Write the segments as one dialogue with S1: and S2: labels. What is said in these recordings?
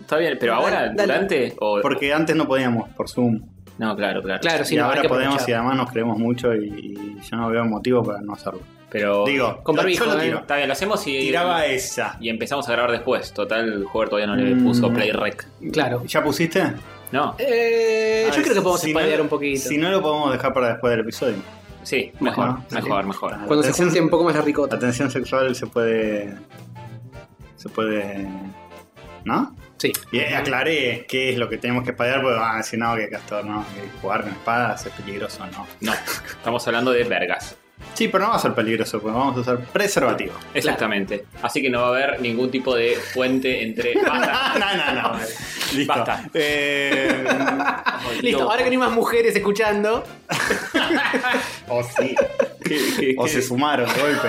S1: Está bien, pero
S2: Dale,
S1: ahora,
S2: dale.
S1: durante o.
S3: Porque antes no podíamos por Zoom.
S1: No, claro, claro.
S2: Claro, sí,
S3: y
S2: no, hay
S3: ahora
S2: que
S3: podemos
S2: aprovechar.
S3: y además nos creemos mucho y, y yo no veo motivo para no hacerlo.
S1: Pero.
S3: Digo,
S2: Con
S3: yo-
S2: barbijo,
S3: yo lo
S2: eh.
S3: tiro.
S1: Está bien, lo hacemos y.
S3: Tiraba esa.
S1: Y empezamos a grabar después. Total, Joder todavía no le
S3: Mm.
S1: puso play rec.
S2: Claro.
S3: ¿Ya pusiste?
S1: No,
S2: Eh,
S3: Ah,
S2: yo creo que podemos
S3: si
S2: espadear
S3: no-
S2: un poquito.
S3: Si no lo podemos dejar para después del episodio.
S1: sí, mejor,
S3: Bueno,
S1: mejor,
S3: sí.
S1: mejor.
S2: Cuando se
S3: Atención-
S2: junte un poco más la ricota.
S3: La tensión sexual se puede. Se puede. ¿No?
S2: Sí.
S3: Y aclaré qué es lo que tenemos que espadear, porque van a decir, no, que Castor, no, que jugar con espadas es peligroso, no.
S1: No, estamos hablando de vergas.
S3: Sí, pero no va a ser peligroso, porque vamos a usar preservativo.
S1: Exactamente. Así que no va a haber ningún tipo de puente entre. Basta.
S3: no, no, no. Listo.
S1: Basta.
S3: Eh,
S2: Listo, ahora que no hay más mujeres escuchando.
S3: o Oh, sí. O se sumaron de golpe.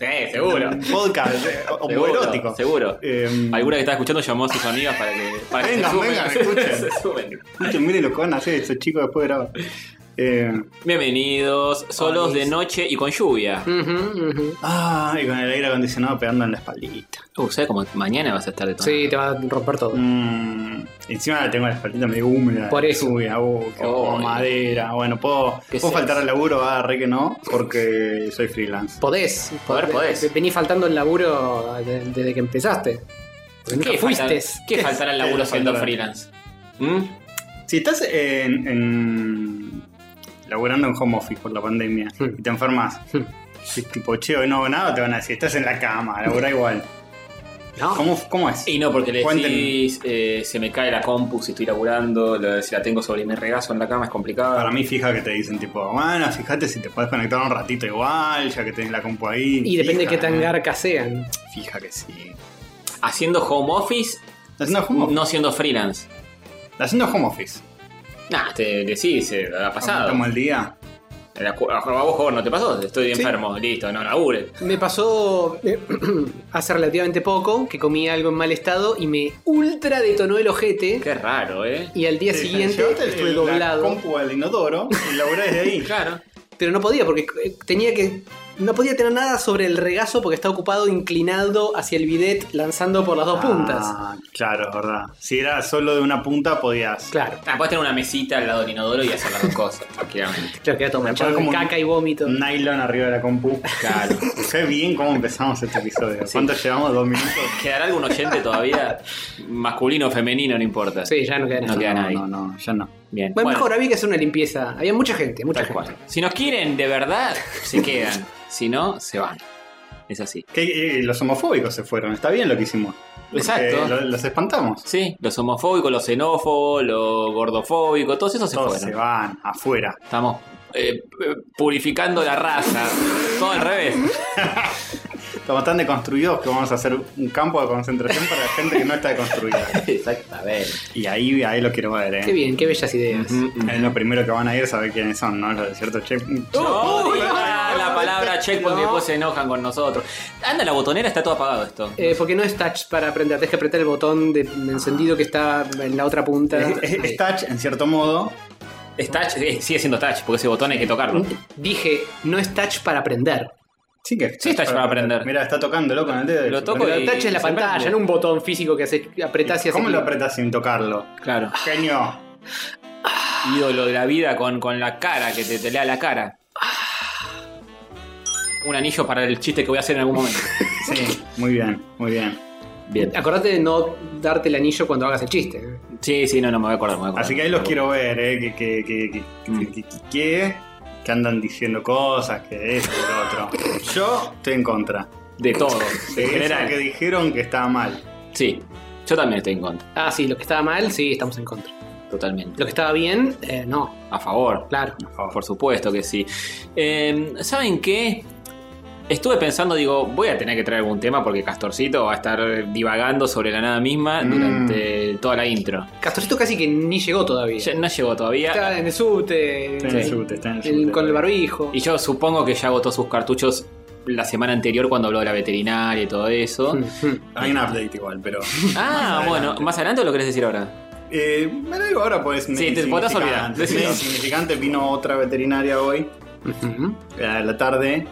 S1: Sí, seguro.
S3: Podcast, eh,
S1: Seguro,
S3: homoerótico.
S1: Seguro.
S3: Eh,
S2: Mm.
S1: Alguna que está escuchando llamó a sus amigas para que, para que
S3: Vengan,
S1: se sumen.
S3: vengan, escuchen.
S1: Se sumen.
S3: Escuchen, miren lo que van a hacer estos chicos después de grabar. Eh,
S1: Bienvenidos, solos
S2: Ay,
S1: de
S2: sí.
S1: noche y con lluvia.
S2: Ujú, ujú.
S3: ah, y con el aire acondicionado pegando en la espaldita.
S1: Uh, ¿sabes cómo mañana vas a estar de todo?
S2: Sí, te va a romper todo.
S3: Mm, encima tengo la espaldita medio húmeda.
S2: Por eso.
S3: Lluvia, oh, qué- oh,
S1: Oh,
S3: madera. Bueno, puedo,
S1: ¿Qué
S3: puedo
S1: seas?
S3: faltar al laburo, ah, re que no, porque soy freelance.
S2: Podés.
S1: Poder, podés.
S2: Venís faltando el laburo de- desde que empezaste. Porque nunca
S1: ¿Qué
S2: fuiste.
S1: falta- ¿Qué faltará al
S3: ¿Qué
S1: laburo siendo
S3: faltará?
S1: freelance? ¿Mm?
S3: Si estás en, en- laburando en home office por la pandemia
S2: Hmm.
S3: y te enfermas,
S2: Hmm.
S3: si es tipo, che, hoy no hago nada, te van a decir, estás en la cama, labura igual.
S2: Ah. No.
S3: ¿Cómo, cómo es?
S1: Y no, porque le
S3: Cuéntenme.
S1: decís, eh, se me cae la compu si estoy laburando, lo de- si la tengo sobre mi regazo en la cama es complicado.
S3: Para mí fija que te dicen tipo, bueno, fíjate si te puedes conectar un ratito igual, ya que tenés la compu ahí.
S2: Y depende de qué
S3: Fija, eh,
S2: tan garcas sean.
S3: Fija que sí.
S1: Haciendo home office,
S3: Haciendo home office.
S1: no siendo freelance.
S3: Haciendo home office.
S1: Nah, te decís, eh, ha pasado.
S3: Estamos al día.
S1: La cu- A vos, joven, no te pasó, estoy
S3: Sí.
S1: enfermo, listo, no labure.
S2: Me pasó eh, hace relativamente poco que comí algo en mal estado y me ultra detonó el ojete.
S1: Qué raro, ¿eh?
S2: Y al día
S3: Sí,
S2: siguiente
S3: llevaste el-
S2: estuve
S3: la
S2: doblado.
S3: compu al inodoro y laburás de ahí.
S1: Claro.
S2: Pero no podía porque eh, tenía que. No podía tener nada sobre el regazo porque estaba ocupado inclinado hacia el bidet lanzando por las dos puntas.
S3: Ah, claro, es verdad. Si era solo de una punta, podías.
S2: Claro,
S1: Ah, podés tener una mesita al lado del inodoro y hacer las dos cosas, tranquilamente.
S2: claro, queda todo manchado
S3: como
S2: con
S3: un-
S2: caca y vómito.
S3: Un Nylon arriba de la compu. Claro. Sé bien cómo empezamos este episodio. ¿Cuánto llevamos? ¿Dos minutos?
S1: ¿Quedará algún oyente todavía? Masculino o femenino, no importa.
S2: Sí, ya no queda nada.
S1: No queda nadie.
S3: No, no, ya no.
S1: Bien.
S2: Bueno,
S1: Bueno,
S2: mejor, había que hacer una limpieza. Había mucha gente, mucha
S1: tal
S2: gente.
S1: cual. Si nos quieren de verdad, se quedan. Si no, se van. Es así.
S3: Que, eh, los homofóbicos se fueron. Está bien lo que hicimos. Porque
S1: Exacto.
S3: lo- los espantamos.
S1: Sí, los homofóbicos, los xenófobos, los gordofóbicos, todos esos se
S3: Todos
S1: fueron.
S3: se van afuera.
S1: Estamos eh, p- purificando la raza. Todo al revés.
S3: Estamos tan deconstruidos que vamos a hacer un campo de concentración para la gente que no está deconstruida.
S1: Exactamente.
S3: Y ahí, ahí lo quiero ver, eh.
S2: Qué bien, qué bellas ideas.
S3: Es lo primero que van a ir a saber quiénes son, ¿no? Los de cierto mm, check.
S1: No,
S2: Uy,
S1: digan
S2: no,
S1: la
S2: no,
S1: palabra
S2: no.
S1: check porque después se enojan con nosotros. Anda, la botonera está todo apagado esto.
S2: Eh, porque no es touch para aprender, tenés que apretar el botón de de encendido que está en la otra punta. Eh,
S3: Es, es- es touch, en cierto modo.
S1: Es touch, eh, sigue siendo touch porque ese botón hay que tocarlo.
S2: Mm. Dije, no es touch para aprender.
S3: Sí que
S1: Sí, es touch para aprender.
S3: Mira, está tocándolo con el dedo.
S1: Lo toco
S2: Pero
S1: y-
S2: touch es la
S1: se
S2: pantalla,
S1: prende.
S2: no un botón físico que hace, apretás y hace
S3: ¿Cómo lo
S2: clic.
S3: apretas sin tocarlo?
S1: Claro.
S3: Genio.
S1: Ídolo de la vida con, con la cara, que te, te lea la cara. Un anillo para el chiste que voy a hacer en algún momento.
S3: Sí, muy bien, muy bien.
S1: Bien.
S2: Acordate de no darte el anillo cuando hagas el chiste. ¿eh?
S1: Sí, sí, no, no me voy a acordar. me voy a acordar.
S3: Así que ahí los quiero ver, ¿eh? Que, que, que, que,
S1: Mm.
S3: que, que- que- que andan diciendo cosas, que esto, que lo otro. Yo estoy en contra.
S1: De todo,
S3: De
S1: en
S3: eso
S1: general.
S3: que dijeron que estaba mal.
S1: Sí, yo también estoy en contra,
S2: Ah, sí, lo que estaba mal, sí, estamos en contra.
S1: totalmente.
S2: Lo que estaba bien, eh, no,
S1: A favor,
S2: claro.
S1: por supuesto que sí. Eh, ¿Saben qué? Estuve pensando, digo, voy a tener que traer algún tema porque Castorcito va a estar divagando sobre la nada misma
S3: Mm.
S1: durante toda la intro.
S2: Castorcito casi que ni llegó todavía.
S1: Ya no llegó todavía.
S2: Está en el subte,
S3: Está en el
S2: en-
S3: subte, está en el
S2: en-
S3: subte.
S2: con el barbijo.
S1: Y yo supongo que ya agotó sus cartuchos la semana anterior cuando habló de la veterinaria y todo eso.
S2: Mm, mm.
S3: Hay un update igual, pero.
S1: Ah,
S3: Hmm. Más
S1: bueno,
S3: adelante.
S1: más adelante o lo querés decir ahora.
S3: Eh, me da igual ahora, pues.
S1: Sí, te- vos te has olvidado.
S3: insignificante. Medio insignificante. Vino otra veterinaria hoy,
S2: Ujú.
S3: a la eh, tarde.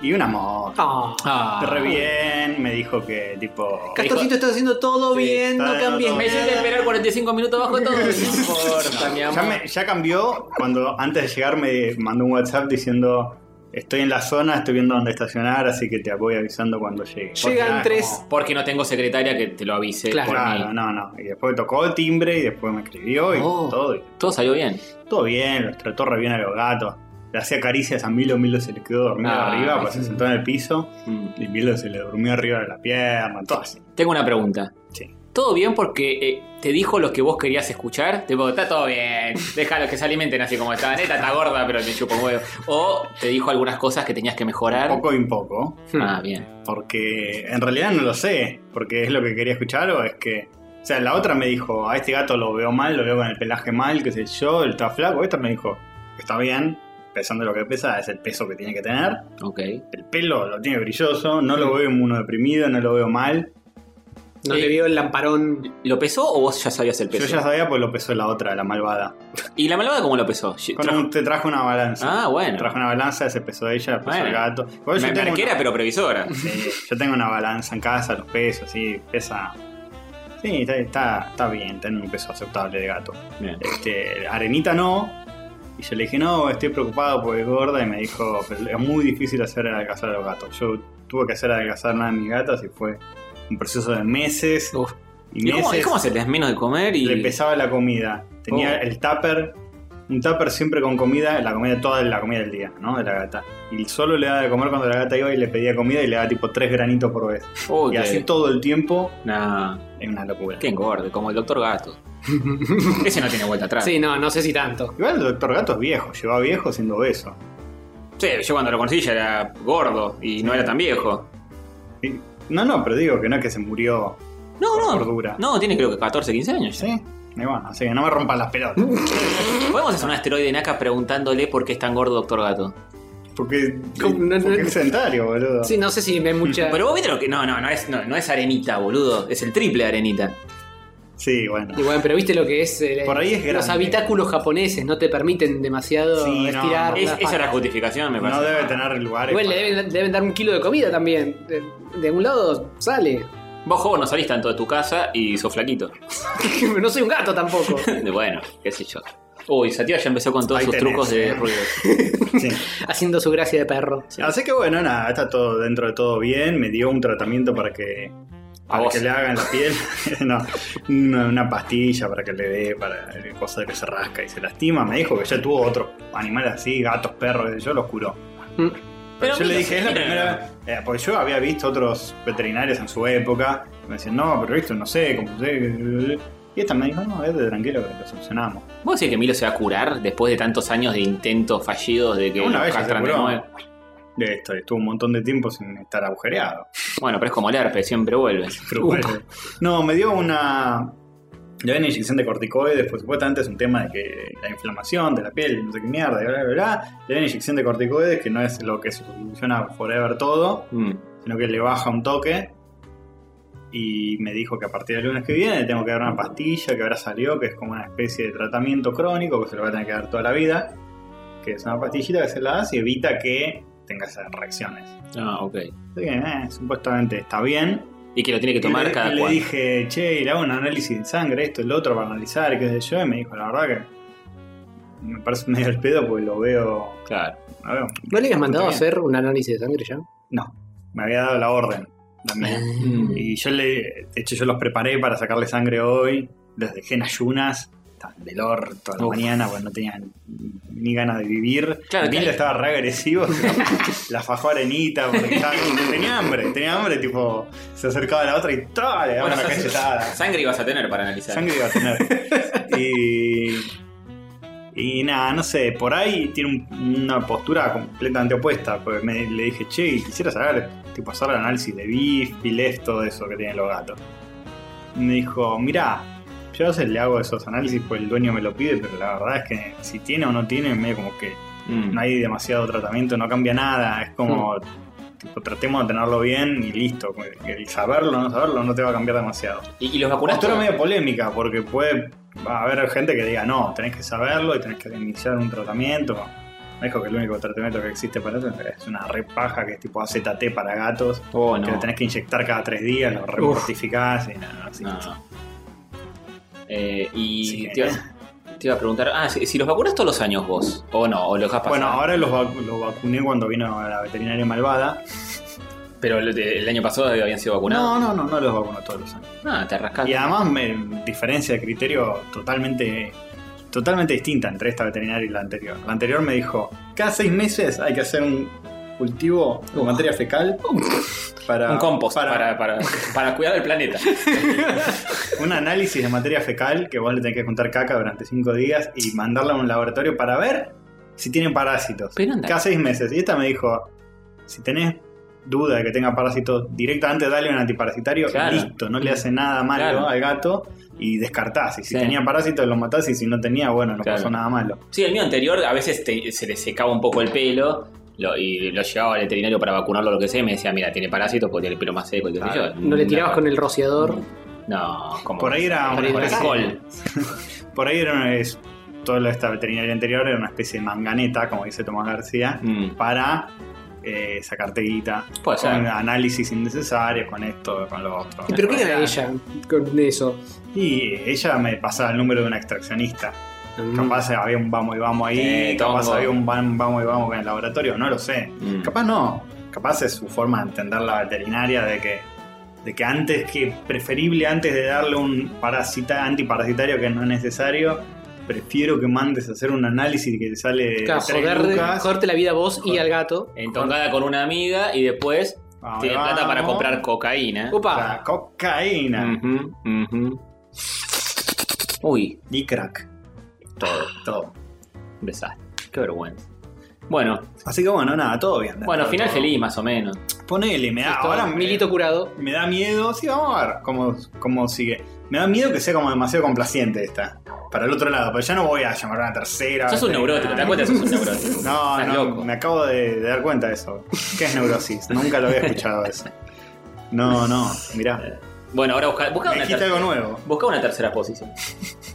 S3: Y un amor.
S2: mm, Ah.
S1: Ah.
S3: Re bien, me dijo que tipo.
S2: Castorcito, estás haciendo todo
S3: Sí,
S2: bien,
S3: está
S2: no
S3: bien,
S2: cambies
S3: no,
S1: Me
S3: no,
S1: hiciste
S2: nada.
S1: esperar 45 minutos bajo todo. No importa, mi
S3: Ya,
S1: amor.
S3: me- ya cambió cuando antes de llegar me mandó un WhatsApp diciendo estoy en la zona, estoy viendo dónde estacionar, así que te voy avisando cuando llegue.
S2: Llegan
S3: Porque, ah,
S2: tres.
S3: como-
S1: Porque no tengo secretaria que te lo avise
S2: Claro.
S1: por mí.
S3: Claro, no, no. Y después tocó el timbre y después me escribió y
S1: Oh.
S3: todo. y
S1: Todo salió bien.
S3: todo bien, los trató re bien a los gatos. Le hacía caricias a Milo, Milo se le quedó dormido
S1: Ah,
S3: arriba,
S1: sí.
S3: pues se sentó en el piso
S1: Mm.
S3: y Milo se le durmió arriba de la pierna, todo así.
S1: Tengo una pregunta.
S3: Sí.
S1: ¿Todo bien porque eh, te dijo lo que vos querías escuchar? Tipo, está todo bien, déjalo que se alimenten así como está. Neta, está gorda, pero me chupo un huevo. O te dijo algunas cosas que tenías que mejorar.
S3: Poco y un poco.
S2: Mm.
S1: Ah, bien.
S3: Porque en realidad no lo sé, porque es lo que quería escuchar o es que... O sea, la otra me dijo, a este gato lo veo mal, lo veo con el pelaje mal, qué sé yo, él está flaco. Esta me dijo, está bien, pesando lo que pesa, es el peso que tiene que tener.
S1: Ok.
S3: El pelo lo tiene brilloso, no
S1: Mm.
S3: lo veo uno deprimido, no lo veo mal.
S2: No
S1: Eh,
S2: le vio el lamparón.
S1: ¿Lo pesó o vos ya sabías el peso?
S3: Yo ya sabía, pues lo pesó la otra, la malvada.
S1: ¿Y la malvada cómo lo pesó? Ye-
S3: Con un- te trajo una balanza.
S1: Ah, bueno.
S3: Trajo una balanza, se pesó ella, pesó
S1: Bueno.
S3: el gato. Igual
S1: Me-
S3: tengo
S1: Merquera,
S3: una-
S1: pero previsora.
S3: Sí, yo tengo una balanza en casa, los pesos, sí, pesa. Sí, está, está, está bien tener un peso aceptable de gato.
S1: Bien.
S3: Este, arenita no. Y yo le dije, no, estoy preocupado porque es gorda. Y me dijo, "Pero es muy difícil hacer adelgazar a los gatos. Yo tuve que hacer adelgazar nada de mis gatas y fue un proceso de meses.
S1: Uf.
S3: Y
S1: ¿Y cómo,
S3: meses
S1: y cómo se te das menos de comer? Y...
S3: le pesaba la comida. Tenía
S1: Oh.
S3: el tupper, un tupper siempre con comida, la comida toda la comida del día, ¿no? De la gata. Y solo le daba de comer cuando la gata iba y le pedía comida y le daba tipo tres granitos por vez.
S1: Uy,
S3: Y
S1: Oh, qué-
S3: así todo el tiempo
S1: Nah,
S3: es una locura.
S1: qué engorde, como el doctor gato. Ese no tiene vuelta atrás.
S2: Sí, no, no sé si tanto.
S3: Igual el doctor gato es viejo, lleva viejo siendo obeso.
S1: Sí, yo cuando lo conocí ya era gordo y no era tan viejo.
S3: Y- No, no, pero digo que no es que se murió.
S1: No,
S3: Por
S1: no.
S3: gordura.
S1: No, tiene creo que 14, 15 años. ya.
S3: ¿Sí? Y bueno, así que no me rompan las pelotas.
S1: Podemos hacer un asteroide Naka preguntándole por qué es tan gordo Doctor Gato.
S3: Porque,
S2: ¿Cómo? No, no,
S3: porque
S2: no.
S3: es sedentario, boludo.
S2: Sí, no sé si me mucha.
S1: Pero vos viste lo que. No, no, no es, no, no es arenita, boludo. Es el triple de arenita.
S3: Sí, bueno.
S2: Y bueno, pero viste lo que es. eh,
S3: Por ahí es
S2: Los
S3: grande.
S2: habitáculos japoneses no te permiten demasiado
S3: Sí, no,
S2: estirar.
S3: no.
S1: Es-
S2: las
S1: esa es la
S2: patas.
S1: justificación, me parece.
S3: No debe tener lugares.
S2: Igual le
S3: para-
S2: deben, le deben dar un kilo de comida también. De, de algún lado sale.
S1: Vos, joven, no salís tanto de tu casa y sos flaquito.
S2: no soy un gato tampoco.
S1: bueno, qué sé yo. Uy, Sativa ya empezó con todos
S3: Ahí
S1: sus
S3: tenés,
S1: trucos de
S3: eh.
S1: ruido.
S3: Sí.
S2: Haciendo su gracia de perro.
S3: Sí. Así que bueno, nada, está todo dentro de todo bien. Me dio un tratamiento para que, para
S1: vos.
S3: que le hagan la piel. No, una, una pastilla para que le dé, para el cosa de que se rasca y se lastima. Me dijo que ya tuvo otros animales así, gatos, perros, y yo los curó.
S2: Mm.
S1: Pero
S3: Pero yo le
S1: mira,
S3: dije, es la
S1: mira.
S3: primera vez. eh, porque yo había visto otros veterinarios en su época. y Me decían, no, pero esto no sé, como sé. Y esta me dijo, no, este tranquilo que lo solucionamos.
S1: ¿Vos decís que Milo se va a curar después de tantos años de intentos fallidos de que
S3: Una
S1: lo
S3: vez ya se
S1: castran de
S3: curó.
S1: nuevo?
S3: De esto, y estuvo un montón de tiempo sin estar agujereado.
S1: Bueno, pero es como el herpes, siempre vuelve.
S3: Pero bueno. No, me dio una. Le dio una inyección de corticoides, porque supuestamente es un tema de que la inflamación de la piel, no sé qué mierda, y bla, bla, bla. Le dio una inyección de corticoides que no es lo que soluciona forever todo,
S1: Mm.
S3: sino que le baja un toque. Y me dijo que a partir del lunes que viene le tengo que dar una pastilla que ahora salió, que es como una especie de tratamiento crónico que se lo va a tener que dar toda la vida. Que es una pastillita que se la das y evita que tenga esas reacciones.
S1: Ah, ok.
S3: Así que, eh, supuestamente está bien.
S1: Y que lo tiene que tomar
S3: Y le,
S1: cada
S3: le
S1: cual.
S3: dije, che, y le hago un análisis de sangre, esto, el otro, para analizar, qué sé yo, y me dijo, la verdad que me parece medio el pedo porque lo veo.
S1: Claro.
S3: lo veo-
S2: ¿No le habías mandado a
S3: Está bien.
S2: hacer un análisis de sangre ya?
S3: No, me había dado la orden también.
S1: Mm.
S3: Y yo le, de hecho, yo los preparé para sacarle sangre hoy, los dejé en ayunas. estaban Del orto a la
S1: Uf.
S3: mañana, pues no tenían ni ganas de vivir.
S1: Claro,
S3: Bill
S1: que-
S3: estaba re agresivo, se la, la fajó arenita porque estaba- tenía hambre, tenía hambre, tipo, se acercaba a la otra y ¡tá! le daba
S1: Bueno,
S3: una
S1: sa-
S3: cachetada.
S1: Sangre ibas a tener para analizar.
S3: Sangre iba a tener. y. Y nada, no sé, por ahí tiene un- una postura completamente opuesta. Porque me, le dije, che, quisiera saber, tipo, hacer el análisis de beef, pilef, todo eso que tienen los gatos. Y me dijo, mirá, yo a veces le hago esos análisis porque el dueño me lo pide, pero la verdad es que si tiene o no tiene, medio como que
S1: Mm.
S3: no hay demasiado tratamiento, no cambia nada. Es como, tipo, tratemos de tenerlo bien y listo. El saberlo o no saberlo no te va a cambiar demasiado.
S1: ¿Y, y los
S3: Una
S1: vacunaste?
S3: postura medio polémica, porque puede va a haber gente que diga, no, tenés que saberlo y tenés que iniciar un tratamiento. Me dijo que el único tratamiento que existe para eso es una repaja que es tipo AZT para gatos.
S1: Oh,
S3: Que
S1: no.
S3: lo tenés que inyectar cada tres días, lo remortificás y nada, no existe.
S1: No. Eh, y
S3: Sí.
S1: te, iba, te iba a preguntar, ah, si, si los vacunas todos los años vos, o no, o los has pasado.
S3: Bueno, ahora los, vacu- los vacuné cuando vino a la veterinaria malvada.
S1: Pero el, el año pasado habían sido vacunados.
S3: No, no, no, no los vacuno todos los años.
S1: Ah, te rascás.
S3: Y además, me, diferencia de criterio totalmente, totalmente distinta entre esta veterinaria y la anterior. La anterior me dijo: cada seis meses hay que hacer un cultivo de materia fecal para.
S1: Un compost para, para, para cuidar el planeta.
S3: un análisis de materia fecal que vos le tenés que juntar caca durante cinco días y mandarla a un laboratorio para ver si tiene parásitos.
S1: Pero anda.
S3: Cada seis meses. Y esta me dijo, si tenés duda de que tenga parásitos, directamente dale un antiparasitario
S1: Claro. Mm.
S3: y listo. No le hace nada malo
S1: Claro.
S3: al gato y descartás. Y si
S1: Sí.
S3: tenía parásitos lo matás y si no tenía, bueno, no
S1: Claro.
S3: pasó nada malo.
S1: Sí, el mío anterior a veces te- se le secaba un poco el pelo lo- y lo llevaba al veterinario para vacunarlo o lo que sea y me decía, mira, tiene parásitos porque tiene el pelo más seco. y qué sé
S3: Claro.
S1: yo.
S2: No le tirabas con el rociador.
S1: No, como...
S3: Por ahí era
S1: con
S3: una especie-
S1: alcohol.
S3: Por ahí era una- es- toda esta veterinaria anterior era una especie de manganeta, como dice Tomás García,
S1: Mm,
S3: para eh, sacarte guita.
S1: puede
S3: con
S1: ser.
S3: análisis innecesarios, con esto, con lo otro.
S2: ¿Pero qué gana ella con eso?
S3: Y ella me pasaba el número de una extraccionista. Capaz
S1: Mm.
S3: había un vamos y vamos ahí,
S1: Eh,
S3: capaz
S1: tongo.
S3: había un van- vamos y vamos en el laboratorio, no lo sé.
S1: Mm.
S3: Capaz no, capaz es su forma de entender la veterinaria de que, de que antes que, preferible antes de darle un parasita, antiparasitario que no es necesario, prefiero que mandes a hacer un análisis que te sale de
S2: Claro,
S3: tres
S2: joder,
S3: lucas.
S2: joderte la vida a vos y
S3: Joder.
S2: al gato.
S1: Entongada con una amiga y después
S3: Vamos,
S1: tiene plata para
S3: vamos.
S1: comprar Mm. cocaína.
S2: Opa,
S3: La cocaína
S1: Ujú, ujú. Uy,
S3: y crack.
S1: todo,
S3: Todo.
S1: un desastre. Qué vergüenza. Bueno,
S3: Así que bueno, nada, todo bien. dentro
S1: bueno,
S3: de
S1: final
S3: todo.
S1: feliz más o menos.
S3: Ponele, me da.
S2: Listo,
S3: Ahora me-
S2: Milito curado.
S3: Me da miedo, sí, vamos a ver cómo, cómo sigue. Me da miedo que sea como demasiado complaciente esta. Para el otro lado, pero ya no voy a llamar a una tercera.
S1: Sos un
S3: veterinaria.
S1: neurótico, ¿te das cuenta? Sos un neurótico.
S3: No,
S1: Estás
S3: no,
S1: loco.
S3: me acabo de, de dar cuenta de eso. ¿Qué es neurosis? Nunca lo había escuchado eso. No, no, mirá.
S1: Bueno, ahora busca, busca
S3: Me
S1: una,
S3: dijiste
S1: ter-
S3: algo nuevo.
S1: busca una tercera posición.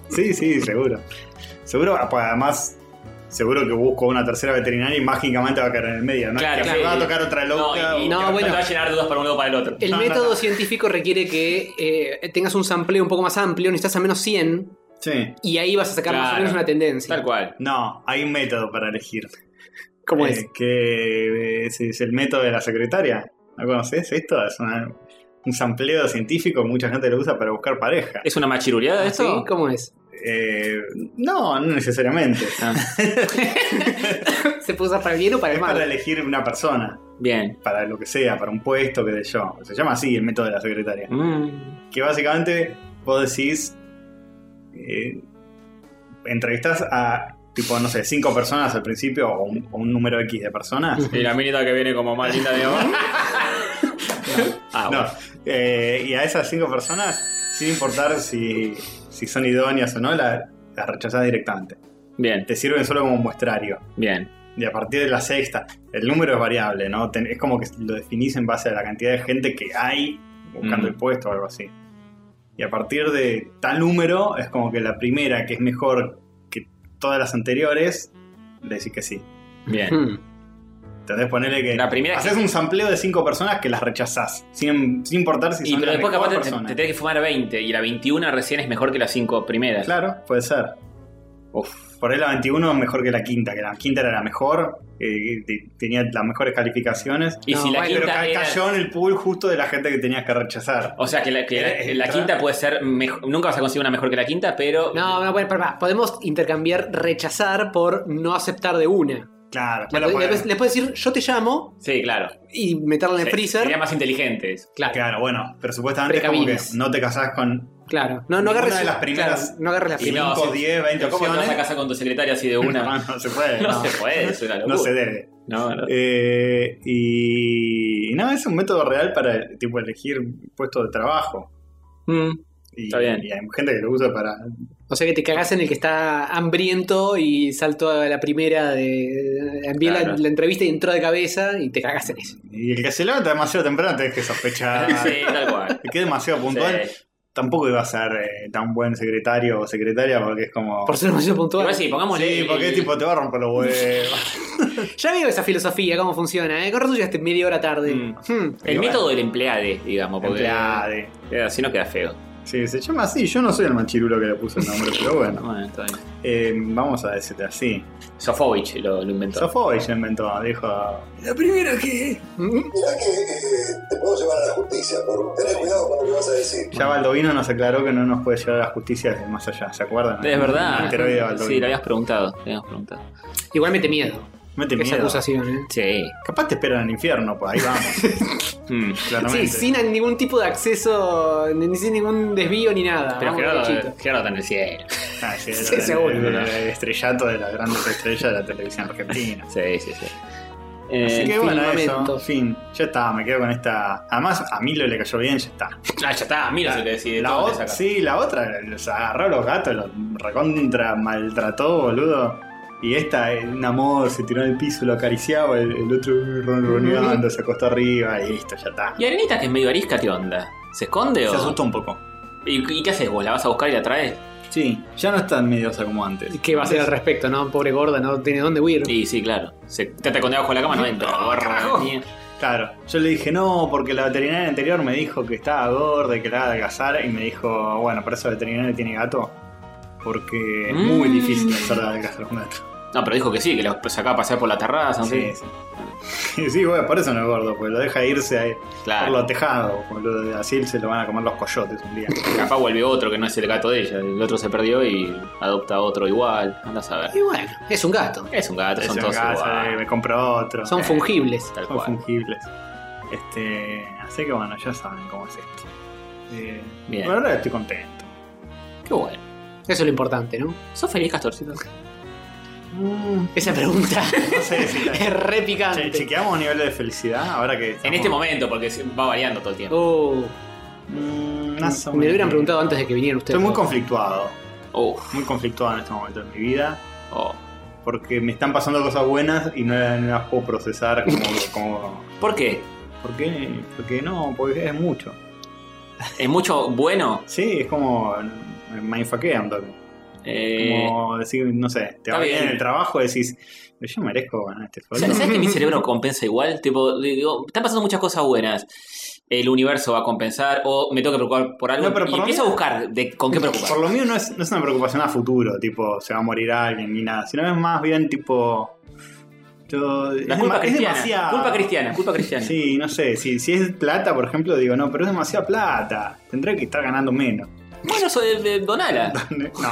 S3: Sí, sí, seguro. Seguro, ah, pues, además, seguro que busco una tercera veterinaria y mágicamente va a caer en el medio. ¿no?
S1: Claro,
S3: que
S1: claro.
S3: me va a tocar otra loca.
S1: No, y- y-
S2: No,
S1: te-
S2: bueno.
S1: te va a llenar de dudas para un lado para el otro.
S2: El
S3: No, no,
S2: método
S3: no.
S2: científico requiere que eh, tengas un sampleo un poco más amplio, necesitas al menos 100,
S3: Sí.
S2: y ahí vas a sacar más o
S1: Claro.
S2: menos una tendencia.
S1: Tal cual.
S3: No, hay un método para elegir.
S2: ¿Cómo
S3: Eh,
S2: es?
S3: Que es, es el método de la secretaria. ¿No conoces esto? Es una- un sampleo científico que mucha gente lo usa para buscar pareja.
S1: ¿Es una machiruleada
S2: ¿Ah,
S1: esto?
S2: sí? ¿Cómo es?
S3: Eh, no, no necesariamente.
S1: Ah,
S2: ¿Se puede usar para el bien o para
S3: Es
S2: el mal?
S3: para elegir una persona,
S1: bien.
S3: para lo que sea, para un puesto, qué sé yo. Se llama así el método de la secretaria.
S1: Mm,
S3: Que básicamente vos decís. eh, entrevistás a, tipo, no sé, cinco personas al principio o un, o un número X de personas.
S1: Y la minita que viene como más linda de ahora. ah,
S3: No,
S1: bueno.
S3: eh, y a esas cinco personas, sin importar si, si son idóneas o no, la- las rechazás directamente.
S1: Bien,
S3: Te sirven solo como muestrario.
S1: bien.
S3: Y a partir de la sexta, el número es variable, ¿no? Ten- es como que lo definís en base a la cantidad de gente que hay buscando
S1: Mm.
S3: el puesto o algo así. Y a partir de tal número, es como que la primera, que es mejor que todas las anteriores, le decís que sí.
S1: Bien.
S2: Hmm.
S3: Entonces ponerle que...
S1: La primera
S3: Haces un sampleo de cinco personas que las rechazás, sin, sin importar si
S1: Y
S3: son
S1: pero
S3: las
S1: después capaz
S3: mejor
S1: te,
S3: personas.
S1: te tenés que fumar 20 y la 21 recién es mejor que las 5 primeras.
S3: Claro, puede ser. Uf, por ahí la 21 es mejor que la quinta, que la quinta era la mejor, eh, te- tenía las mejores calificaciones.
S1: Y
S2: No,
S1: si la
S2: bueno,
S3: Pero
S1: quinta
S3: ca-
S1: era-
S3: cayó en el pool justo de la gente que tenías que rechazar.
S1: O sea que la, que la-
S2: Eh,
S3: Era-
S1: la quinta puede ser mejor, nunca vas a conseguir una mejor que la quinta, pero
S2: No, no, bueno, pará, pará. podemos intercambiar rechazar por no aceptar de una.
S3: Claro,
S2: Le,
S3: bueno,
S2: puedes-
S3: pues-
S2: le puedes decir, yo te llamo
S1: sí, claro.
S2: y meterla en el
S1: Se-
S2: freezer.
S1: Sería más inteligente eso.
S2: Claro, claro.
S3: claro, bueno, pero supuestamente es como que
S2: Precavidas.
S3: no te casás con
S2: No, no
S3: Ninguna
S2: agarres
S3: de las primeras-
S2: claro, no agarres las
S1: Y no,
S2: primeras.
S3: 5,
S1: se-
S3: 10, 20
S1: Pero ¿Cómo te vas a
S3: opciones.
S1: casa con tu secretaria así de
S3: No,
S1: una?
S3: no se puede.
S1: No
S3: Ah, no.
S1: se puede, es una locura.
S3: No se debe.
S1: No, no.
S3: Eh, y, y no, es un método real para tipo elegir puesto de trabajo.
S1: Mm,
S3: Y,
S1: Está bien.
S3: y hay gente que lo usa para
S2: O sea que te cagás en el que está hambriento y saltó a la primera de. envié la-
S1: Claro.
S2: la, entrevista y entró de cabeza y te cagás en eso.
S3: Y el que se levanta demasiado temprano tenés que sospechar.
S1: sí, tal cual.
S3: Es que es demasiado puntual.
S1: Sí.
S3: tampoco iba a ser eh, tan buen secretario o secretaria porque es como.
S2: Por ser demasiado puntual.
S1: Igual sí, pongámosle.
S3: sí, porque tipo te va a romper los huevos.
S2: Ya veo esa filosofía, cómo funciona, ¿eh? Con razón llegaste media hora tarde.
S1: Mm.
S2: Hmm.
S1: El
S3: Y bueno.
S1: método del empleade, digamos, porque
S3: Empleade.
S1: eh, así no queda feo.
S3: Sí, se llama así. Yo no soy el manchirulo que le puso el nombre, pero bueno.
S1: Bueno, está bien.
S3: Eh, vamos a decirte así.
S1: Sofovich lo, lo inventó.
S3: Sofovich inventó, dijo.
S2: La primera que.
S4: Mirá que eh, te puedo llevar a la justicia, pero tenés cuidado con lo que vas a decir.
S3: Ya Baldovino nos aclaró que no nos puede llevar a la justicia desde más allá, ¿se acuerdan?
S1: es
S3: El
S1: verdad.
S3: asteroide de Baldovino.
S1: Sí, lo habías preguntado. Lo habías preguntado.
S2: Igual mete miedo.
S3: Mete
S2: esa
S3: miedo.
S2: acusación, ¿eh?
S1: Sí.
S3: Capaz te esperan en el infierno, pues ahí vamos,
S1: Mm.
S3: claramente.
S2: Sí, sin ningún tipo de acceso, ni sin ningún desvío ni nada.
S1: Pero
S2: Vamos derechito.
S1: Gerardo, eh, Gerardo está en el cielo.
S3: Ah, sí,
S2: Sí,
S3: el-
S2: seguro.
S3: el- el estrellato de las grandes estrellas de la televisión argentina.
S1: Sí, sí, sí.
S3: Así
S1: Eh,
S3: que
S2: fin,
S3: bueno, eso,
S2: momento.
S3: fin. Ya está, me quedo con esta. Además, a Milo le cayó bien, ya está.
S1: Ah, ya está, mira se le decide.
S3: La
S1: todo
S3: ot-
S1: le saca.
S3: sí, la otra los agarró a los gatos, los recontra maltrató, boludo. Y esta, eh, un amor, se tiró en el piso, lo acariciaba, el, el otro eh, ronroneando, se acostó arriba y listo, ya está.
S1: Y Arenita, que es medio arisca, ¿qué onda? ¿Se esconde o.?
S3: Se asustó un poco.
S1: ¿Y, y qué haces vos? ¿La vas a buscar y la traes?
S3: Sí, ya no es tan mediosa como antes.
S2: ¿Qué va a hacer al respecto, no? Pobre gorda, no tiene dónde huir.
S1: Sí, sí, claro. Se trata con debajo de la cama, no entra. Barra de mierda.
S3: Claro, yo le dije no, porque la veterinaria anterior me dijo que estaba gorda y que la iba a adelgazar. Y me dijo, bueno, por eso la veterinaria tiene gato. Porque es muy
S1: Mm.
S3: difícil hacer adelgazar a un gato.
S1: No, pero dijo que sí, que lo pues, sacaba a pasear por la terraza, no
S3: Sí,
S1: sé.
S3: sí. Sí, bueno, por eso no es gordo, porque lo deja irse ahí por
S1: Claro.
S3: lo tejado, boludo. Así se lo van a comer los coyotes un día.
S1: Capaz vuelve otro que no es el gato de ella. El otro se perdió y adopta otro igual. Anda a saber.
S2: Y bueno, es un gato.
S1: Es un gato,
S3: Eso
S1: son
S3: en
S1: todos
S3: casa, eh,
S1: iguales.
S3: me compro otro.
S2: Son
S1: Eh,
S2: fungibles.
S1: Tal
S3: Son
S1: cual.
S3: fungibles. Este, así que bueno, ya saben cómo es esto. Eh,
S1: Bien.
S3: Bueno, ahora estoy contento.
S1: Qué bueno.
S2: Eso es lo importante, ¿no?
S1: ¿Sos feliz, Castorcito?
S3: Mm.
S2: Esa pregunta
S3: No sé si la-
S2: es re
S3: Che,
S2: picante.
S3: chequeamos nivel de felicidad ahora que.
S1: En
S3: estamos-
S1: este momento, porque se- va variando todo el tiempo.
S2: Oh,
S3: Mm, más o
S2: me lo hubieran
S3: menos.
S2: preguntado antes de que vinieran ustedes.
S3: Estoy muy
S2: dos.
S3: conflictuado.
S1: Uf.
S3: Muy conflictuado en este momento de mi vida.
S1: oh.
S3: Porque me están pasando cosas buenas y no, la- no las puedo procesar como. como
S1: ¿Por qué?
S3: ¿Por qué? Porque no, porque es mucho.
S1: ¿Es mucho bueno?
S3: Sí, es como. Me mindfuckea un toque.
S1: Eh,
S3: Como decir, no sé, te
S1: está
S3: va bien en
S1: bien.
S3: el trabajo y decís, "Pero yo merezco ganar este sueldo.
S1: ¿Sabes que mi cerebro compensa igual? Tipo, digo, están pasando muchas cosas buenas. El universo va a compensar o me tengo que preocupar por algo.
S3: No, pero
S1: y
S3: por lo
S1: empiezo a
S3: menos-
S1: buscar de con qué preocupar.
S3: Por lo mío no es, no es una preocupación a futuro, tipo, se va a morir alguien ni nada, sino es más bien tipo. Yo, es
S1: La culpa
S3: dema- es
S1: cristiana.
S3: demasiado-
S1: Culpa cristiana, culpa cristiana.
S3: Sí, no sé, si, si es plata, por ejemplo, digo, no, pero es demasiada plata, tendré que estar ganando menos.
S1: Bueno, eso de, de- donala.
S3: no.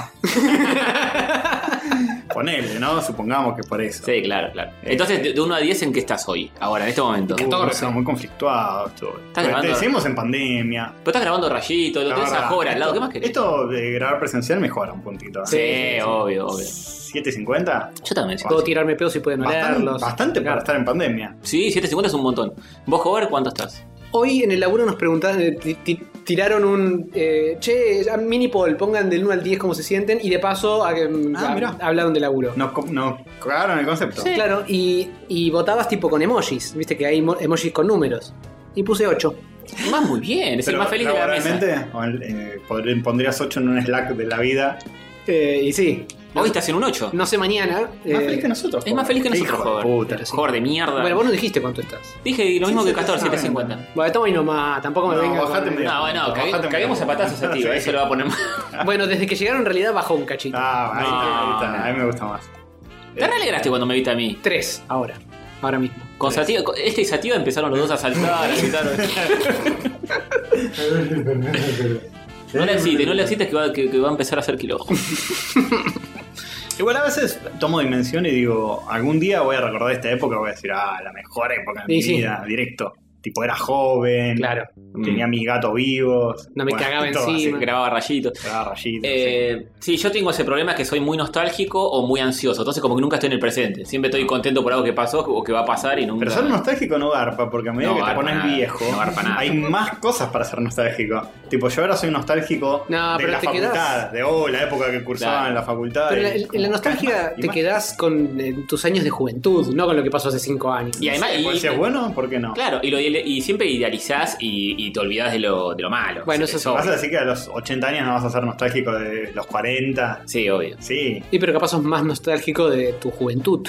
S3: Ponele, ¿no? Supongamos que por eso.
S1: Sí, claro, claro. Entonces, de, 1 a 10, ¿en qué estás hoy? Ahora, en este momento.
S3: Uy,
S1: Pero
S3: no sé, muy conflictuado esto.
S1: grabando-
S3: Decimos en pandemia.
S1: estás grabando rayito, lo tenés a
S3: Ahora,
S1: Jora al lado.
S3: esto-
S1: ¿Qué más querés?
S3: Esto de grabar presencial mejora un puntito. ¿eh?
S1: Sí, obvio, obvio.
S3: 750.
S1: Yo también. sí.
S2: Puedo tirarme pedos y pueden
S3: Bastante,
S2: olerlos.
S3: bastante para
S2: Claro.
S3: estar en pandemia.
S1: Sí, 750 es un montón. ¿Vos, Hover, cuánto estás?
S2: Hoy en el laburo nos preguntaron, eh, ti- ti- tiraron un. eh, che, ya, mini poll, pongan del 1 al 10 cómo se sienten y de paso a-
S3: Ah,
S2: a-
S3: mirá.
S2: hablaron de laburo.
S3: Nos, co- nos cagaron el concepto.
S2: Claro, y, y votabas tipo con emojis, viste que hay mo- emojis con números. Y puse 8.
S1: Más muy bien, es el
S3: Pero
S1: más feliz de la mesa.
S3: laboralmente, o en- eh, podr- pondrías 8 en un slack de la vida.
S2: Eh, y sí,
S3: Ah,
S1: Hoy estás en un 8.
S2: no sé mañana.
S3: más
S2: eh,
S3: feliz que nosotros.
S1: es más feliz que nosotros,
S3: Hijo de
S1: joder.
S3: puta.
S2: Pero sí.
S1: Joder de mierda.
S2: bueno, vos no dijiste cuánto estás.
S1: Dije lo mismo
S3: Sí,
S1: que
S3: sí,
S1: Castor,
S3: sí,
S1: 750.
S2: Bueno, estamos ahí nomás, tampoco me
S3: No,
S2: vengas.
S3: bajate
S2: con-
S3: medio.
S1: No, bueno,
S3: Bajate
S1: cagu-
S3: un
S1: caguemos a
S3: poco.
S1: patazos a tío,
S3: Sí.
S1: eso lo va a poner mal.
S2: Bueno, desde que llegaron en realidad bajó un cachito.
S3: Ah, ahí,
S1: No.
S3: está, a mí me gusta más.
S1: Te re alegraste cuando me viste a mí.
S2: 3 ahora, ahora mismo.
S1: Con Sativa- con- este y Sativa empezaron los dos a saltar, a gritar. No le existe, no le existe que va, que, que va a empezar a hacer quilombo.
S3: Igual a veces tomo dimensión y digo, algún día voy a recordar esta época y voy a decir, ah, la mejor época de
S2: Y
S3: mi
S2: sí.
S3: vida, directo. Tipo, era joven,
S2: Claro.
S3: tenía mis gatos vivos.
S2: No me cagaba
S3: todo así,
S2: encima.
S1: Grababa rayito.
S3: Cagaba rayitos,
S1: Eh, sí, yo tengo ese problema que soy muy nostálgico o muy ansioso. Entonces, como que nunca estoy en el presente. Siempre estoy contento por algo que pasó o que va a pasar y
S3: sí.
S1: nunca.
S3: Pero ser nostálgico no garpa, porque a medida
S1: No
S3: que te
S1: garpa
S3: pones
S1: nada,
S3: viejo,
S1: no garpa nada.
S3: hay más cosas para ser nostálgico. Tipo, yo ahora soy nostálgico
S2: No,
S3: de
S2: pero
S3: la
S2: te
S3: facultad,
S2: quedás-
S3: de oh, la época que cursaba
S1: Claro.
S3: en la facultad.
S2: Pero
S3: y
S2: la- en
S3: como-
S2: la nostalgia
S3: Ah, y
S2: te
S3: más.
S2: quedás con eh, tus años de juventud, no con lo que pasó hace 5 años.
S1: Y además.
S3: Pues
S1: y-
S3: si es bueno, ¿por qué no?
S1: Claro, y lo, y le- y siempre idealizás y, y te olvidás de lo, de lo malo.
S2: Bueno,
S1: Sí,
S2: eso
S1: es
S2: sí.
S1: obvio.
S3: Vas a decir que a los 80 años no vas a ser nostálgico de los 40.
S1: Sí, obvio.
S3: Sí,
S2: Y pero capaz sos más nostálgico de tu juventud.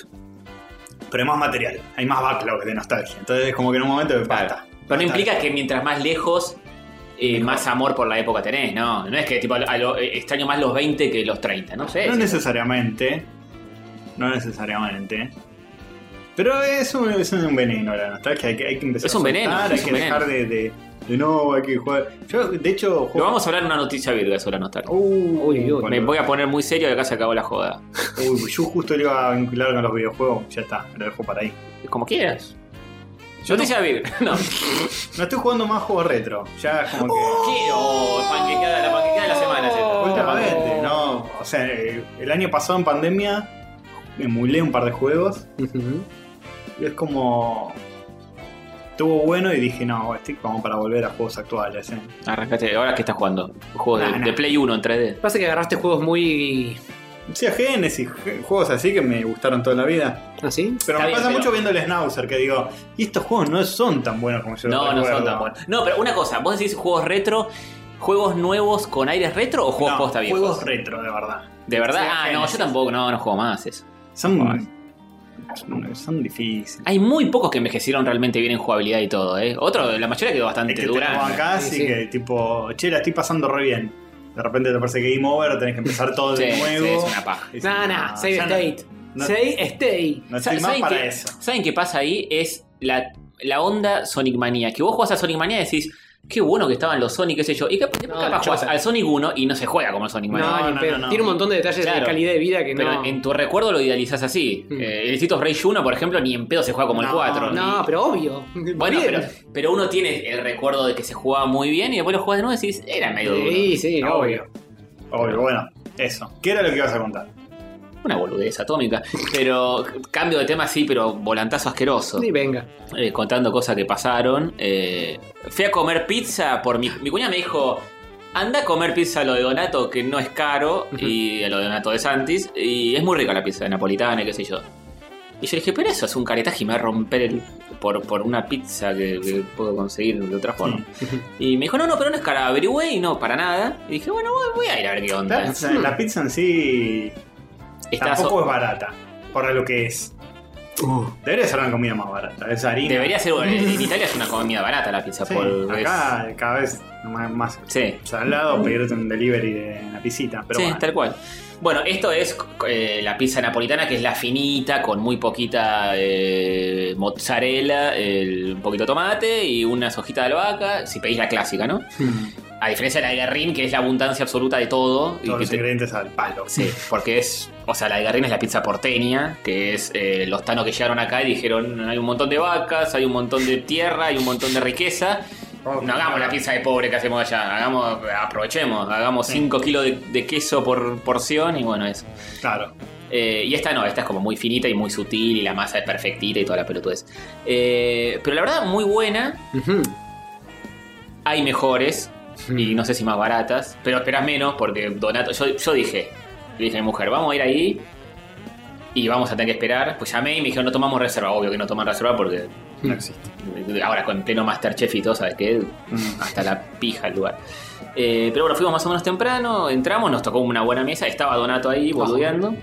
S3: pero hay más material. Hay más backlog de nostalgia. Entonces, como que en un momento me
S1: Claro.
S3: pata.
S1: Pero no implica que mientras más lejos, eh, más amor por la época tenés, ¿no? No es que tipo, a lo- eh, extraño más los 20 que los 30, no sé.
S3: No
S1: Sí.
S3: necesariamente. No necesariamente. Pero es un, es un veneno la nostalgia. Hay que, hay que empezar
S1: Es un
S3: a
S1: veneno,
S3: soltar,
S1: es
S3: Hay
S1: un
S3: que dejar de, de, de no, hay que jugar. Yo, de hecho,
S1: Lo
S3: juego-
S1: vamos a hablar en una noticia virga sobre la nostalgia.
S3: Uh,
S2: Uy, uy,
S3: con-
S1: Me voy a poner muy serio y acá se acabó la joda.
S3: uy, yo justo lo iba a vincular con los videojuegos. Ya está, lo dejo para ahí.
S1: Como quieras.
S3: Yo no,
S1: noticia virga. No.
S3: no estoy jugando más juegos retro. Ya es como que.
S1: ¿Qué? Oh, panquequeada, la panquequeada de la semana. es esta. Oh.
S3: Últimamente, este, no. O sea, eh, el año pasado en pandemia emulé un par de juegos
S2: Ujú.
S3: y es como. Estuvo bueno y dije, no, estoy como para volver a juegos actuales. eh.
S1: Arrancaste, Ah, ahora que estás jugando. Juegos
S3: Nah,
S1: de,
S3: nah.
S1: de Play 1 en 3D.
S2: Pasa que agarraste juegos muy.
S3: Sí, a Genesis, je- juegos así que me gustaron toda la vida.
S2: ¿Así?
S1: Está
S3: Pero me
S1: bien,
S3: pasa
S1: pero-
S3: mucho viendo el Snauzer que digo, y estos juegos no son tan buenos como yo los
S1: No, no son
S3: recuerdo".
S1: tan buenos. No, pero una cosa, vos decís juegos retro, juegos nuevos con aires retro o juegos
S3: No,
S1: posta viejos.
S3: juegos retro, de verdad.
S1: de verdad,
S3: Sí,
S1: ah, no, yo
S3: Genesis.
S1: tampoco, no, no juego más eso.
S3: Son, son, son difíciles.
S1: Hay muy pocos que envejecieron realmente bien en jugabilidad y todo, ¿eh? Otro, la mayoría quedó bastante
S3: Es que te
S1: dura.
S3: lo bancás
S2: Sí,
S3: y
S2: sí.
S3: que tipo, che, la estoy pasando re bien. De repente te parece que game over, tenés que empezar todo
S1: Sí,
S3: de nuevo.
S1: sí, es una paja.
S3: Y decís,
S2: Nah, nah,
S3: "No,
S2: save
S3: ya no-
S2: state.
S3: no-
S2: Save state.
S3: No
S1: Sa-
S3: estoy más
S1: ¿saben
S3: para
S1: qué-
S3: eso.
S1: ¿Saben qué pasa ahí? Es la, la onda Sonic Manía. Que vos jugás a Sonic Manía y decís, qué bueno que estaban los Sonic, qué sé yo. Y capaz,
S2: No,
S1: capaz
S2: la
S1: jugás
S2: chota.
S1: al Sonic 1 y no se juega como el Sonic
S2: No,
S1: Mania.
S3: no,
S2: ni
S3: no,
S2: pedo.
S3: no.
S2: Tiene un montón de detalles de
S1: Claro.
S2: calidad de vida que
S1: Pero
S2: no.
S1: en tu recuerdo lo idealizás así.
S2: Mm.
S1: Eh, el Street of Rage 1, por ejemplo, ni en pedo se juega como el
S3: No,
S1: 4.
S2: No, pero obvio.
S1: Bueno,
S2: Bien.
S1: pero, pero uno tiene el recuerdo de que se jugaba muy bien y después lo jugás de nuevo y decís, era medio duro.
S2: Sí, sí, obvio.
S3: Obvio, bueno, eso. ¿Qué era lo que ibas a contar?
S1: Una boludez atómica. Pero cambio de tema sí, pero volantazo asqueroso.
S2: Y venga.
S1: eh, contando cosas que pasaron. eh, fui a comer pizza por mi. Mi cuñada me dijo. Anda a comer pizza a lo de Donato, que no es caro,
S2: Ujú.
S1: y a lo de Donato de Santis, y es muy rica la pizza de napolitana, y qué sé yo. Y yo dije, pero eso es un caretaje y me va a romper el- por, por una pizza que, que puedo conseguir de otra forma. Y me dijo, no, no, pero no es cara, averigüé y no, para nada. Y dije, bueno, voy, voy a ir a ver qué onda.
S3: La, la pizza en sí
S1: Está
S3: tampoco
S1: so-
S3: es barata, para lo que es. Debería ser una comida más barata. Es harina.
S1: debería ser, en Italia es una comida barata la pizza,
S3: Sí,
S1: por...
S3: acá cada vez más, más
S1: Sí.
S3: salado pedirte un delivery de una pisita. Pero
S1: sí,
S3: bueno.
S1: tal cual. Bueno, esto es eh, la pizza napolitana, que es la finita, con muy poquita eh, mozzarella, el- un poquito de tomate y unas hojitas de albahaca, si pedís la clásica, ¿no? A diferencia de la de Garrin, que es la abundancia absoluta de todo. y
S3: Todos
S1: que
S3: los
S1: te-
S3: ingredientes al palo.
S1: Sí, porque es. O sea, la de Garrin es la pizza porteña, que es eh, los tanos que llegaron acá y dijeron: hay un montón de vacas, hay un montón de tierra, hay un montón de riqueza. No hagamos la pizza de pobre que hacemos allá, hagamos, aprovechemos, hagamos
S3: Sí.
S1: 5 kilos de, de queso por porción y bueno, eso.
S3: Claro.
S1: Eh, y esta no, esta es como muy finita y muy sutil y la masa es perfectita y toda la pelotudez. Eh, pero la verdad, muy buena.
S2: Ujú.
S1: Hay mejores y
S2: Mm.
S1: no sé si más baratas, pero esperas menos porque Donato. Yo, yo dije, le dije a mi mujer, vamos a ir ahí y vamos a tener que esperar. Pues llamé y me dijeron, no tomamos reserva. Obvio que no toman reserva porque
S3: No existe.
S1: ahora con pleno Masterchef y todo, ¿sabes qué? Hasta la pija el lugar. Eh, pero bueno, fuimos más o menos temprano, entramos, nos tocó una buena mesa, estaba Donato ahí boludeando.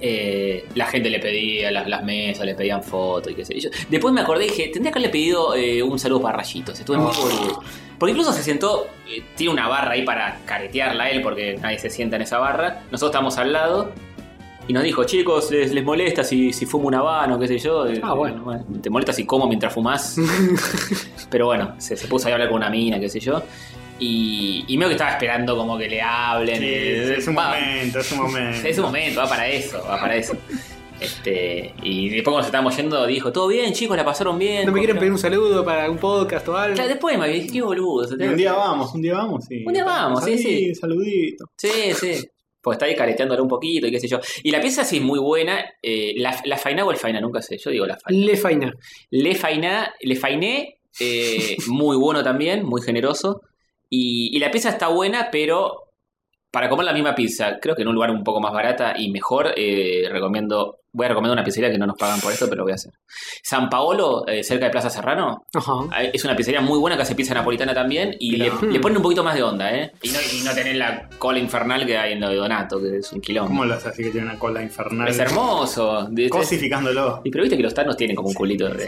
S1: Eh, la gente le pedía las, las mesas, le pedían fotos y qué sé yo. Después me acordé y dije, tendría que haberle pedido eh, un saludo para Rayitos, estuve muy boludo. Porque incluso se sentó, eh, tiene una barra ahí para caretearla él, porque nadie se sienta en esa barra. Nosotros estábamos al lado y nos dijo, chicos, les, les molesta si, si fumo un habano, qué sé yo. Eh,
S2: Ah, bueno.
S1: Te molesta si como mientras fumas. Pero bueno, se, se puso ahí a hablar con una mina, qué sé yo. Y, y medio que estaba esperando como que le hablen.
S3: Sí,
S1: eh,
S3: es un
S1: va,
S3: momento, es un momento.
S1: es un momento, va para eso, va para eso. Este, y después cuando se estábamos yendo dijo, todo bien chicos, la pasaron bien.
S2: No me quieren
S1: Comieron-
S2: pedir un saludo para un podcast o algo.
S1: Claro, después me dije, qué boludo. se te-
S3: Un día vamos, un día vamos, sí.
S1: Un día vamos, sí,
S3: Ahí,
S1: sí.
S3: Saludito.
S1: Sí, sí. Pues está ahí careteándole un poquito y qué sé yo. Y la pieza sí es muy buena. eh, la, la faina o el faina, nunca sé. Yo digo la faina.
S2: Le faina.
S1: Le fainá, le fainé, eh, muy bueno también, muy generoso. Y, y la pieza está buena, pero Para comer la misma pizza, creo que en un lugar un poco más barata y mejor, eh, recomiendo. Voy a recomendar una pizzería que no nos pagan por esto, pero lo voy a hacer. San Paolo, eh, cerca de Plaza Serrano,
S2: Ajá.
S1: eh, es una pizzería muy buena que hace pizza napolitana también y le-
S2: Claro.
S1: le, ponen un poquito más de onda, ¿eh? Y no, y no tener la cola infernal que hay en lo de Donato, que es un quilombo.
S3: ¿Cómo lo hace así que tiene una cola infernal?
S1: Es hermoso. De- de-
S3: Cosificándolo.
S1: Y pero viste que los tanos tienen como un culito de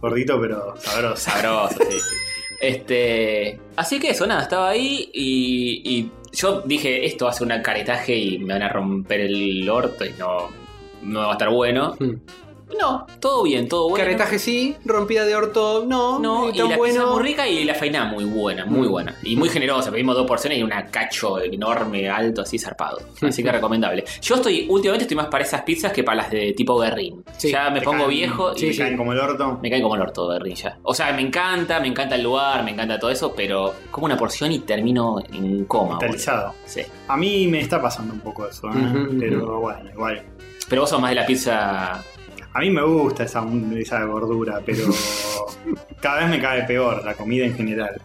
S3: Gordito pero sabroso.
S1: sabroso, sí, sí. Este. Así que eso, nada, estaba ahí y, y yo dije, esto va a ser un caretaje y me van a romper el orto y no, no va a estar bueno.
S2: Mm.
S1: No, todo bien, todo bueno.
S2: Carretaje sí, rompida de orto no,
S1: No,
S2: ni
S1: y
S2: tan
S1: la pizza
S2: bueno.
S1: muy rica y la faina muy buena, muy buena. Y muy generosa, pedimos dos porciones y una cacho enorme, alto, así zarpado. Así que recomendable. Yo estoy, últimamente estoy más para esas pizzas que para las de tipo guerrín.
S2: Sí,
S1: ya me
S3: Te
S1: pongo
S3: caen-
S1: viejo
S3: sí,
S1: y
S3: te caen como el orto.
S1: me cae como el orto de Rilla. O sea, me encanta, me encanta el lugar, me encanta todo eso, pero como una porción y termino en coma. boludo.
S3: Metalizado.
S1: Sí.
S3: A mí me está pasando un poco eso, ¿eh?
S2: Ujú, ujú.
S3: pero bueno, igual.
S1: Pero vos sos más de la pizza.
S3: A mí me gusta esa, esa gordura, pero cada vez me cae peor la comida en general.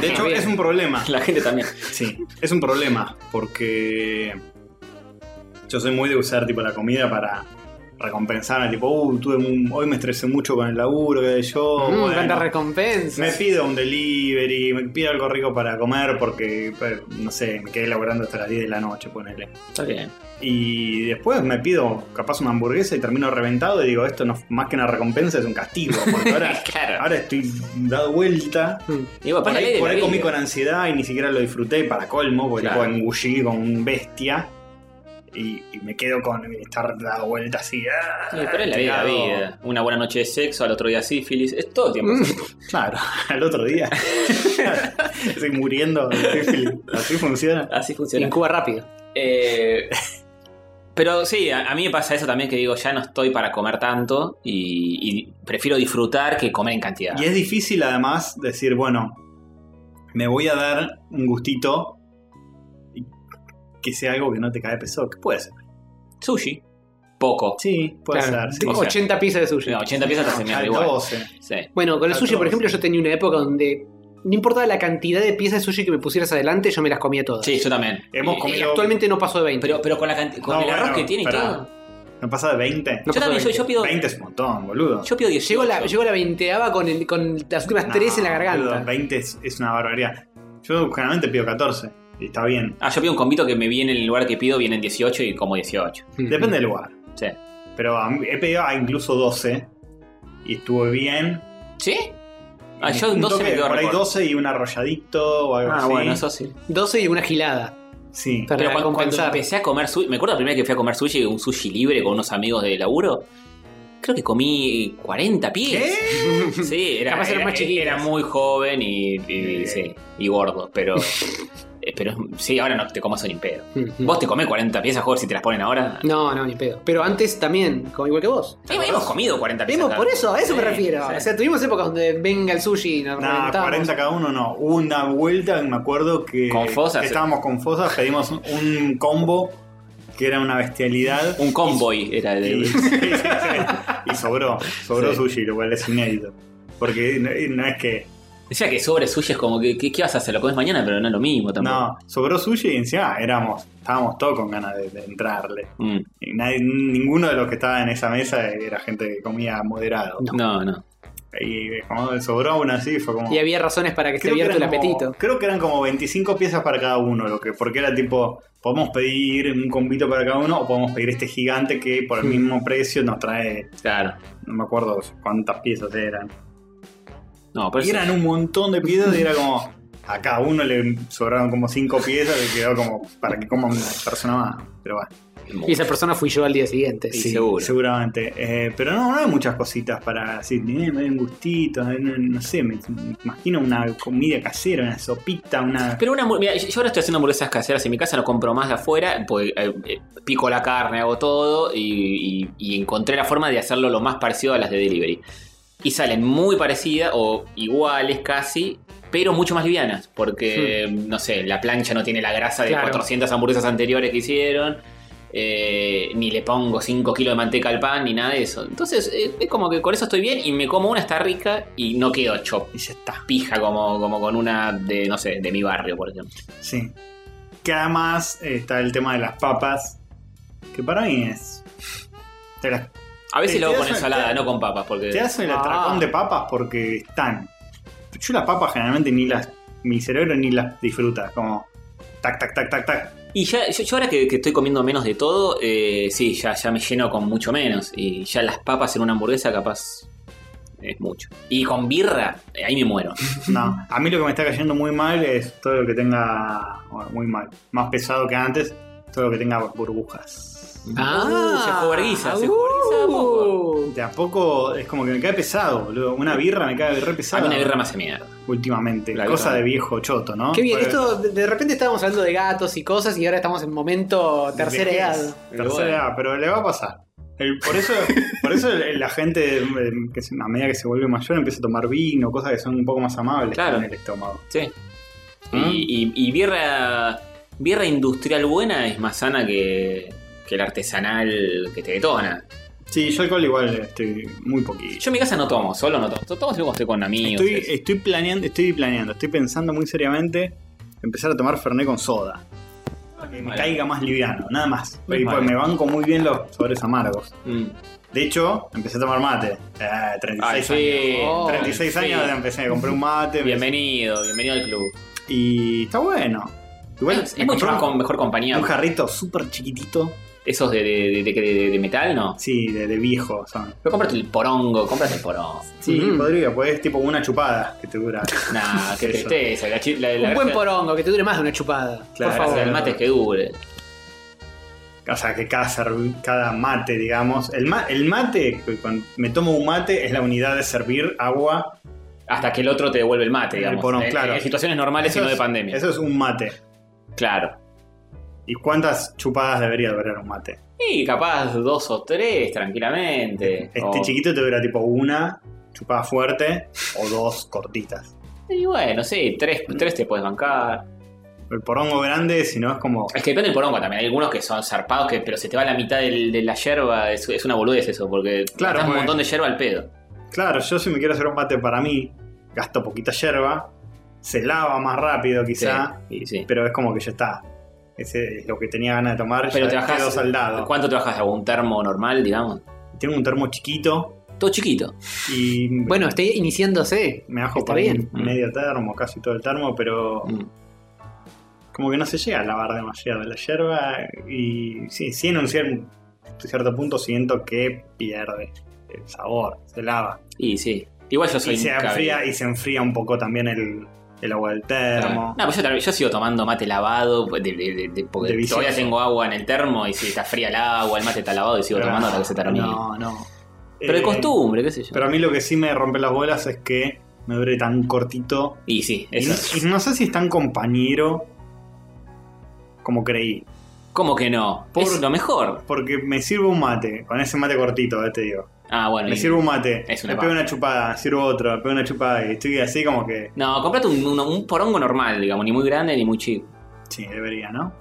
S3: De hecho,
S1: Bien.
S3: es un problema.
S1: La gente también.
S3: Sí, es un problema porque yo soy muy de usar tipo la comida para recompensarme, tipo, uh, tuve un- hoy me estresé mucho con el laburo, qué sé yo,
S2: Mm,
S3: bueno,
S2: tanta recompensa.
S3: me pido un delivery, me pido algo rico para comer porque, pues, no sé, me quedé laburando hasta las 10 de la noche, ponele.
S1: Está bien.
S3: Y después me pido capaz una hamburguesa y termino reventado y digo, esto no más que una recompensa es un castigo, porque ahora,
S1: Claro.
S3: ahora estoy dado vuelta.
S2: Mm.
S1: Y bueno,
S3: Por
S1: aparte la ley
S3: ahí,
S1: de
S3: por
S1: la
S3: ahí comí
S1: vida.
S3: con ansiedad y ni siquiera lo disfruté para colmo, porque
S1: Claro.
S3: tipo, engullí con un bestia y, y me quedo con estar dado vuelta así. ¡ah!
S1: Sí, pero es la ley de la
S3: tirado.
S1: vida. Una buena noche de sexo, al otro día sífilis. Es todo el tiempo. así.
S3: Mm. Claro, al otro día. Estoy muriendo. de sífilis. Así funciona.
S1: Así
S2: Y
S1: funciona.
S2: en Cuba rápido.
S1: Eh, pero sí, a, a mí me pasa eso también que digo, ya no estoy para comer tanto y, y prefiero disfrutar que comer en cantidad.
S3: Y es difícil además decir, bueno, me voy a dar un gustito y que sea algo que no te cae pesado. Que puede ser.
S1: Sushi. Poco.
S3: Sí, puede
S2: Claro,
S3: ser. sí.
S1: O sea,
S2: 80 piezas de sushi.
S1: No, 80 piezas te hacen mierda
S3: Al
S1: igual.
S3: 12.
S1: Sí.
S2: Bueno,
S1: Ah,
S2: con el
S3: Al
S2: sushi, por
S3: trozo.
S2: ejemplo, yo tenía una época donde no importaba la cantidad de piezas de sushi que me pusieras adelante, yo me las comía todas.
S1: Sí, yo también.
S3: Hemos
S1: Y-
S3: comido-
S1: y-
S2: Actualmente no paso de 20.
S1: Pero, pero con, la canti- con
S3: No,
S1: el arroz
S3: bueno,
S1: que tiene y
S3: pará.
S1: todo.
S3: ¿No pasa de 20?
S2: No
S1: yo
S2: pasó
S1: también, yo,
S2: 20.
S1: yo pido.
S3: 20 es un montón, boludo.
S1: Yo pido 18.
S2: Llego a la, llego a la veinteava con, el- con las últimas
S3: No,
S2: tres en la
S3: boludo,
S2: garganta.
S3: 20 Ah, es, es una barbaridad. Yo generalmente pido 14 y está bien.
S1: Ah, yo pido un convito que me viene en el lugar que pido, vienen 18 y como 18.
S2: Mm.
S3: Depende del lugar.
S1: Sí.
S3: Pero a mí- he pedido a incluso 12 y estuve bien.
S1: ¿Sí? Ah,
S3: Un-
S1: yo
S3: un
S1: 12
S3: toque,
S1: me quedo
S3: Por ahí
S1: récord.
S3: 12 y un arrolladito o algo
S1: Ah,
S3: así.
S1: bueno, eso sí.
S2: 12 y una gilada.
S3: Sí.
S2: Para
S1: Pero cuando, cuando
S2: compensar.
S1: empecé a comer sushi, me acuerdo la primera vez que fui a comer sushi, un sushi libre con unos amigos de laburo. Creo que comí 40 pies. Sí, era,
S2: Capaz eran
S1: era-
S2: más chiquitas.
S1: era muy joven y, y-
S3: Eh.
S1: sí, y gordo, pero, eh, pero sí, ahora no te comas un impedo.
S2: Mm, mm.
S1: Vos te comés 40 piezas, joder, si te las ponen ahora.
S2: No, no, ni pedo. Pero antes también, como igual que vos.
S1: Eh, hemos comido 40 piezas.
S2: Vimos,
S1: acá.
S2: por eso, a eso me
S1: Sí,
S2: refiero.
S1: sí.
S2: O sea, tuvimos épocas donde venga el sushi y nos
S3: Nah,
S2: reventábamos.
S3: 40 cada uno no. Hubo una vuelta, me acuerdo que,
S1: Con Fosas.
S3: que estábamos con Fosas, pedimos un- un combo que era una bestialidad.
S1: Un convoy era de.
S3: Y, sí, sí, sí. Y sobró, sobró
S1: Sí.
S3: sushi, lo cual es inédito. Porque no, no es que.
S1: Decía que sobre sushi es como que, ¿qué, qué vas a hacer? Lo comes mañana, pero no es lo mismo tampoco.
S3: No, sobró sushi y encima éramos, estábamos todos con ganas de, de entrarle.
S1: Mm,
S3: Y nadie- ninguno de los que estaba en esa mesa era gente que comía moderado.
S1: No, no.
S3: Y como sobró aún así, fue como.
S2: Y había razones para que esté
S3: creo que
S2: abierto el
S3: eran como-
S2: apetito.
S3: creo que eran como 25 piezas para cada uno, lo que, porque era tipo, podemos pedir un convito para cada uno o podemos pedir este gigante que por el mismo precio nos trae,
S1: Claro.
S3: no me acuerdo cuántas piezas eran.
S1: No, pero
S3: Y eran un montón de piezas y era como. A cada uno le sobraron como cinco piezas y quedó como para que coma una persona más. Pero bueno,
S2: Y esa persona fui yo al día siguiente.
S1: Sí, seguro.
S3: seguramente. Eh, pero no, no hay muchas cositas para decir, "Eh, me doy un gustito, eh, no, no sé, me, me imagino una comida casera, una sopita, una.
S1: Pero una hamburg- mira, yo yo ahora estoy haciendo hamburguesas caseras en mi casa, no compro más de afuera, porque eh, eh, pico la carne, hago todo y, y- y encontré la forma de hacerlo lo más parecido a las de delivery. Y salen muy parecidas o iguales casi, pero mucho más livianas, porque no sé, la plancha no tiene la grasa de
S2: Claro.
S1: 400 hamburguesas anteriores que hicieron. eh, ni le pongo 5 kilos de manteca al pan, ni nada de eso. Entonces, eh, es como que con eso estoy bien y me como una, está rica y no quedo chop.
S3: Y ya está.
S1: Pija como, como con una de, no sé, de mi barrio, por ejemplo.
S3: Sí. Que además eh, está el tema de las papas. Que para mí es. Te, las-
S1: A veces
S3: Te-
S1: lo hago
S3: te
S1: con
S3: das-
S1: ensalada,
S3: te-
S1: no con papas, porque...
S3: te hacen el
S2: Ah.
S3: atracón de papas porque están. Yo las papas generalmente ni las. Mi cerebro ni las disfruta. Como. Tac, tac, tac, tac, tac.
S1: Y ya, yo, yo ahora que, que estoy comiendo menos de todo, eh, sí, ya, ya me lleno con mucho menos. Y ya las papas en una hamburguesa capaz es mucho. Y con birra, eh, ahí me muero.
S3: No. A mí lo que me está cayendo muy mal es todo lo que tenga. bueno, muy mal. Más pesado que antes. Todo lo que tenga burbujas.
S1: Uh, se jugarguiza, se jugarguiza a poco.
S2: Ah, uh.
S3: De a poco es como que me cae pesado, boludo. Una birra me cae re
S1: A
S3: pesada.
S1: mí una birra más hace mierda.
S3: Últimamente.
S1: La
S3: Cosa
S1: birra.
S3: de viejo choto, ¿no?
S2: Qué bien,
S3: Porque-
S2: esto de de repente estábamos hablando de gatos y cosas y ahora estamos en momento tercera
S3: Vejez.
S2: edad.
S3: Tercera
S1: Bueno.
S3: edad, pero le va a pasar. El- por eso, por eso el- el- la gente, eh, que se- a medida que se vuelve mayor, empieza a tomar vino, cosas que son un poco más amables
S1: Claro.
S3: en el estómago.
S1: Sí.
S3: ¿Mm?
S1: Y, y- y birra, birra industrial buena es más sana que, que el artesanal que te detona.
S3: Sí, yo alcohol igual estoy muy poquito.
S1: Yo en mi casa no tomo, solo no tomo. To- Tomo solo cuando estoy con amigos.
S3: Estoy,
S1: es-
S3: estoy planeando, estoy planeando, estoy pensando muy seriamente empezar a tomar Fernet con soda. Para que me
S1: Vale.
S3: caiga más liviano, nada más.
S1: Muy
S3: Y pues
S1: mal.
S3: me banco muy bien los sabores amargos.
S1: Mm.
S3: De hecho, empecé a tomar mate. Eh, 36
S1: Ay,
S3: años.
S1: sí.
S2: Oh,
S3: 36
S1: sí.
S3: años empecé a comprar un mate. me-
S1: Bienvenido, bienvenido al club.
S3: Y está bueno. Igual
S1: es
S3: me
S1: es mucho
S3: compré
S1: más
S3: un-
S1: con mejor compañía.
S3: Un jarrito súper chiquitito.
S1: Esos de, de, de- de- de- de metal, ¿no?
S3: Sí, de, de viejo. Son.
S1: Pero cómprate el porongo, cómprate el porongo.
S3: Sí,
S2: Ujú.
S3: podría, pues es tipo una chupada que te dura.
S1: Nah, qué
S3: Sí, eso.
S1: tristeza. La, chi- la, la
S2: Un buen
S1: gracia-
S2: porongo, que te dure más de una chupada.
S1: la
S3: Claro,
S2: por
S1: gracia
S2: favor.
S1: del mate es que dure.
S3: O sea, que cada, serv- cada mate, digamos. El, ma- el mate, que cuando me tomo un mate, es la unidad de servir agua.
S1: Hasta que el otro te devuelve el mate,
S3: El
S1: digamos.
S3: porongo,
S1: En-
S3: claro.
S1: En situaciones normales y no de pandemia.
S3: Eso es un mate.
S1: Claro.
S3: ¿Y cuántas chupadas debería durar un mate?
S1: Y capaz dos o tres, tranquilamente.
S3: Este
S1: O-
S3: chiquito te dura tipo una chupada fuerte o dos cortitas.
S1: Y bueno, sí, tres, tres te puedes bancar.
S3: El porongo grande, si no, es como.
S1: Es que depende del porongo también. Hay algunos que son zarpados, que, pero se te va la mitad del- de la yerba. Es, es una boludez eso, porque
S3: Claro, pues,
S1: gastás un
S3: porque-
S1: montón de yerba al pedo.
S3: Claro, yo si me quiero hacer un mate para mí, gasto poquita yerba, se lava más rápido quizá,
S1: Sí, y sí.
S3: pero es como que ya está. Ese es lo que tenía ganas de tomar,
S1: Pero eh,
S3: ya
S1: te
S3: quedó
S1: bajás.
S3: saldado.
S1: ¿Cuánto te bajas? ¿Un termo normal, digamos?
S3: Tengo un termo chiquito
S1: Todo chiquito.
S3: y
S2: Bueno, está iniciándose.
S3: me bajo
S2: está
S3: por
S2: bien.
S1: Mm.
S3: un medio termo, casi todo el termo, pero como que no se llega a lavar demasiado la yerba y sí, sí en un cier- cierto punto siento que pierde el sabor, se lava.
S1: Y sí. Igual yo soy
S3: Y se,
S1: un cabe-
S3: enfría, y se enfría un poco también el, el agua del termo.
S1: No, pues yo, también- yo sigo tomando mate lavado pues, de- de- de- de- porque
S3: De vicioso.
S1: todavía tengo agua en el termo y si está fría el agua, el mate está lavado y sigo tomando hasta que se termine.
S3: No, no.
S1: Pero de
S3: Eh,
S1: costumbre, qué sé yo.
S3: Pero a mí lo que sí me rompe las bolas es que me dure tan cortito.
S1: y sí,
S3: Y
S1: eso.
S3: no, y no sé si es tan compañero como creí.
S1: ¿Cómo que no?
S3: Por-
S1: Es lo mejor.
S3: Porque me sirvo un mate, con ese mate cortito, eh, te digo.
S1: Ah, bueno.
S3: Me
S1: y-
S3: sirvo un mate,
S1: Es una
S3: me pego
S1: paja.
S3: una chupada, sirvo otro, me pego una chupada y estoy así como que.
S1: No, comprate un, un- un porongo normal, digamos, ni muy grande ni muy chico.
S3: Sí, debería, ¿no?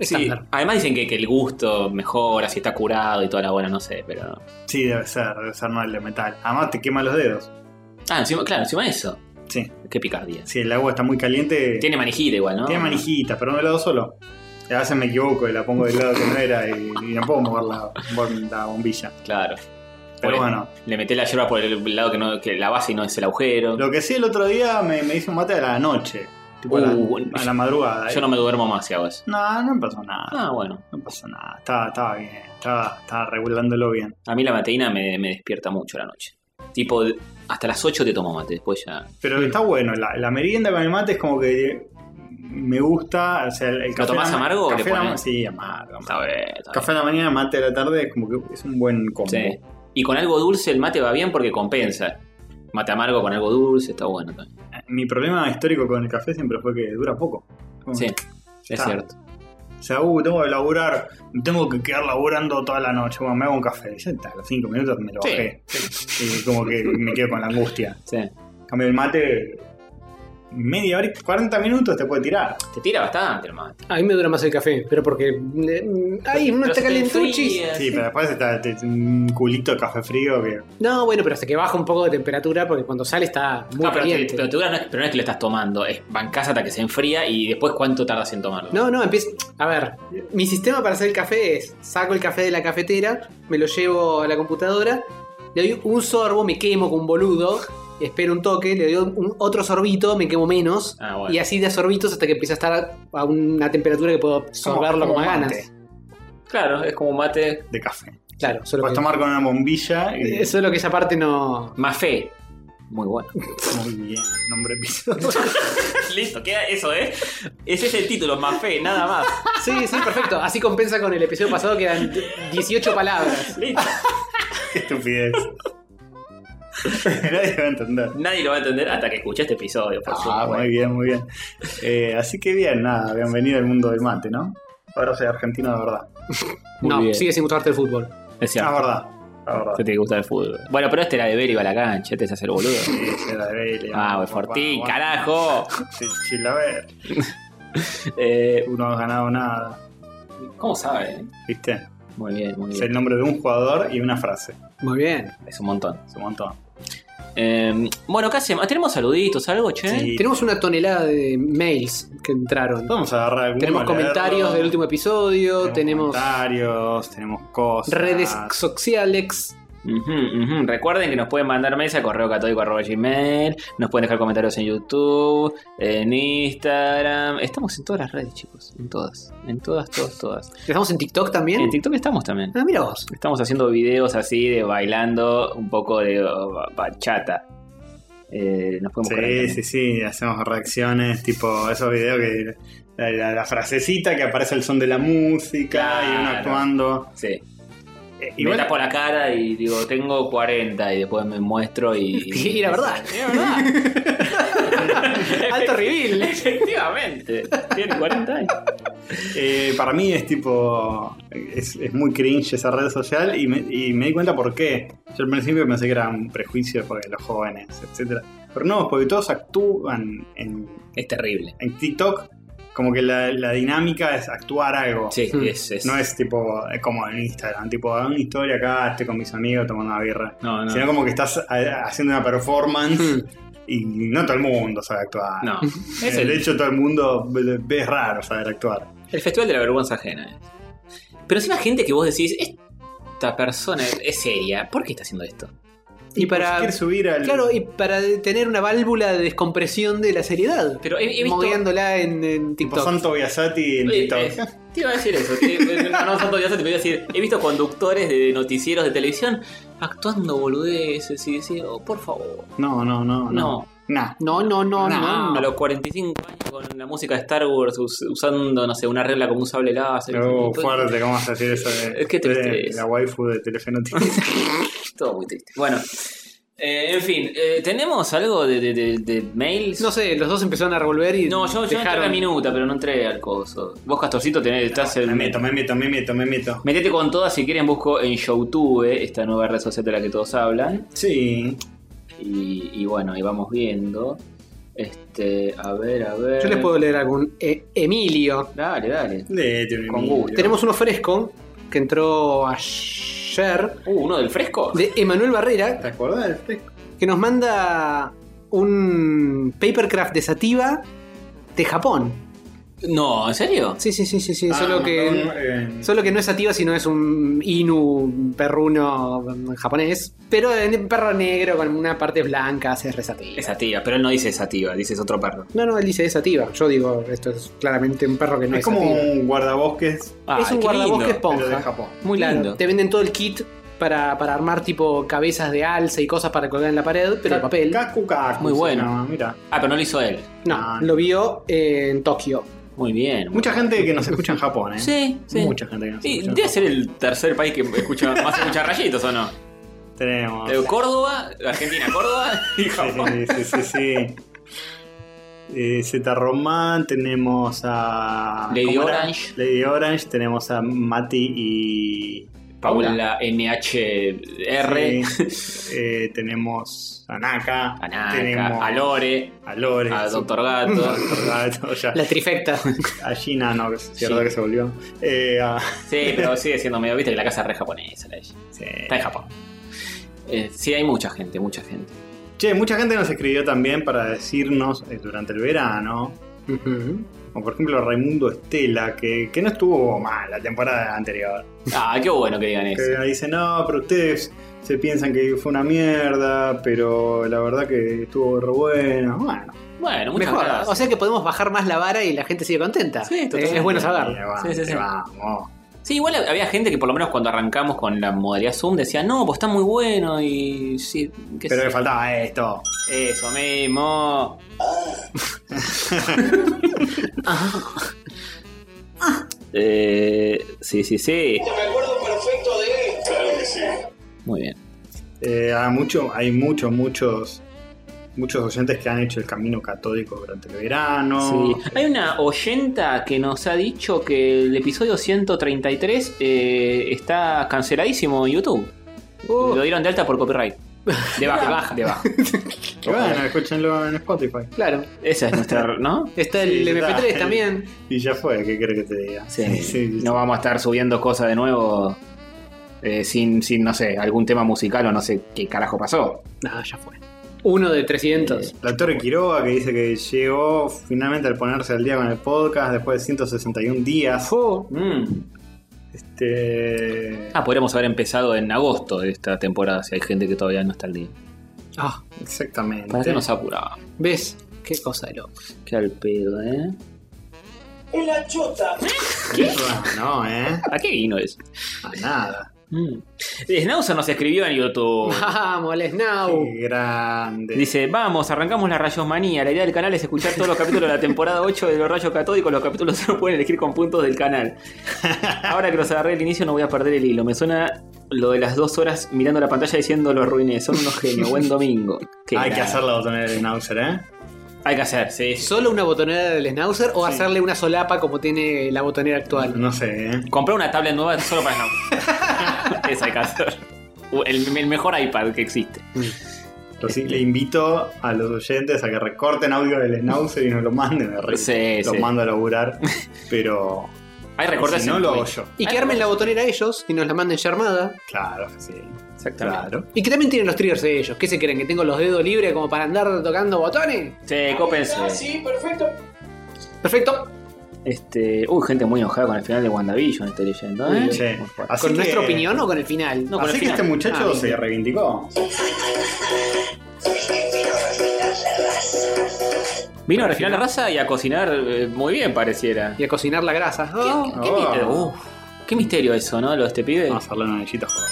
S1: Sí,
S2: Estándar.
S1: además dicen que, que el gusto mejora, si está curado y toda la buena, no sé, pero.
S3: Sí, debe ser, debe ser mal de metal. Además te quema los dedos.
S1: Ah, encima, claro, encima de eso.
S3: Sí.
S1: Qué picardía.
S3: Si el agua está muy caliente.
S1: Tiene manijita igual, ¿no?
S3: Tiene manijita, pero no lado solo. Y A veces me equivoco y la pongo del lado que no era y, y no puedo mover la, bom- la bombilla.
S1: Claro.
S3: Pero
S1: Por-
S3: bueno,
S1: Le meté la yerba por el lado que no, que la base y no es el agujero.
S3: lo que sí el otro día me, me hice un mate a la noche, tipo a, la,
S1: Uh,
S3: a la madrugada.
S1: Yo no me duermo más si hago eso.
S3: No, no me pasó nada,
S1: Ah, bueno.
S3: no pasó nada, estaba, estaba bien, estaba, estaba regulándolo bien.
S1: A mí la mateína me, me despierta mucho la noche. Tipo, hasta las 8 te tomo mate, después ya.
S3: Pero está bueno, la, la merienda con el mate es como que me gusta, o sea, el, el
S1: ¿Lo
S3: café... a la
S1: tomás
S3: ma-
S1: amargo o
S3: café
S1: le
S3: a la
S1: pones?
S3: ma- Sí, amargo. amargo.
S1: Está bien, está
S3: Café a la mañana, mate a la tarde, es como que es un buen combo.
S1: bien. Sí. Y con algo dulce el mate va bien porque compensa. Mate amargo con algo dulce está bueno también.
S3: Mi problema histórico con el café siempre fue que dura poco. Como
S1: Sí, es
S3: Está.
S1: cierto.
S3: O sea, uh, tengo que laburar, tengo que quedar laburando toda la noche. Bueno, me hago un café. Ya está, a los 5 minutos me lo
S1: Sí.
S3: bajé. Y como que me quedo con la angustia.
S1: Sí.
S3: En Cambio el mate, media hora, y 40 minutos te puede tirar.
S1: Te tira bastante, hermano.
S2: A mí me dura más el café, pero porque. eh, ¡Ay, uno
S1: Pero se
S2: está
S1: te
S2: calentuchis!
S1: enfría, Ah,
S3: Sí, pero después está te- un culito de café frío que.
S2: No, bueno, pero hasta que baja un poco de temperatura, porque cuando sale está muy
S1: No, pero, te-
S2: caliente.
S1: pero te dura- no es, pero no es que lo estás tomando, es bancás hasta que se enfría y después cuánto tardas en tomarlo.
S2: No, no, empieza. A ver, mi sistema para hacer el café es: saco el café de la cafetera, me lo llevo a la computadora, le doy un sorbo, me quemo con un boludo, espero un toque, le doy un- otro sorbito, me quemo menos,
S1: Ah, bueno.
S2: y así de sorbitos hasta que empieza a estar a una temperatura que puedo sorberlo
S3: como
S2: como, ganas.
S3: mate.
S1: Claro, es como un mate
S3: de café.
S2: Claro, solo
S1: Pues
S3: Puedes
S2: que,
S3: tomar con una bombilla y.
S2: eh, solo que esa parte no.
S1: más fe. Muy bueno.
S3: Muy bien, nombre de episodio.
S1: Listo, queda eso, ¿eh? Ese es el título, más fe, nada más.
S2: Sí, sí, perfecto. Así compensa con el episodio pasado que eran 18 palabras.
S1: Listo.
S3: Qué estupidez. Nadie va a entender.
S1: Nadie lo va a entender hasta que escuche este episodio, por
S3: Ah,
S1: supuesto.
S3: muy bien, muy bien. Eh, así que bien, nada, bienvenido al mundo del mate, ¿no? Ahora soy argentino de verdad.
S1: Muy
S2: no,
S1: bien.
S2: sigue sin gustarte el fútbol.
S1: Es
S3: Ah,
S1: cierto. Este
S3: verdad. La verdad.
S1: Te tiene que gustar el fútbol. Bueno, pero este era de Vélez, iba a la cancha, este se hace el boludo.
S3: Sí, la de Bailey,
S1: Ah, güey,
S3: vamos,
S1: Fortín,
S3: vamos,
S1: carajo.
S3: Sí, sí, la ver.
S1: Eh,
S3: Tú no has ganado nada,
S1: ¿Cómo sabe? eh?
S3: ¿viste?
S1: Muy bien, muy
S3: Es el
S1: bien.
S3: nombre de un jugador y una frase.
S2: Muy bien.
S1: Es un montón.
S3: Es un montón.
S1: Eh, bueno, ¿qué hacemos? ¿Tenemos saluditos, algo, che?
S3: Sí.
S2: Tenemos una tonelada de mails que entraron.
S3: Vamos a agarrar alguno,
S2: Tenemos
S3: leerlo.
S2: comentarios del último episodio, tenemos
S3: comentarios, tenemos cosas.
S2: redes sociales.
S1: Ujú, ujú. Recuerden que nos pueden mandar mails a correo católico arroba gmail, nos pueden dejar comentarios en YouTube, en Instagram. Estamos en todas las redes, chicos. En todas. En todas, todas, todas.
S2: Estamos en TikTok también.
S1: En TikTok estamos también.
S2: Ah, mira vos.
S1: Estamos haciendo videos así de bailando un poco de oh, ba- bachata. Eh, nos podemos buscar ahí
S3: Sí,
S1: también.
S3: sí, sí, hacemos reacciones, tipo esos videos que. La, la- la frasecita que aparece el son de la música y uno
S1: Claro.
S3: actuando.
S1: Sí.
S3: Eh,
S1: Y me tapo la cara y digo, tengo 40 y después me muestro y...
S2: Y la verdad.
S1: Era verdad.
S2: Alto reveal.
S1: Efectivamente. Tiene 40 años.
S3: eh, para mí es tipo. Es, es muy cringe esa red social y me, y me di cuenta por qué. Yo al principio pensé que era un prejuicio porque los jóvenes, etcétera Pero no, porque todos actúan en,
S1: Es terrible.
S3: en TikTok. Como que la, la dinámica es actuar algo.
S1: Sí,
S2: Mm.
S1: es, es...
S3: No es tipo eh, como en Instagram, tipo, hago una historia acá, estoy con mis amigos tomando una birra.
S1: No, no.
S3: Sino como que estás a- haciendo una
S2: Mm.
S3: performance y no todo el mundo sabe actuar.
S1: No.
S3: Es el hecho todo el mundo ve- ve- es raro saber actuar.
S1: El Festival de la Vergüenza Ajena. eh. Pero es una gente que vos decís, esta persona es seria, ¿por qué está haciendo esto?
S2: Y
S3: Si
S2: para.
S3: quieres subir al.
S2: Claro, y para tener una válvula de descompresión de la seriedad.
S1: Pero he, he visto...
S2: Moviéndola en, en
S3: tipo
S2: TikTok.
S3: Santo Biasati en
S1: Eh,
S3: TikTok.
S1: eh, te iba a decir eso. Te, eh, no, no, santo Dios, te iba a decir. He visto conductores de noticieros de televisión actuando boludeces y decir, oh, por favor.
S3: No, no, no, no.
S1: No.
S3: Nah.
S2: No, no, no,
S1: Nah,
S2: no.
S1: A
S2: no.
S1: los 45 años con la música de Star Wars us- usando, no sé, una regla como un sable láser.
S3: Pero
S1: Todo-
S2: eh,
S3: fuerte, ¿cómo vas a decir eso? De,
S1: Es que
S3: de-
S1: tristeza.
S3: la waifu de teléfono
S1: Todo muy triste. Bueno. eh, en fin, eh, ¿tenemos algo de, de- de- de mails?
S2: No sé, los dos empezaron a revolver y.
S1: No, yo, yo entré a
S2: dejaron...
S1: la minuta, pero no entré al coso. Vos, Castorcito, tenés, estás el.
S3: me meto, me meto, me meto, me meto.
S1: Metete con todas si quieren, busco en Youtube, eh, esta nueva red social de la que todos hablan.
S3: Sí.
S1: Y, y bueno, ahí vamos viendo. Este, a ver, a ver.
S2: Yo les puedo leer algún. Eh, Emilio.
S1: Dale, dale.
S3: Léete un
S1: Con
S3: email.
S1: gusto.
S2: Tenemos uno fresco que entró ayer.
S1: Uh, uno del fresco.
S2: De Emanuel Barrera,
S3: ¿Te acordás del fresco?
S2: que nos manda un papercraft de sativa de Japón.
S1: No, ¿en serio?
S2: Sí, sí, sí, sí, sí.
S3: Ah,
S2: solo que.
S3: perdón, eh,
S2: Solo que no es sativa, sino es un inu perruno mm, japonés. Pero en perro negro con una parte blanca hace resativa.
S1: Es sativa, pero él no dice sativa, dice es otro perro.
S2: No, no, él dice es sativa. Yo digo, esto es claramente un perro que no
S3: es
S2: es,
S3: como
S2: sativa.
S3: un guardabosques,
S1: Ay,
S2: es un
S1: qué
S2: guardabosques
S1: lindo.
S3: pero de
S2: esponja.
S3: Japón.
S1: Muy
S2: Claro,
S1: lindo.
S2: Te venden todo el kit para, para armar tipo cabezas de alza y cosas para colgar en la pared, pero de papel.
S3: Kaku Kaku.
S1: Muy
S3: se
S1: bueno.
S3: llama, mira.
S1: Ah, pero no lo hizo él.
S2: No,
S3: Ah.
S2: lo vio en Tokio.
S1: Muy bien.
S3: Mucha gente que nos escucha en Japón, ¿eh?
S1: Sí, sí.
S3: Mucha gente que nos
S1: Y
S3: escucha. en
S1: debe
S3: Japón.
S1: ser el tercer país que escucha más escucha rayitos o no.
S3: Tenemos.
S1: Eh, Córdoba, Argentina, Córdoba y Japón.
S3: Sí, sí, sí. sí. Eh, Z Román, tenemos a.
S1: Lady
S3: ¿cómo era?
S1: Orange.
S3: Lady Orange, tenemos a Mati y.
S1: Paula,
S3: Paula.
S1: NHR,
S3: Sí. Eh, tenemos a Naka.
S1: a Naka,
S3: tenemos
S1: a Lore,
S3: A Lore.
S1: a
S3: sí,
S1: Doctor Gato.
S3: Doctor Gato, ya.
S2: La trifecta.
S3: A Gina, no, que es cierto
S1: Sí.
S3: que se volvió. Eh, a-
S1: Sí, pero sigue siendo medio, viste que la casa es re japonesa, la de ella.
S3: sí.
S1: Está en Japón. Eh, sí, hay mucha gente, mucha gente.
S3: Che, mucha gente nos escribió también para decirnos eh, durante el verano.
S2: Ujú.
S3: Como por ejemplo Raimundo Estela, que, que no estuvo mal la temporada anterior.
S1: Ah, qué bueno que digan eso.
S3: Que dice, no, pero ustedes se piensan que fue una mierda, pero la verdad que estuvo re bueno. Bueno,
S1: Bueno, muchas
S2: Mejor.
S1: gracias.
S2: O sea que podemos bajar más la vara y la gente sigue contenta.
S1: Sí,
S2: Eh,
S1: totalmente.
S2: es bueno saber.
S3: eh, va,
S1: Sí, sí, sí.
S3: eh, vamos.
S1: Sí, igual había gente que por lo menos cuando arrancamos con la modalidad Zoom decía, no, pues está muy bueno y sí, qué
S3: Pero
S1: sé
S3: le faltaba esto.
S1: yo". Eso mismo. Eh, sí, sí, sí.
S4: Me acuerdo perfecto de él. Claro que sí.
S1: Muy bien.
S3: Eh, hay, mucho, hay muchos, muchos, muchos oyentes que han hecho el camino catódico durante el verano.
S1: Sí. Hay una oyenta que nos ha dicho que el episodio 133 eh, está canceladísimo en YouTube.
S2: Uh.
S1: Lo dieron de alta por copyright. De baja, de baja, de baja.
S3: Que bueno, escúchenlo en Spotify.
S2: Claro.
S1: Esa es nuestra, ¿no?
S2: Está el
S3: Sí,
S2: MP3
S3: está.
S2: también.
S3: Y ya fue, ¿qué querés que te diga?
S1: Sí.
S3: sí, sí.
S1: No vamos a estar subiendo cosas de nuevo eh, sin, sin, no sé, algún tema musical o no sé qué carajo pasó.
S2: No, ya fue. Uno de 300.
S3: La Torre Quiroga que dice que llegó finalmente al ponerse al día con el podcast después de 161 días.
S2: Oh,
S1: Mm.
S3: Este.
S1: Ah, podríamos haber empezado en agosto de esta temporada si hay gente que todavía no está al día.
S2: ah,
S3: Exactamente.
S1: ¿Para qué nos apuraba?
S2: ¿Ves? Qué cosa de loco.
S1: Qué al pedo, ¿eh?
S4: En la chota.
S3: No, ¿eh?
S1: ¿A qué vino eso?
S3: A nada.
S1: Mm. Snauzer nos escribió en YouTube.
S2: Vamos, el Snow.
S3: Qué grande.
S1: Dice, vamos, arrancamos la Rayosmanía. La idea del canal es escuchar todos los capítulos de la temporada 8 de los Rayos Catódicos. Los capítulos se pueden elegir con puntos del canal. Ahora que los agarré al inicio no voy a perder el hilo. Me suena lo de las dos horas mirando la pantalla diciendo los ruines. Son unos genios. Buen domingo. Qué
S3: Hay que
S1: grave.
S3: hacer la botonera de Nauser, ¿eh?
S1: Hay que hacer, sí.
S2: ¿Solo una botonera del Snauzer o
S3: Sí.
S2: hacerle una solapa como tiene la botonera actual?
S3: No sé, ¿eh?
S1: Compré una tablet nueva solo para Snauzer. es hay que hacer. Uh, El, el mejor iPad que existe.
S3: Pero sí, le invito a los oyentes a que recorten audio del Snauzer y nos lo manden. me río.
S1: Sí,
S3: Los
S1: sí.
S3: mando a laburar. Pero.
S1: Hay recortes
S3: si no
S1: en
S3: lo hago
S1: Twitch.
S3: yo.
S2: Y que armen la botonera ellos y nos la manden ya armada.
S3: Claro, sí.
S1: Exactamente.
S3: Claro.
S2: Y que también tienen los triggers de ellos. ¿Qué se creen? ¿Que tengo los dedos libres como para andar tocando botones?
S1: Sí, cópense.
S4: sí, perfecto.
S2: Perfecto.
S1: Este, uy, gente muy enojada con el final de WandaVision, estoy leyendo. ¿eh?
S3: Sí.
S1: Muy fuerte.
S3: Así
S2: ¿Con
S3: que-
S2: nuestra opinión o con el final?
S1: No, con el
S3: Así que
S1: final.
S3: este muchacho
S2: Ah,
S3: se reivindicó.
S1: Vino a refinar la raza y a cocinar eh, muy bien, pareciera.
S2: Y a cocinar la grasa.
S1: ¿Qué,
S2: Oh.
S1: qué misterio? Uf, qué misterio eso, ¿no? Lo de este pibe.
S2: Ah.
S3: Vamos a hacerle una anillita joven.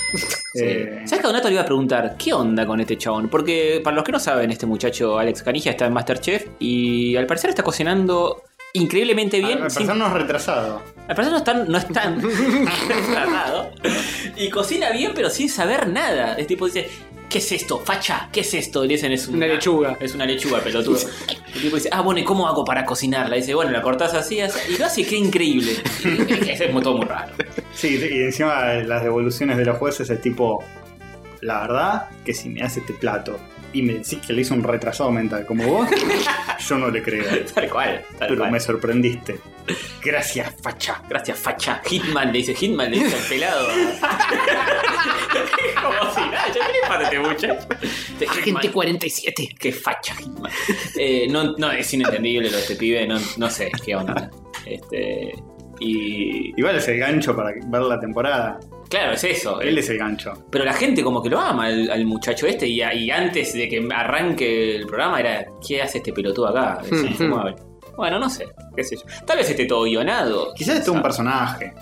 S1: Sí.
S3: Eh,
S1: ¿Sabes que a Donato le iba a preguntar qué onda con este chabón? Porque para los que no saben, este muchacho Alex Canija está en Masterchef y al parecer está cocinando increíblemente
S2: Ah,
S1: bien.
S3: al- al
S1: sin-
S3: parecer no es retrasado.
S1: al parecer no está, no es tan tratado. y cocina bien, pero sin saber nada. Este tipo dice: ¿Qué es esto? Facha, ¿qué es esto? Y le dicen: Es
S2: Una lechuga.
S1: Es una lechuga, pelotudo. El tipo dice, ah, bueno, ¿y cómo hago para cocinarla? Y dice, bueno, la cortás así, así. Y lo hace, qué increíble. Y es, es todo muy raro.
S3: Sí, y encima las devoluciones de los jueces es tipo. La verdad, que si me hace este plato y me decís que le hizo un retrasado mental como vos, yo no le creo.
S1: Tal cual, tal
S3: Pero
S1: cual.
S3: me sorprendiste. Gracias, facha.
S1: Gracias, facha. Hitman, le dice, Hitman, le dice al pelado. Como si nada, ya tiene parte este muchacho. Dice,
S2: Agente
S1: "Hitman,
S2: 47.
S1: Qué facha, Hitman. Eh, no, no, es inentendible lo de este pibe, no, no sé qué onda. Este. Y.
S3: Igual es el gancho para ver la temporada.
S1: Claro, es eso.
S3: Él es el gancho.
S1: Pero la gente como que lo ama al, al muchacho este y, a- y antes de que arranque el programa era, ¿qué hace este pelotudo acá?
S3: Hmm,
S1: Es
S2: Mm,
S1: infumable. Bueno, no sé, qué sé yo. Tal vez esté todo guionado.
S3: Quizás es un
S1: Ah.
S3: personaje.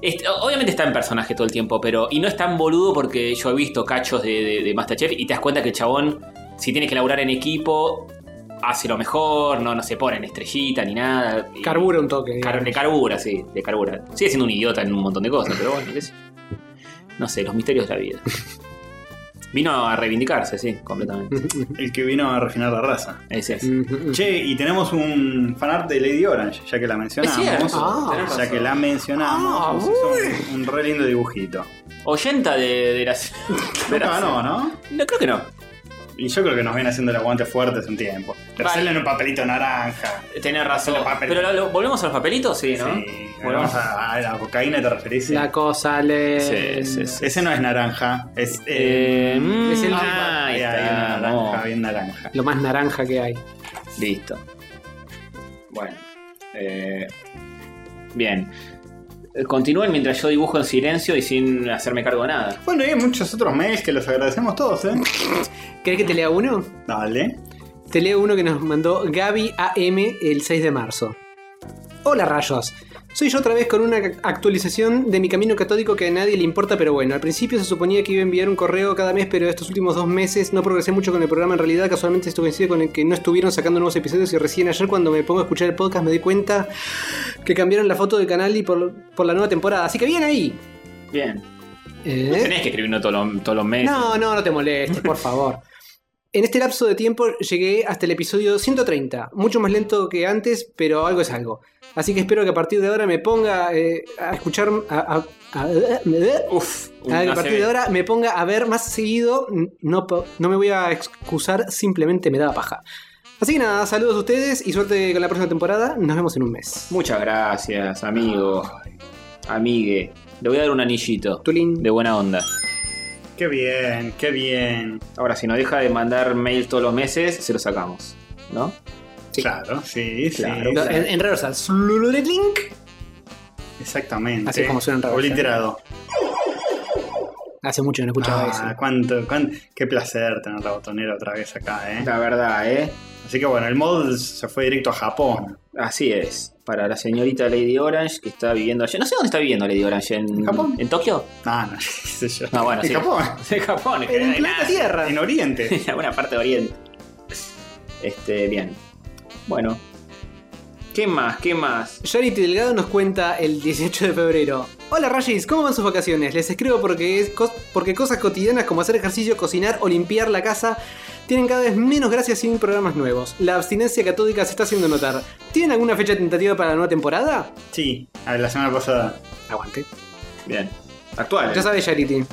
S1: Este, o- obviamente está en personaje todo el tiempo, pero... Y no es tan boludo porque yo he visto cachos de, de, de Masterchef y te das cuenta que el chabón, si tiene que laburar en equipo, hace lo mejor, no, no se pone en estrellita ni nada. Y-
S2: Carbura un toque.
S1: Car-
S2: digamos.
S1: de carbura, sí, de carbura. Sigue siendo un idiota en un montón de cosas, pero bueno, qué sé yo. No sé, los misterios de la vida. Vino a reivindicarse, sí,
S2: Mm.
S1: completamente.
S3: El que vino a refinar la raza.
S1: Ese es.
S3: Che, y tenemos un fanart de Lady Orange, ya que la mencionamos.
S1: Mm. Es cierto,
S2: Ah,
S1: tenés razón.
S3: ya que la mencionamos,
S2: Ah,
S3: nos hizo un, un re lindo dibujito.
S1: Oyenta de, de las. de
S3: Nunca
S1: las-
S3: ganó, ¿no?
S1: No, creo que no.
S3: Y yo creo que nos viene haciendo el aguante fuerte hace un tiempo. Pero
S1: Vale.
S3: sale en un papelito naranja.
S1: Tenés razón.
S3: Los papeles.
S1: Pero lo- lo- volvemos a los papelitos, sí, ¿no?
S3: Sí, volvemos a, a la cocaína, ¿te referís?
S2: La cosa le.
S1: Sí, sí, sí.
S3: Ese no es naranja, es. eh,
S1: Eh, mm,
S2: es el-
S1: ah, ahí
S3: ahí hay
S1: está,
S3: una naranja,
S1: no.
S3: bien naranja.
S2: Lo más naranja que hay.
S1: Listo.
S3: Bueno. eh,
S1: Bien. Eh, Continúen mientras yo dibujo en silencio y sin hacerme cargo de nada.
S3: bueno, y hay muchos otros mails que los agradecemos todos, ¿eh?
S2: ¿Querés que te lea uno?
S3: Dale.
S2: Te leo uno que nos mandó Gaby AM el 6 de marzo. Hola rayos. Soy yo otra vez con una actualización de mi camino catódico que a nadie le importa, pero bueno, al principio se suponía que iba a enviar un correo cada mes, pero estos últimos dos meses no progresé mucho con el programa. En realidad, casualmente estuve coincide con el que no estuvieron sacando nuevos episodios y recién ayer cuando me pongo a escuchar el podcast me di cuenta que cambiaron la foto del canal y por, por la nueva temporada. Así que bien ahí.
S1: Bien.
S2: ¿Eh?
S1: No tenés que escribirnos todos los, todos los meses.
S2: No, no, no te molestes, por favor. En este lapso de tiempo llegué hasta el episodio 130, mucho más lento que antes, pero algo es algo. Así que espero que a partir de ahora me ponga eh, a escuchar... a- a- a-
S1: Uf.
S2: a- a
S1: no se
S2: partir de
S1: ve.
S2: ahora me ponga a ver más seguido, no, po- no me voy a excusar, simplemente me da paja. Así que nada, saludos a ustedes y suerte con la próxima temporada, nos vemos en un mes.
S1: Muchas gracias, amigo. Amigue. Le voy a dar un anillito.
S2: Tulín.
S1: De buena onda.
S3: Qué bien, qué bien.
S1: Ahora, si nos deja de mandar mail todos los meses, se lo sacamos. ¿No?
S2: Sí.
S3: Claro, sí, sí,
S1: Claro.
S3: sí.
S2: En, en reversa, slulululink.
S3: Exactamente.
S2: Así es como suena en realidad.
S3: Obliterado.
S2: Hace mucho que no escuchaba eso.
S3: Ah, cuánto, cuán- qué placer tener la botonera otra vez acá, ¿eh?
S1: La verdad, ¿eh?
S3: Así que bueno, el mod se fue directo a Japón.
S1: Así es. Para la señorita Lady Orange que está viviendo allá. No sé dónde está viviendo Lady Orange. ¿En
S3: Japón.
S1: ¿En Tokio?
S3: Ah, no, qué sé yo.
S1: No, bueno,
S3: en
S1: sí.
S3: Japón,
S1: En Japón. que
S2: En
S1: hay nada.
S2: planeta Tierra.
S3: en Oriente.
S1: En alguna parte de Oriente. Este, bien. Bueno. ¿Qué más? ¿Qué más?
S2: Charity Delgado nos cuenta el 18 de febrero. Hola Rayis, ¿cómo van sus vacaciones? Les escribo porque, es cos- porque cosas cotidianas como hacer ejercicio, cocinar o limpiar la casa tienen cada vez menos gracia sin programas nuevos. La abstinencia catódica se está haciendo notar. ¿Tienen alguna fecha tentativa para la nueva temporada?
S3: Sí, a ver, la semana pasada.
S2: Aguante.
S1: Bien. Actual.
S2: Ya sabes, Charity.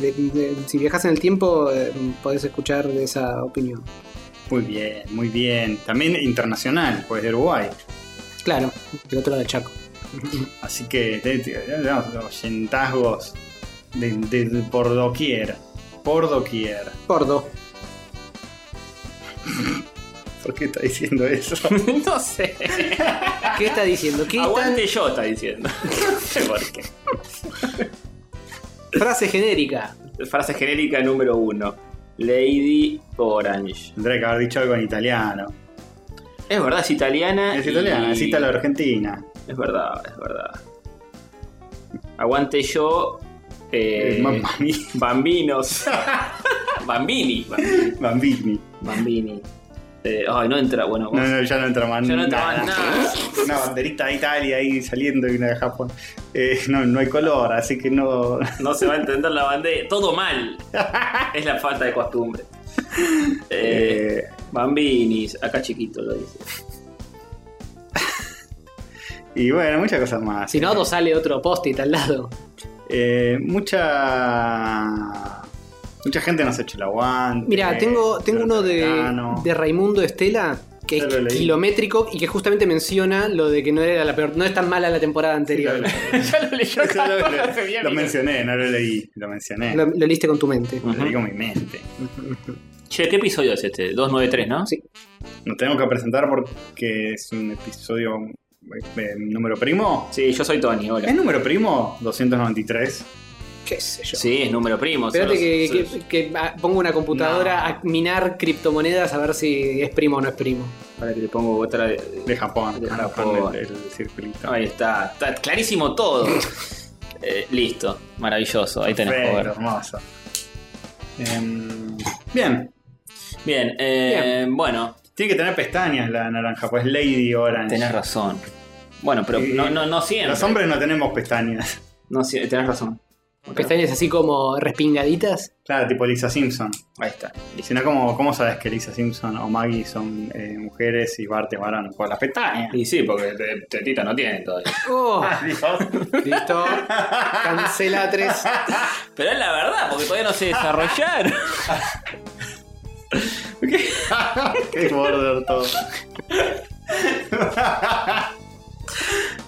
S2: de- de- si viajas en el tiempo, eh, podés escuchar de esa opinión.
S3: Muy bien, muy bien. También internacional, pues de Uruguay.
S2: Claro, del otro lado del charco.
S3: Así que tenemos oyentazgos de, de- de- por doquier. Por doquier.
S2: Gordo.
S3: ¿Por qué está diciendo eso?
S1: no sé.
S2: ¿Qué está diciendo? ¿Qué tan
S1: Aguante yo, está diciendo. No sé por qué.
S2: frase genérica?
S1: Frase genérica número uno. Lady Orange.
S3: Tendría que haber dicho algo en italiano.
S1: Es verdad, es italiana. Ah,
S3: Es
S1: y-
S3: italiana, es italo argentina.
S1: Es verdad, es verdad. Aguante yo. eh,
S3: Mamma mia,
S1: bambinos. Bambini.
S3: Bambini.
S1: Bambini. Eh, ay, no entra. Bueno,
S3: No, no, ya no entra más
S1: Ya no entra
S3: nada.
S1: más nada.
S3: Una banderita de Italia ahí saliendo y una de Japón. Eh, no, no hay color, así que no.
S1: No se va a entender la bandera. Todo mal. Es la falta de costumbre. Eh,
S3: Eh,
S1: bambinis. Acá chiquito lo dice.
S3: y bueno, muchas cosas más.
S2: Si no, no sale otro post-it al lado.
S3: Eh, mucha. Mucha gente nos ha hecho el aguante.
S2: Mira, tengo, tengo uno de,
S3: Verano.
S2: de Raimundo Estela que
S3: Ya lo
S2: es
S3: leí.
S2: kilométrico y que justamente menciona lo de que no era la peor, no es tan mala la temporada
S3: Sí, lo
S2: anterior.
S3: leí.
S1: ya lo leyó
S3: Eso lo-
S1: Carlos hace
S3: lo,
S1: diez
S3: lo
S1: minutos.
S3: mencioné, no lo leí, lo mencioné.
S2: Lo, lo leíste con tu mente.
S3: Lo leí con mi mente.
S1: Che, ¿qué episodio es este? 293, ¿no?
S2: Sí.
S3: Nos tenemos que presentar porque es un episodio eh, número primo.
S1: Sí, yo soy Tony,
S3: ¿Es
S1: hola.
S3: número primo? 293.
S2: Qué sé yo.
S1: Sí, es número primo.
S2: Espérate
S1: solo-
S2: que,
S1: solo-
S2: que- que, ah, pongo una computadora a minar criptomonedas a ver si es primo o no es primo.
S1: Para que le pongo otra. de-
S3: De Japón.
S1: De
S3: Ah,
S1: Japón.
S3: El, el circulito.
S1: Ahí está. Está clarísimo todo. Eh, listo. Maravilloso. Ahí tenés
S3: Perfecto,
S1: poder.
S3: hermoso. Em, bien.
S1: Bien, eh, bueno.
S3: Tiene que tener pestañas la naranja, pues Lady Orange.
S1: Tenés razón. Bueno, pero
S3: Sí.
S1: no, no, no siempre.
S3: Los hombres no tenemos pestañas.
S1: No, sie- eh, tenés razón.
S2: Pestañas así como respingaditas.
S3: Claro, tipo Lisa Simpson.
S1: Ahí está.
S3: Y si no, ¿cómo, cómo sabes que Lisa Simpson o Maggie son eh, mujeres y Bart es varón? Por las pestañas.
S1: Y sí, porque te- tetita no tiene todavía.
S2: Oh,
S3: Ah. Dios.
S2: listo. Cancela tres.
S1: Pero es la verdad, porque todavía no se desarrollaron.
S3: Qué border todo.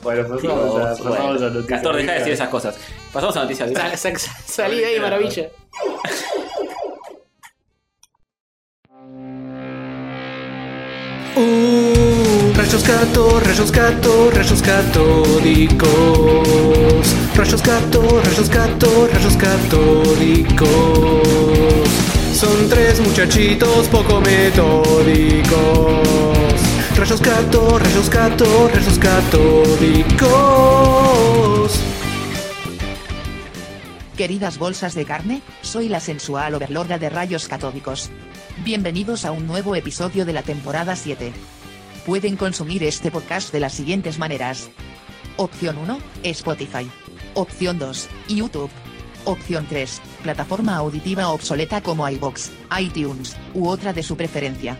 S3: bueno, pasamos, a, pasamos
S1: Bueno,
S3: a noticias
S1: Castor, deja de decir
S3: ricas.
S1: esas cosas. Pasamos a noticias.
S2: Sa- sa- sa- Salí de ahí, maravilla. Uh, rayos gato, rayos gato, rayos catódicos. Rayos gato, rayos gato, rayos catódicos. Son tres muchachitos poco metódicos. Rayos gato, rayos gato, rayos catódicos.
S5: Queridas bolsas de carne, soy la sensual overlorda de rayos catódicos. Bienvenidos a un nuevo episodio de la temporada 7. Pueden consumir este podcast de las siguientes maneras. Opción 1, Spotify. Opción 2, YouTube. Opción 3, plataforma auditiva obsoleta como iBox, iTunes, u otra de su preferencia.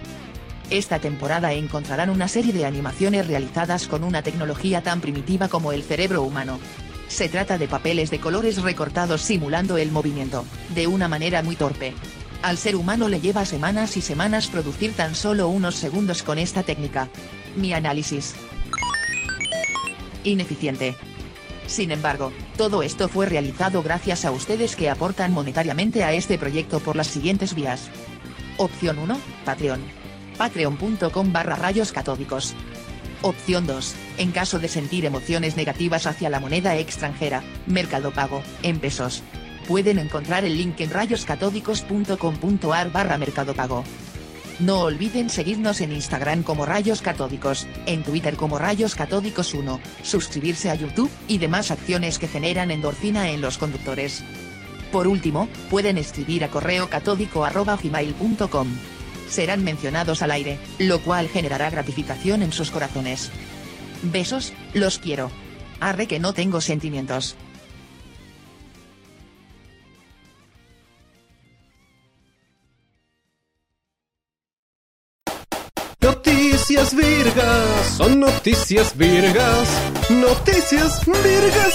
S5: Esta temporada encontrarán una serie de animaciones realizadas con una tecnología tan primitiva como el cerebro humano. Se trata de papeles de colores recortados simulando el movimiento, de una manera muy torpe. Al ser humano le lleva semanas y semanas producir tan solo unos segundos con esta técnica. Mi análisis. Ineficiente. Sin embargo, todo esto fue realizado gracias a ustedes que aportan monetariamente a este proyecto por las siguientes vías. Opción 1, Patreon. Patreon.com barra rayos catódicos. Opción 2. En caso de sentir emociones negativas hacia la moneda extranjera, Mercado Pago, en pesos. Pueden encontrar el link en rayoscatódicos.com.ar barra Mercado Pago. No olviden seguirnos en Instagram como Rayos Catódicos, en Twitter como Rayos Catódicos 1, suscribirse a YouTube y demás acciones que generan endorfina en los conductores. Por último, pueden escribir a correo catódico arroba gmail.com serán mencionados al aire, lo cual generará gratificación en sus corazones. Besos, los quiero. Arre que no tengo sentimientos.
S6: Noticias virgas, son noticias virgas, noticias virgas.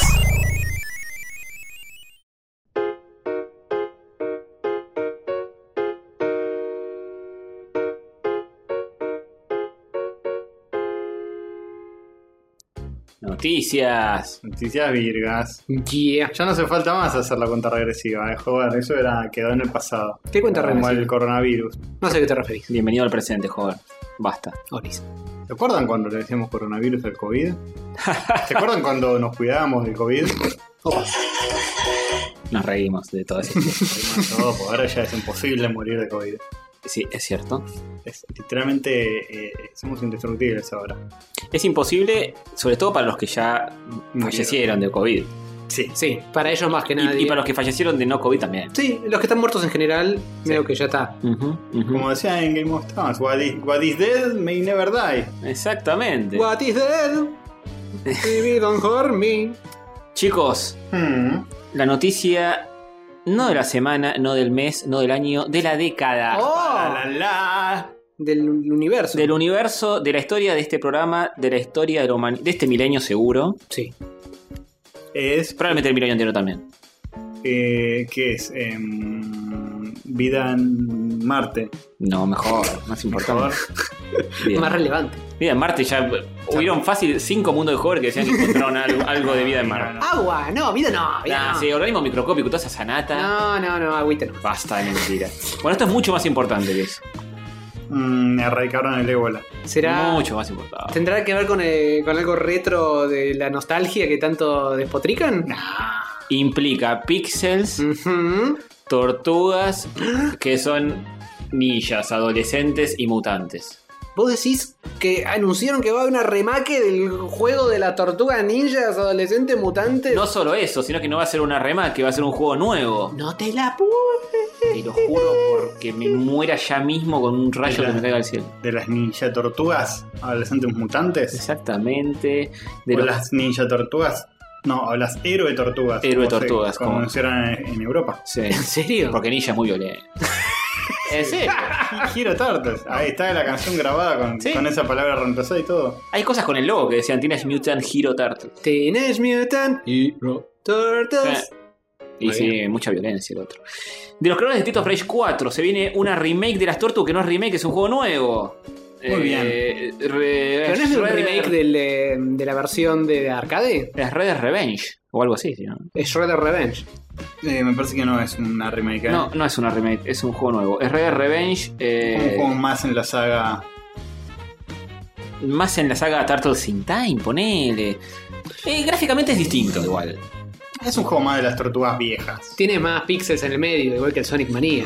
S1: Noticias.
S3: Noticias virgas.
S2: Yeah.
S3: Ya no hace falta más hacer la cuenta regresiva, eh, joder, eso era, quedó en el pasado.
S2: ¿Qué cuenta
S3: Como
S2: regresiva?
S3: el coronavirus.
S2: No sé a qué te referís. Oh,
S1: Bienvenido al presente, joven. Basta.
S2: Olis.
S3: ¿Se acuerdan cuando le decíamos coronavirus al COVID? ¿Se acuerdan cuando nos cuidábamos del COVID?
S1: Nos reímos de todo eso.
S3: Todo, porque ahora ya es imposible morir de COVID.
S1: Sí, es cierto.
S3: Es, literalmente eh, somos indestructibles ahora.
S1: Es imposible, sobre todo para los que ya fallecieron de COVID.
S3: Sí.
S2: Sí, para ellos más que
S1: Y,
S2: nada.
S1: y
S2: diría.
S1: para los que fallecieron de no COVID también.
S2: Sí, los que están muertos en general, creo que ya está.
S1: Ujú, ujú.
S3: Como decía en Game of Thrones, what is, what is dead may never die.
S1: Exactamente.
S2: What is dead? Baby, don't hurt me.
S1: Chicos,
S3: Hmm.
S1: la noticia no de la semana, no del mes, no del año, de la década.
S2: ¡Oh!
S3: La, la, la.
S2: Del universo.
S1: Del universo, de la historia de este programa, de la historia de, la humani- de este milenio seguro.
S2: Sí.
S3: Es,
S1: Probablemente el milenio entero también.
S3: eh, ¿qué es? Em, vida en Marte.
S1: No, mejor, más
S3: Por favor.
S1: importante. Bien.
S2: Más relevante.
S1: Vida en Marte ya hubieron fácil cinco mundos de jóvenes que decían que encontraron algo, algo de vida en Marte.
S2: Agua, no, vida no, vida
S1: Nah, Ah,
S2: no.
S1: sí, organismo microscópico, toda esa sanata.
S2: No, no, no, agüita no.
S1: Basta de mentira. Bueno, esto es mucho más importante que eso.
S3: Mm, erradicaron el ébola.
S2: Será.
S1: Mucho más importante.
S2: ¿Tendrá que ver con, eh, con algo retro de la nostalgia que tanto despotrican?
S1: Implica píxeles,
S2: Mm. Ujú.
S1: tortugas, que son ninjas, adolescentes y mutantes.
S2: Vos decís que anunciaron que va a haber una remake del juego de la tortuga ninjas adolescente mutante.
S1: No solo eso, sino que no va a ser una remake, va a ser un juego nuevo.
S2: No te la pude.
S1: Te lo juro porque me muera ya mismo con un rayo que me caiga al cielo.
S3: De las ninja tortugas, adolescentes mutantes.
S1: Exactamente. De
S3: o
S1: los-
S3: las ninja tortugas No, hablas héroe tortugas.
S1: Héroe
S3: como se-
S1: tortugas,
S3: Como
S1: como-
S3: anunciaron en, en Europa.
S1: Sí.
S2: ¿En serio?
S1: Porque Ninja es muy violento. ¿En serio?
S3: Giro Turtles. Ah, Ahí está la canción grabada con,
S1: Sí.
S3: con esa palabra reemplazada y todo.
S1: Hay cosas con el logo que decían Teenage Mutant Hero Turtles. Eh,
S2: Teenage Mutant
S6: Y no.
S2: Turtles.
S1: Y
S6: Muy
S1: sí,
S6: bien.
S1: mucha violencia el otro. De los creadores de Tito Rage 4 se viene una remake de las Tortugas que no es remake, es un juego nuevo. Eh,
S3: Muy bien.
S2: ¿Pero no es un remake del, eh, de la versión de arcade?
S1: las redes Revenge o algo así, ¿sí, ¿no?
S2: Es Shredder Revenge.
S3: Eh, me parece que no es una remake. ¿eh?
S1: No, no es una remake, es un juego nuevo. Es Red Revenge
S3: Como Un
S1: eh,
S3: juego más en la saga.
S1: más en la saga Turtles in Time, ponele. Eh, gráficamente es distinto igual.
S3: Es un juego más de las tortugas viejas.
S2: Tiene más píxeles en el medio, igual que el Sonic Mania.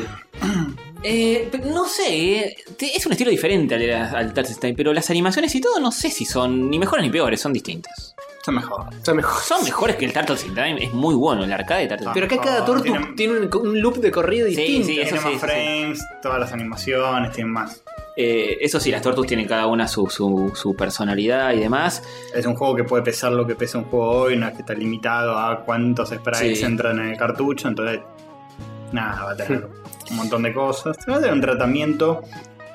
S1: Eh, pero no sé, eh, te- es un estilo diferente al, de la- al Turtles in Time, pero las animaciones y todo no sé si son ni mejores ni peores, son distintas.
S3: Está mejor.
S2: Son mejor.
S1: Son mejores que el Turtles in Time, es muy bueno el arcade de Turtles in
S2: Pero acá
S3: Ah,
S2: cada tortu
S3: tiene-
S2: tiene, un, un loop de corrido
S1: Sí,
S2: distinto.
S1: sí, eso
S3: tiene más
S1: sí, eso sí.
S3: frames, todas las animaciones, tiene más.
S1: Eh, eso sí, las tortugas tienen cada una su, su, su personalidad y demás.
S3: Es un juego que puede pesar lo que pesa un juego hoy, no es que está limitado a cuántos sprites
S1: Sí.
S3: entran en el cartucho, entonces nada, va a tener un montón de cosas. Va a tener un tratamiento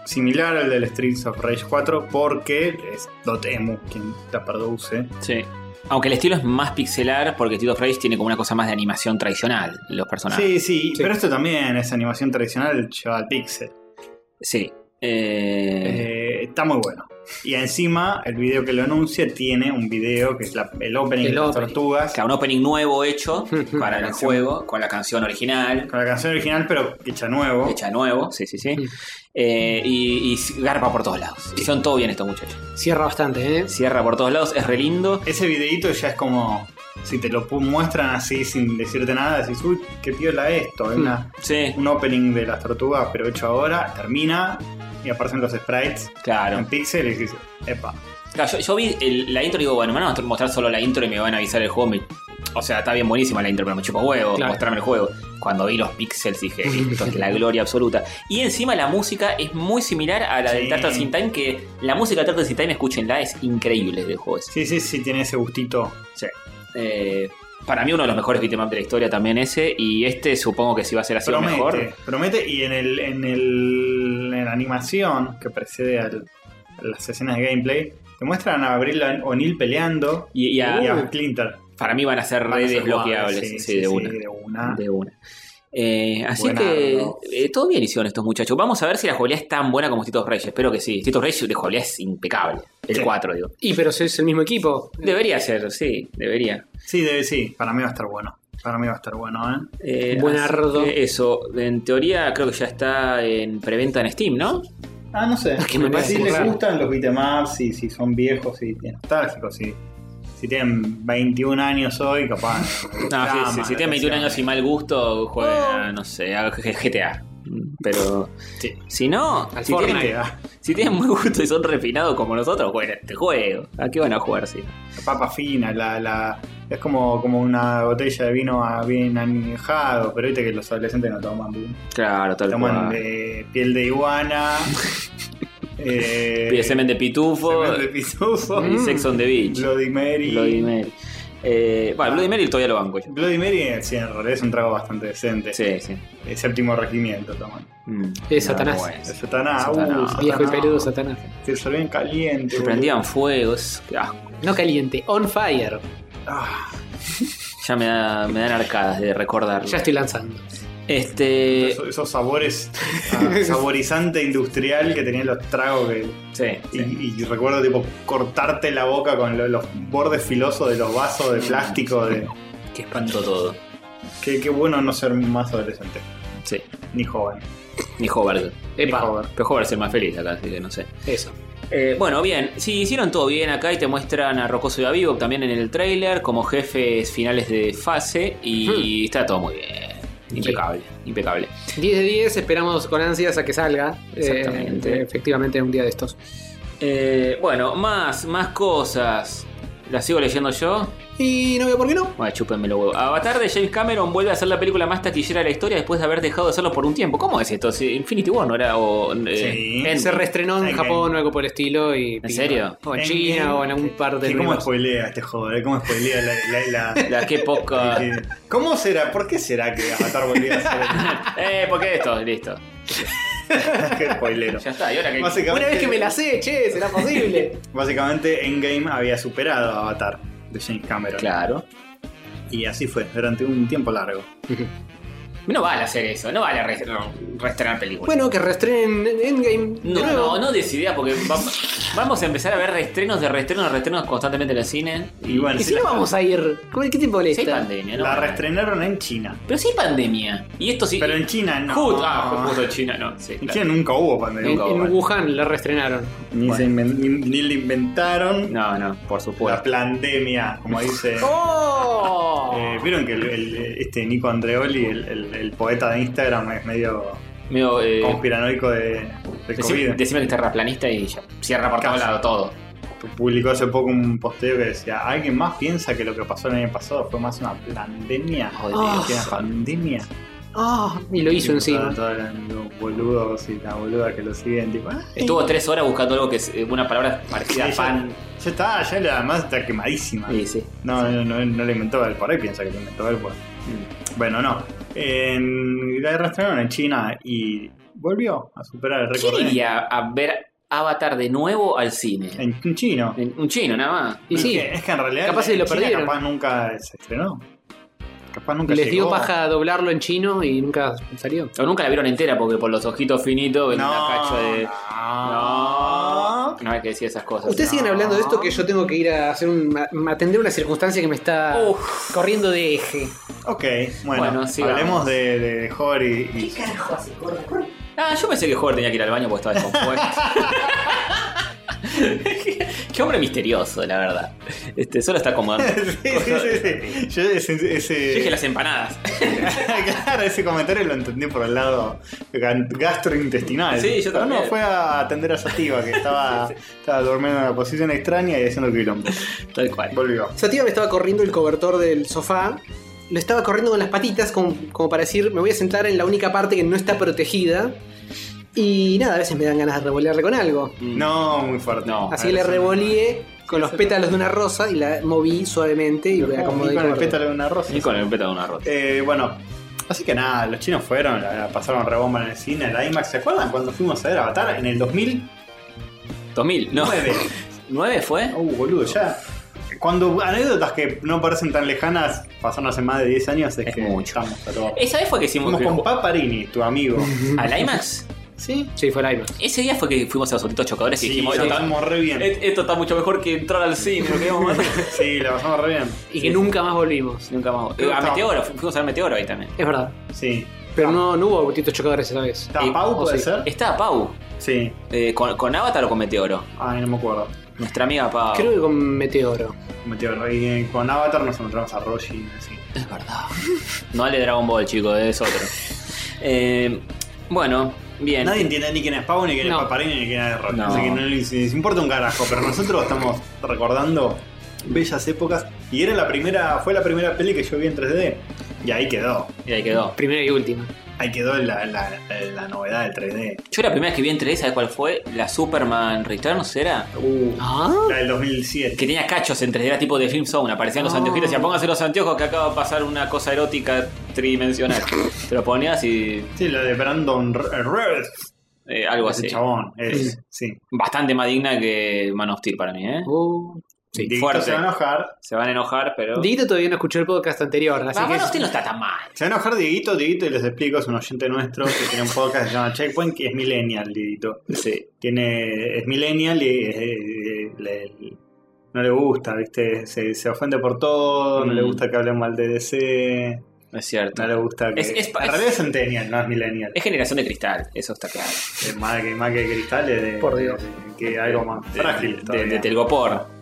S3: similar al del Streets of Rage 4 porque es Dotemu quien la produce.
S1: Sí. Aunque el estilo es más pixelar porque Tito Rage tiene como una cosa más de animación tradicional, los personajes.
S3: Sí, sí, pero esto también es animación tradicional llevada al pixel.
S1: Sí. Eh,
S3: Eh, está muy bueno. Y encima, el video que lo anuncia tiene un video que es la- el opening
S2: El
S3: de las
S2: opening.
S3: tortugas.
S1: claro, un opening nuevo hecho para el
S3: canción.
S1: juego con la canción original.
S3: Con la canción original, pero hecha nuevo.
S1: Hecha nuevo, sí, sí, sí.
S2: Mm.
S1: Eh, y, y garpa por todos lados. Y son todo bien estos muchachos.
S2: Cierra bastante, ¿eh?
S1: Cierra por todos lados, es re lindo.
S3: Ese videito ya es como. Si te lo pu- muestran así sin decirte nada, decís, uy, qué piola esto. Es una-
S1: Sí,
S3: un opening de las tortugas, pero hecho ahora, termina y aparecen los sprites en
S1: claro.
S3: pixel y decís, epa.
S1: Claro, yo, yo vi el- la intro y digo, bueno, me van a mostrar solo la intro y me van a avisar el juego. Me- o sea, está bien buenísima la intro, pero me chupa huevo
S2: Claro.
S1: mostrarme el juego. Cuando vi los pixels dije, esto es la gloria absoluta. Y encima la música es muy similar a la
S3: Sí.
S1: del Turtles in Time, que la música de Turtles in Time, escúchenla, es increíble del juego ese.
S3: Sí, sí, sí, tiene ese gustito.
S1: Eh, para mí uno de los mejores beat'em up de la historia tamén ese, y este supongo que si va a ser así o
S3: Promete,
S1: mejor.
S3: promete. Y en el, en el en la animación que precede al- a las escenas de gameplay, te muestran a Abril O'Neill peleando
S1: Y, y a-
S3: y a Clinton.
S1: para mí van a ser
S3: Uh. Van a
S1: redes
S3: ser
S1: desbloqueables,
S3: jugables,
S1: sí, de una.
S3: de una.
S1: De una. Eh, así que
S3: Buenardo.
S1: eh, todo bien hicieron estos muchachos. Vamos a ver si la jugabilidad es tan buena como Titos Reyes. Espero que sí. Titos Reyes de jugabilidad es impecable. El
S3: Sí.
S1: 4, digo.
S2: Y pero si es el mismo equipo.
S1: Debería ser, sí, debería.
S3: Sí, debe, sí, para mí va a estar bueno. Para mí va a estar bueno, ¿eh?
S1: Eh,
S2: Buenardo.
S1: así que Eso, en teoría creo que ya está en preventa en Steam, ¿no?
S3: Ah, no sé.
S2: que me parece
S3: si les
S2: raro.
S3: gustan los beatemaps, y si son viejos, si tienen nostálgicos, si, si tienen 21 años hoy, capaz.
S1: No, sí, sí, si tienen 21 años y mal gusto, jueguen, a, no sé, a G- GTA. Pero
S3: Sí.
S1: si no,
S2: Al
S1: si
S2: Fortnite.
S1: tienen, si tienen muy gusto y son refinados como nosotros, jueguen a este juego. ¿A qué van a jugar? Sí.
S3: La papa fina, la, la, es como, como una botella de vino a- bien añejado, pero viste que los adolescentes no toman vino.
S1: Claro, tal
S3: Toman
S1: cual.
S3: de piel de iguana, eh,
S1: Pide semen de pitufo.
S3: semen de pitufo,
S1: Y Sex on the Beach.
S3: Bloody Mary.
S1: Bloody Mary. Eh, bueno, Bloody Mary todavía lo banco yo.
S3: Bloody Mary, eh, sí, en realidad es un trago bastante decente.
S1: Sí, sí.
S3: El séptimo regimiento, toman.
S1: Mm.
S2: Es Satanás.
S1: bueno.
S3: El Satanás,
S1: Satanás.
S3: uh,
S2: Viejo y
S3: Satanás.
S2: peludo Satanás.
S3: Te servían caliente. uh,
S1: Se
S3: boludo.
S1: prendían fuegos. Qué asco.
S2: No caliente, on fire.
S3: Ah,
S1: Ya me, da- me dan arcadas de recordarlo.
S2: Ya estoy lanzando.
S1: Este.
S3: esos, esos sabores, ah, saborizante industrial que tenían los tragos. que-
S1: Sí,
S3: y,
S1: sí.
S3: y recuerdo, tipo, cortarte la boca con lo- los bordes filosos de los vasos de plástico. De,
S1: Qué espanto todo.
S3: qué, qué bueno no ser más adolescente,
S1: Sí.
S3: ni joven.
S1: Ni Hobart.
S2: Epa,
S3: Ni joven.
S1: Pero Hobart es el más feliz acá, así que no sé.
S2: eso.
S1: Eh, bueno, bien, sí, hicieron todo bien acá y te muestran a Rocoso y a Vivo también en el trailer como jefes finales de fase
S3: Hmm.
S1: y está todo muy bien. Impecable, impecable.
S2: 10 de 10, esperamos con ansias a que salga. eh,
S1: Exactamente.
S2: efectivamente, un día de estos.
S1: Eh, bueno, más, más cosas. La sigo leyendo yo.
S2: Y no veo por qué no.
S1: Bueno, chúpenme los huevos. Avatar de James Cameron vuelve a ser la película más taquillera de la historia después de haber dejado de hacerlo por un tiempo. ¿Cómo es esto? Si Infinity War no era o. eh,
S3: Sí.
S1: Endgame.
S2: Se reestrenó en
S3: Ok.
S2: Japón o algo por el estilo. Y
S1: ¿En serio?
S2: O en China o en algún par de
S3: ¿Qué- ¿Cómo
S2: lugares.
S3: spoilea este joder? ¿Cómo spoilea la... la- la-
S1: La que poca.
S3: Sí. ¿Cómo será? ¿Por qué será que Avatar volvió a ser
S1: eh, ¿por qué esto? Listo.
S3: Qué spoilero?
S1: Ya está, y ahora que.
S3: Básicamente,
S2: Una vez que me la sé, che, será posible.
S3: básicamente Endgame había superado a Avatar de James Cameron.
S1: Claro.
S3: Y así fue, durante un tiempo largo.
S1: No vale hacer eso, no vale re- no, reestrenar películas.
S2: bueno, que reestrenen Endgame. de
S1: No,
S2: nuevo.
S1: no, no decidía porque vam- vamos a empezar a ver reestrenos de reestrenos de reestrenos constantemente en el cine.
S3: Y bueno,
S2: ¿Y si
S3: la,
S2: no vamos a ir? ¿Cómo- ¿Qué te
S1: Si hay
S2: molesta?
S1: pandemia, ¿no?
S3: la reestrenaron en China.
S1: Pero sí hay pandemia. Y esto sí.
S3: Pero en China no.
S1: Justo, ah, justo en China, no. Sí,
S3: En
S1: claro.
S3: China nunca hubo pandemia.
S2: En,
S1: Nunca.
S2: en Wuhan la reestrenaron.
S3: Ni,
S1: Bueno.
S3: se inven- ni- ni le inventaron
S1: No, no, por
S3: la
S1: supuesto.
S3: pandemia, como dice.
S2: ¡Oh!
S3: Eh, Vieron que el- el- este Nico Andreoli, el, el- el poeta de Instagram, es medio
S1: Medio, eh,
S3: conspiranoico de, de
S1: decime,
S3: COVID.
S1: decime que está terraplanista y ya. Cierra por todos
S3: Casi.
S1: lados todo.
S3: Publicó hace poco un posteo que decía: ¿Alguien más piensa que lo que pasó el año pasado fue más una pandemia?
S1: Joder,
S2: Ah.
S3: que una pandemia.
S2: Ah, y lo hizo encima.
S3: Todos los boludos y la boluda que lo siguen, tipo, "Ay,
S1: Estuvo tres horas buscando algo que es eh, una palabra parecida
S3: Sí,
S1: a
S3: ya-
S1: pan.
S3: Ya está, ya la más está quemadísima.
S1: Sí, sí.
S3: No, no, no, no la inventó él, por ahí piensa que la inventó él. Pues.
S2: Mm.
S3: Bueno, no. En, la arrastraron en China y volvió a superar el récord. ¿eh?
S1: ¿Quién
S3: de-
S1: iría a ver Avatar de nuevo al cine?
S3: En, en chino.
S1: En- Un chino nada más.
S2: Y
S3: Es
S2: sí,
S3: que- es que en realidad
S2: Capaz
S3: en
S2: se lo
S3: China
S2: perdieron.
S3: Capaz nunca se estrenó. Capaz nunca
S2: les dio
S3: llegó.
S2: paja a doblarlo en chino y nunca salió.
S1: O nunca la vieron entera porque por los ojitos finitos ven
S3: No,
S1: una cacho de.
S3: no.
S1: No hay que decir esas cosas.
S2: Ustedes siguen hablando de esto que yo tengo que ir a hacer un, a atender una circunstancia que me está
S1: Uf.
S2: corriendo de eje.
S3: Ok, bueno,
S1: Bueno, sigamos.
S3: hablemos de, de, de Hori y,
S1: Ah, yo pensé que Howard tenía que ir al baño porque estaba descompuesto. Qué hombre misterioso, la verdad. Este, solo está acomodando.
S3: sí, sí, sí, sí. Yo ese, ese-
S1: Yo dije las empanadas.
S3: claro, ese comentario lo entendí por el lado gan- gastrointestinal.
S1: Sí, yo
S3: Pero
S1: también.
S3: No, fue a atender a Sativa, que estaba, estaba durmiendo en una posición extraña y haciendo quilombo.
S1: Tal cual.
S3: Volvió.
S2: Sativa me estaba corriendo el cobertor del sofá. Lo estaba corriendo con las patitas como, como para decir, me voy a sentar en la única parte que no está protegida. Y nada, a veces me dan ganas de revolearle con algo.
S3: No, muy fuerte.
S1: No.
S2: Así que le revoleé con los pétalos de una rosa y la moví suavemente y
S3: Y
S2: me acomodé.
S3: con el
S2: cobertor.
S3: pétalo de una rosa.
S1: Y con el pétalo de una rota.
S3: Eh, bueno, así que nada, los chinos fueron, la, la pasaron rebomba en el cine, en la IMAX. ¿Se acuerdan cuando fuimos a ver Avatar en el 2009?
S1: 2000, no. ¿Nueve fue?
S3: Uh, boludo, ya. Cuando anécdotas que no parecen tan lejanas pasaron hace más de 10 años, es,
S1: Es
S3: que
S1: mucho.
S3: estamos a todo.
S1: Esa vez fue que hicimos.
S3: Fuimos con Paparini, tu amigo.
S1: ¿Al IMAX?
S3: ¿Sí?
S2: Sí, fue el IMAX.
S1: Ese día fue que fuimos a los solitos chocadores y
S3: Sí,
S1: dijimos:
S3: lo
S1: esto está,
S3: pasamos re bien.
S1: et- esto está mucho mejor que entrar al cine. Lo queremos más.
S3: Sí, lo pasamos re bien.
S2: Y que nunca más volvimos.
S1: Nunca más.
S3: Creo
S1: Eh,
S3: que
S1: A
S3: estaba-
S1: Meteoro, fu- fuimos a ver Meteoro ahí también.
S2: Es verdad.
S3: Sí.
S2: Pero no, no hubo autitos chocadores esa vez.
S3: ¿Está
S1: Eh,
S3: Pau,
S2: o
S3: puede
S2: sí.
S3: ser?
S1: Está Pau,
S3: Sí.
S1: eh, con, con Avatar o con Meteoro.
S3: Ay, no me acuerdo.
S1: Nuestra amiga Pau.
S2: Creo que con Meteoro.
S3: Meteor. Y eh, con Avatar nos encontramos a Roshi. así.
S1: Es verdad. No vale Dragon Ball, chico, es otro. Eh, bueno, bien.
S3: Nadie entiende ni quién es Pau, ni quién
S2: No.
S3: es Paparini, ni quién es Roshi.
S1: No.
S3: Así que no les, les importa un carajo. Pero nosotros estamos recordando bellas épocas. Y era la primera, fue la primera peli que yo vi en 3D. Y ahí quedó.
S1: Y ahí quedó.
S2: Primera y última.
S3: Ahí quedó la, la, la novedad del 3D.
S1: Yo la primera vez que vi en 3D, ¿sabes cuál fue? La Superman Returns era.
S3: Uh,
S2: Ah,
S3: La del 2007.
S1: Que tenía cachos en 3D, era tipo de Film Zone. Aparecían los
S2: Ah.
S1: anteojitos. Y decía, póngase los anteojos que acaba de pasar una cosa erótica tridimensional. Te lo ponías y.
S3: Sí, la de Brandon Red.
S1: eh, algo
S3: Ese
S1: así.
S3: chabón. Es, sí.
S1: Bastante más digna que Man of Steel para mí, ¿eh?
S2: Oh. Sí,
S3: Dieguito
S1: fuerte.
S3: Se va a enojar.
S1: Se van a enojar, pero.
S2: Dieguito todavía no escuchó el podcast anterior, así
S1: Ah,
S2: que.
S1: Man of Steel no está tan mal.
S3: Se va a enojar Dieguito. Dieguito, y les explico, es un oyente nuestro que tiene un podcast que se llama Checkpoint, que es millennial, Dieguito.
S1: Sí.
S3: Tiene, es millennial y eh, le- no le gusta, ¿viste? Se, se ofende por todo, no le
S1: Mm.
S3: gusta que hablen mal de DC,
S1: Es cierto.
S3: no le gusta que...
S1: Es- es-
S3: en realidad es centennial, no es millennial.
S1: Es generación de cristal, eso está claro.
S3: Es más que, más que cristales de...
S2: Por Dios.
S3: de- que algo más
S1: De-
S3: frágil.
S1: de- De,
S3: todavía.
S1: telgopor.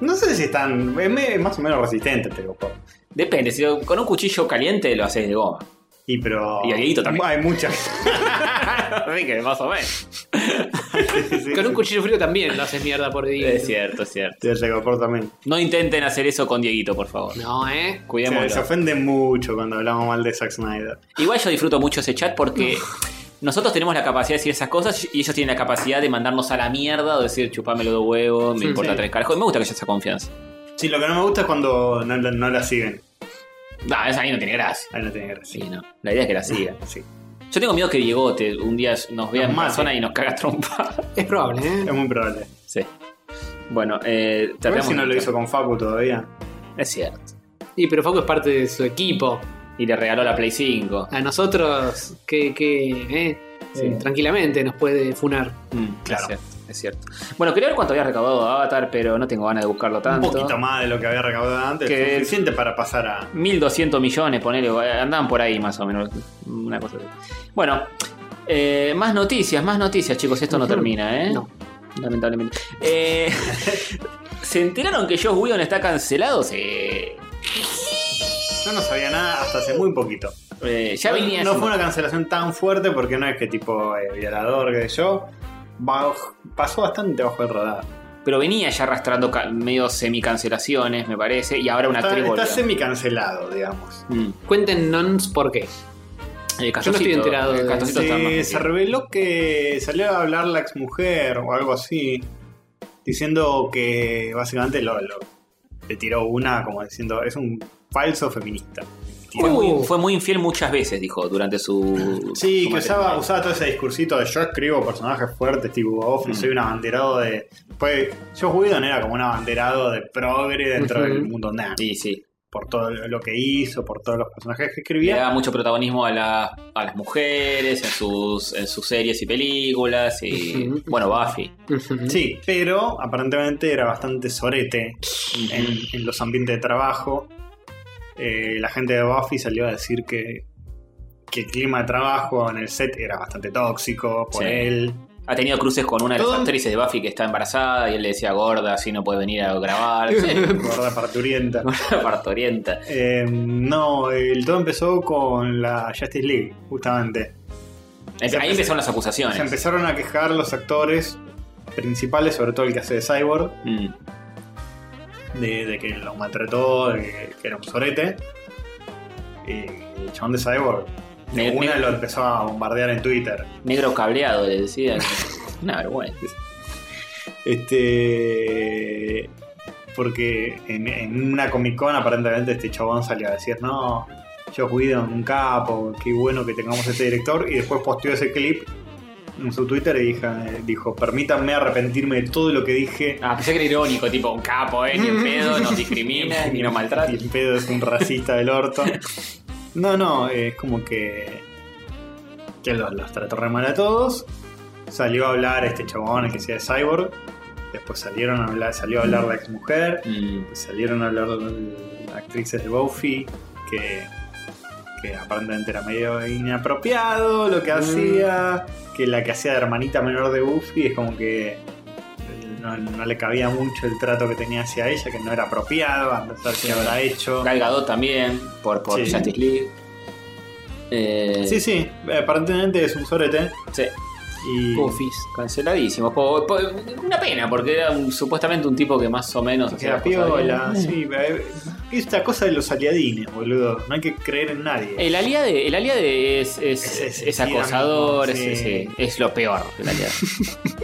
S3: No sé si están... Es me- es más o menos resistente el telgopor.
S1: Depende, si lo- con un cuchillo caliente lo haces de goma.
S3: Y pero.
S1: Y a Dieguito también.
S3: Hay muchas.
S1: Así que más o menos.
S2: Con un cuchillo frío también lo haces mierda por día.
S1: Es cierto, es cierto.
S3: Te recopó también.
S1: No intenten hacer eso con Dieguito, por favor.
S2: No, ¿eh?
S1: Cuidémoslo.
S3: Se, se ofenden mucho cuando hablamos mal de Zack Snyder.
S1: Igual yo disfruto mucho ese chat porque nosotros tenemos la capacidad de decir esas cosas y ellos tienen la capacidad de mandarnos a la mierda o decir chupámelo de huevo, me
S2: Sí,
S1: importa
S3: sí.
S1: tres carajos. Y me gusta que haya esa confianza.
S3: Sí, lo que no me gusta es cuando no, la- no la siguen.
S1: No, esa ahí no tiene gracia.
S3: Ahí no tiene gracia.
S1: Sí, no. La idea es que la siga.
S3: Sí.
S1: Yo tengo miedo que Diegote un día nos vea
S3: Nos
S1: en
S3: mate.
S1: persona y nos caga trompa.
S2: Es probable, ¿eh?
S3: Es muy probable.
S1: Sí. Bueno, eh,
S3: A ver
S1: tratemos.
S3: si no
S1: de-
S3: lo hizo con Facu todavía.
S1: Es cierto.
S2: Y pero Facu es parte de su equipo.
S1: Y le regaló la Play 5.
S2: A nosotros, que, que eh, eh, tranquilamente nos puede funar.
S1: Mm,
S3: Claro.
S1: Es cierto, es cierto. Bueno, quería ver cuánto había recaudado Avatar, pero no tengo ganas de buscarlo tanto.
S3: Un poquito más de lo que había recaudado antes.
S1: Que-
S3: Suficiente para pasar a.
S1: 1200 millones, ponele, eh, andaban por ahí más o menos. Una cosa así. Bueno, eh, más noticias, más noticias, chicos. Esto no
S2: Ujú.
S1: termina, ¿eh?
S2: No.
S1: Lamentablemente. Eh, ¿Se enteraron que Josh Whedon está cancelado? Sí.
S3: Yo no sabía nada hasta hace muy poquito.
S1: Eh, ya
S3: no,
S1: venía.
S3: no
S1: haciendo-
S3: fue una cancelación tan fuerte porque no es que tipo eh, violador que yo. Baj- pasó bastante bajo el radar.
S1: Pero venía ya arrastrando ca- medio semicancelaciones, me parece. Y ahora una
S3: Está,
S1: actriz
S3: está
S1: volvió.
S3: semi cancelado, digamos.
S1: Mm.
S2: Cuéntenos por qué.
S1: Eh,
S2: Yo no estoy
S1: Castorcito,
S2: enterado
S1: eh,
S2: de-
S1: Castorcito está más
S3: Se, se
S1: metido.
S3: reveló que salió a hablar la exmujer o algo así, diciendo que básicamente lo, lo- le tiró una como diciendo es un falso feminista.
S1: Fue, muy,
S2: Uh.
S1: fue muy infiel muchas veces, dijo, durante su.
S3: Sí,
S1: su
S3: que usaba,
S1: matrimonio.
S3: usaba todo ese discursito de yo escribo personajes fuertes, tipo Office,
S1: Mm.
S3: soy un abanderado de. Pues, Josh Whedon era como un abanderado de progre dentro
S2: Ujú.
S3: del mundo nerd.
S1: Sí, sí.
S3: Por todo lo que hizo, por todos los personajes que
S1: Le
S3: escribía.
S1: daba mucho protagonismo a, la- a las mujeres, en sus, en sus series y películas. Y,
S2: Ujú.
S1: Bueno, Buffy.
S2: Ujú.
S3: Sí, pero aparentemente era bastante sorete en, en los ambientes de trabajo. Eh, la gente de Buffy salió a decir que, que el clima de trabajo en el set era bastante tóxico por
S1: Sí.
S3: él.
S1: Ha tenido cruces con una de las
S3: Todo-
S1: actrices de Buffy que está embarazada y él le decía gorda, así no puede venir a grabar. Sí,
S3: Gorda parturienta.
S1: gorda partorienta.
S3: Eh, no, el todo empezó con la Justice League, justamente.
S1: Es- Ahí empezaron las acusaciones.
S3: Se empezaron a quejar los actores principales, sobre todo el que hace de Cyborg,
S1: Mm.
S3: de, de que lo maltrató, de que, que era un sorete. Y el chabón de Cyborg, de
S1: Ne-
S3: una
S1: ne-
S3: lo empezó a bombardear en Twitter.
S1: Negro cableado, le decía. Una vergüenza.
S3: Este. Porque en, en una Comic Con aparentemente este chabón salió a decir, no, yo cuido un capo, qué bueno que tengamos este director. Y después posteó ese clip en su Twitter y dijo, dijo permítanme arrepentirme de todo lo que dije.
S1: Ah, pensé que era irónico, tipo un capo, ¿eh? Ni en pedo, nos discrimina, ni nos maltrata.
S3: Y el pedo es un racista del orto. No, no, es como que. que los, los trató re mal a todos. Salió a hablar este chabón, el que sea de Cyborg. Después salieron a hablar, salió a hablar la ex mujer.
S1: Mm.
S3: pues, Salieron a hablar eh, actrices de Buffy que, que aparentemente era medio inapropiado lo
S1: Mm.
S3: que hacía. Que la que hacía de hermanita menor de Buffy es como que eh, no, no le cabía mucho el trato que tenía hacia ella, que no era apropiado, a pensar que habrá hecho.
S1: Gal Gadot también, por, por
S3: Sí.
S1: Justice League. Eh,
S3: Sí, sí, aparentemente es un sorete.
S1: sí.
S3: Y
S2: Ufis.
S1: Canceladísimo. Po- po- una pena, porque era un- supuestamente un tipo que más o menos
S3: que
S1: hacía
S3: era
S1: las cosas
S3: piola,
S1: bien.
S3: sí. eh, Esta cosa de los aliadines, boludo. No hay que creer en nadie.
S1: El aliade, el aliade es, es,
S3: Es- es-
S1: es
S3: es
S1: acosador, es,
S3: tirano, sí.
S1: es- es lo peor. El aliade.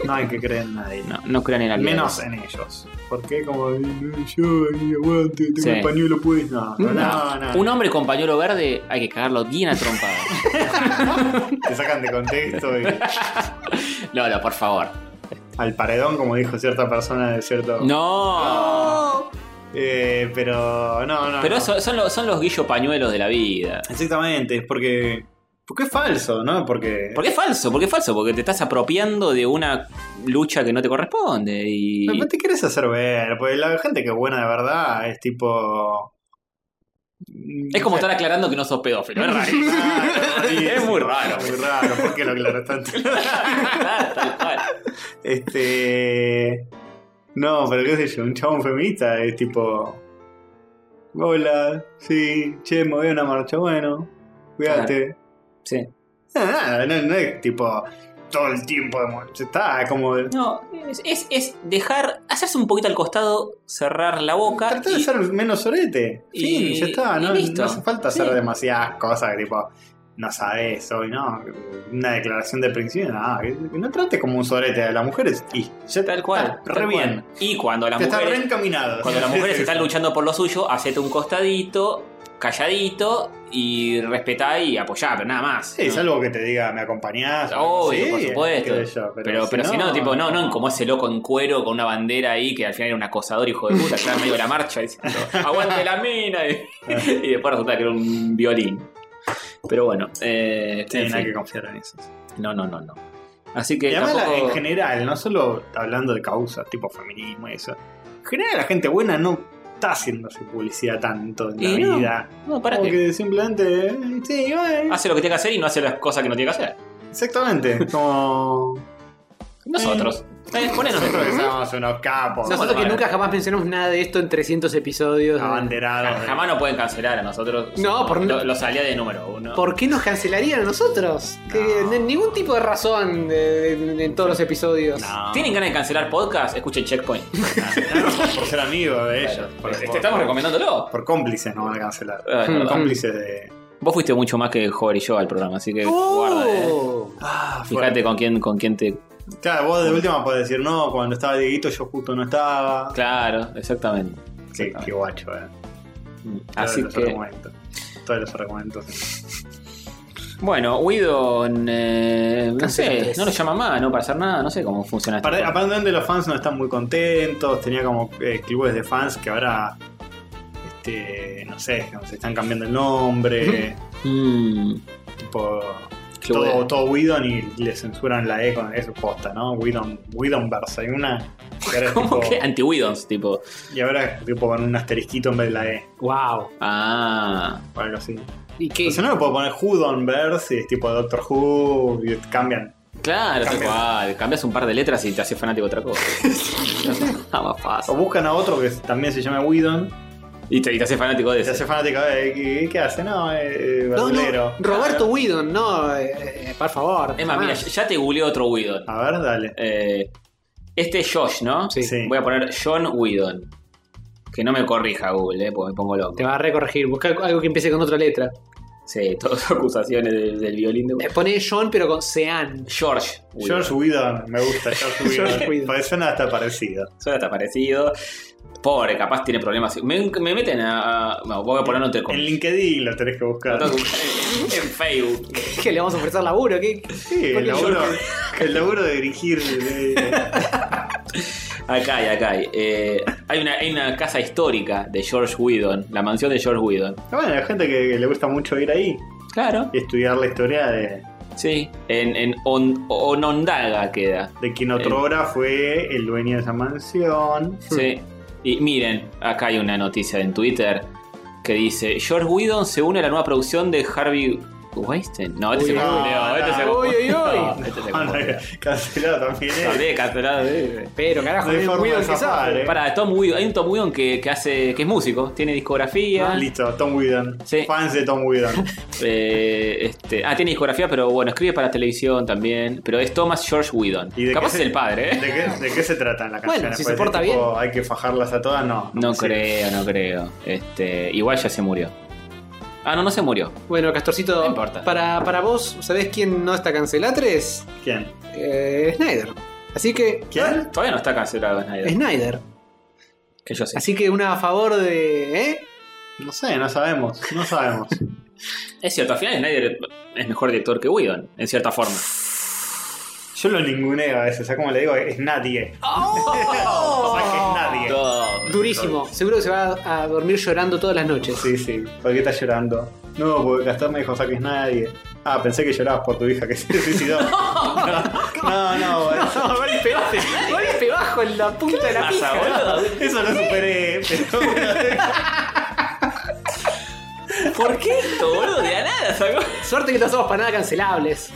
S3: No hay que creer en nadie.
S1: No, no crean en aliados.
S3: Menos en ellos. Porque como eh, yo eh, aguante, tengo
S1: Sí.
S3: el pañuelo pues. No, no,
S1: No,
S3: no, no.
S1: Un hombre con pañuelo verde hay que cagarlo bien a trompada.
S3: Te sacan de contexto y
S1: Lola, por favor.
S3: al paredón, como dijo cierta persona de cierto.
S1: No.
S3: Eh, pero no, no.
S1: Pero
S3: Ah, no.
S1: son, son los, son los guillo pañuelos de la vida.
S3: Exactamente, es porque. Porque es falso, ¿no? Porque.
S1: Porque es falso, porque es falso, porque te estás apropiando de una lucha que no te corresponde. Y...
S3: No te quieres hacer ver, porque la gente que es buena de verdad es tipo.
S1: Es como estar aclarando que no sos pedófilo, es raro.
S3: es
S1: Es muy raro.
S3: Mm. Muy raro, porque lo aclaró tanto.
S1: Tal cual.
S3: Este. No, pero qué sé yo, un chabón feminista es tipo. Hola, sí, che, me voy a una marcha, bueno. cuídate.
S1: Sí.
S3: Ah, no, no es tipo todo el tiempo. de mo- Está como.
S1: No, es, es, es dejar, hacerse un poquito al costado, cerrar la boca.
S3: Trata de
S1: y-
S3: ser menos sorete.
S1: y-
S3: Fin, ya está.
S1: y
S3: No,
S1: listo.
S3: no hace falta hacer
S1: Sí.
S3: demasiadas cosas, tipo, no sabes hoy, ¿no? Una declaración de principio, nada. que- que No trates como un sorete a las mujeres y ya
S1: Tal cual.
S3: está
S1: tal
S3: Ah, Re
S1: cual.
S3: bien.
S1: Y cuando las
S3: Te está
S1: mujeres,
S3: reencaminado.
S1: cuando las mujeres están luchando por lo suyo, hacete un costadito, calladito y respetá y apoyá, pero nada más.
S3: Sí,
S1: ¿no?
S3: salvo que te diga, me acompañás. o
S1: Obvio,
S3: algo
S1: por
S3: así,
S1: supuesto.
S3: qué sé yo,
S1: pero, pero, si no, tipo, no, no, como este ese loco en cuero con una bandera ahí que al final era un acosador, hijo de puta, que estaba en medio de la marcha diciendo, aguante la mina. Y, y después resulta que era un violín. Pero bueno, eh,
S3: Sí,
S1: en
S3: no hay
S1: fin.
S3: que confiar en eso.
S1: no, no, no, no. Así
S3: Y
S1: que
S3: además, la-
S1: tampoco-
S3: en general, no solo hablando de causas, tipo feminismo y eso. En general, la gente buena no está haciéndose publicidad tanto en la
S1: Y no.
S3: vida.
S1: no, para
S3: Como
S1: que
S3: que simplemente. eh, Sí, bueno,
S1: hace lo que tiene que hacer y no hace las cosas que no tiene que hacer.
S3: Exactamente. Como.
S1: Nosotros. Eh, ponenos
S3: Nosotros que
S1: nosotros.
S3: somos unos capos.
S1: No,
S2: Nosotros que
S1: bueno.
S2: nunca jamás mencionamos nada de esto en 300 episodios. eh,
S3: Abanderados. de-
S1: Jamás nos pueden cancelar a nosotros.
S2: No, por-
S1: lo, Los salía de número uno.
S2: ¿Por qué nos cancelarían a nosotros? Que
S3: No.
S2: n- Ningún tipo de razón eh, en, en todos los episodios.
S3: No.
S1: ¿Tienen ganas de cancelar podcast? Escuchen Checkpoint.
S3: Por ser amigo de ellos.
S1: Claro.
S3: Por,
S1: Te-
S3: por-
S1: te Este, estamos recomendándolo.
S3: por cómplices nos van a cancelar.
S1: Ah,
S2: Hmm.
S1: es verdad.
S3: Cómplices de.
S1: Vos fuiste mucho más que Jover y yo al programa, así que
S2: Oh.
S1: guarda, eh.
S3: Ah,
S1: Fíjate con quién, con quién te.
S3: Claro, vos de última podés decir, no, cuando estaba Dieguito yo justo no estaba.
S1: Claro, exactamente.
S3: Qué, qué guacho, eh.
S1: Así
S3: Todos los
S1: que.
S3: argumentos. Todos los argumentos.
S1: Bueno, Widon. eh, no sé,
S2: Cancelantes.
S1: no lo llama más, no para hacer nada, no sé cómo funciona este esto.
S3: Apar- Aparentemente los fans no están muy contentos. Tenía como eh, clubes de fans que ahora. Este, no sé, como se están cambiando el nombre.
S1: Mm,
S3: tipo.
S1: club de-
S3: Todo, todo Whedon y le censuran la E con eso posta, ¿no? Whedon, Whedonverse. Hay una. que ahora es
S1: ¿Cómo
S3: tipo-
S1: que? Anti-Widons, tipo.
S3: Y ahora es tipo con un asterisquito en vez de la E.
S2: Wow.
S1: Ah.
S3: O algo así.
S2: ¿Y qué?
S3: O sea, no le puedo poner Whedonverse y es tipo Doctor Who y cambian.
S1: Claro, tal
S3: Cambia.
S1: cual. Cambias un par de letras y te haces fanático de otra cosa. Nada más
S3: O
S1: fácil.
S3: buscan a otro que también se llame Whedon.
S1: Y te, y te haces fanático de
S3: Se hace
S1: ese.
S3: fanático de ¿qué, qué hace? No, eh, eh,
S2: No, no,
S3: verdulero.
S2: Roberto Whedon, no, eh, eh, por favor.
S1: Es más, mira,
S2: jamás.
S1: ya te googleé otro Widon.
S3: A ver, dale.
S1: Eh, este es Josh, ¿no?
S2: Sí.
S3: Ah. Sí.
S1: Voy a poner John Whedon. Que no me corrija Google, eh, porque me pongo loco.
S2: Te va a recorregir, busca algo que empiece con otra letra.
S1: Sí, todas acusaciones del, del violín
S2: Eh,
S1: de...
S2: Poné John, pero con Sean.
S1: George. Whedon.
S3: George Whedon, me gusta George Whedon.
S2: George Whedon.
S3: Parece nada está parecido.
S1: Suena hasta parecido. Pobre, capaz tiene problemas. Me, me meten a... a- No, voy a poner entre
S3: En
S1: comillas.
S3: LinkedIn lo tenés que
S1: Lo
S3: buscar.
S1: tengo que buscar En en Facebook.
S2: ¿Qué le vamos a ofrecer laburo? ¿Qué?
S3: Sí, el
S2: Porque
S3: laburo,
S2: George-
S3: el laburo de dirigir. de-
S1: Acá hay, acá hay. Eh, hay, una, hay una casa histórica de George Whedon. La mansión de George Whedon.
S3: Bueno, hay gente que, que le gusta mucho ir ahí
S1: Claro.
S3: y estudiar la historia de,
S1: Sí. En, en On- Onondaga queda.
S3: de quien otra hora fue el dueño de esa mansión.
S1: Sí. Y miren, acá hay una noticia en Twitter que dice: George Whedon se une a la nueva producción de Harvey Weinstein. No, este
S2: Uy,
S1: se
S2: no,
S1: confundió, este se
S3: no.
S1: confundió.
S2: Uy, uy, uy.
S1: No, este
S3: Ah,
S1: se confundió.
S3: Cancelado también. eh.
S1: Tardé, cancelado, eh.
S2: Pero carajo,
S3: No hay
S2: es
S3: forma
S2: Whedon
S3: de
S2: que
S3: zafar,
S2: sabe.
S3: eh.
S1: Para Tom Whedon, hay un Tom Whedon que, que hace, que es músico, tiene discografía.
S3: Ah, Listo, Tom Whedon.
S1: Sí.
S3: Fans de Tom Whedon.
S1: eh, este, ah, tiene discografía, pero bueno, escribe para televisión también. Pero es Thomas George Whedon.
S3: ¿Y de
S1: Capaz
S3: qué
S1: es
S3: se-
S1: el padre,
S3: ¿De
S1: ¿eh?
S3: qué, de qué se tratan las
S2: Bueno,
S3: canciones?
S2: si se
S3: Pues,
S2: porta
S3: tipo, ¿Hay que fajarlas a todas? No.
S1: No
S3: Sí.
S1: creo, no creo. Este, igual ya se murió. Ah, no, no se murió.
S2: Bueno, Castorcito,
S1: No importa.
S2: Para, para vos, ¿sabés quién no está cancelatres?
S3: ¿Quién?
S2: Eh, Snyder. Así que.
S3: ¿Quién?
S1: Todavía no está cancelado Snyder.
S2: Snyder.
S1: Que yo sé.
S2: Así que una a favor de. ¿eh?
S3: No sé, no sabemos. No sabemos.
S1: Es cierto, al final Snyder es mejor director que Whedon, en cierta forma.
S3: Yo lo ninguneo a veces. O sea, como le digo, es nadie. O sea, que es nadie.
S2: Durísimo. Seguro que se va a dormir llorando todas las noches.
S3: Sí, sí. ¿Por qué estás llorando? No, porque Castor me dijo, o sea, que es nadie. Ah, pensé que llorabas por tu hija que se suicidó. No, no, no. eso-
S2: Golpe, golpe bajo en la punta de la
S1: pasa,
S2: pija.
S1: boludo?
S3: Eso lo superé, pero
S1: ¿Por qué esto, boludo? De la nada sacó.
S2: Suerte que no somos para nada cancelables.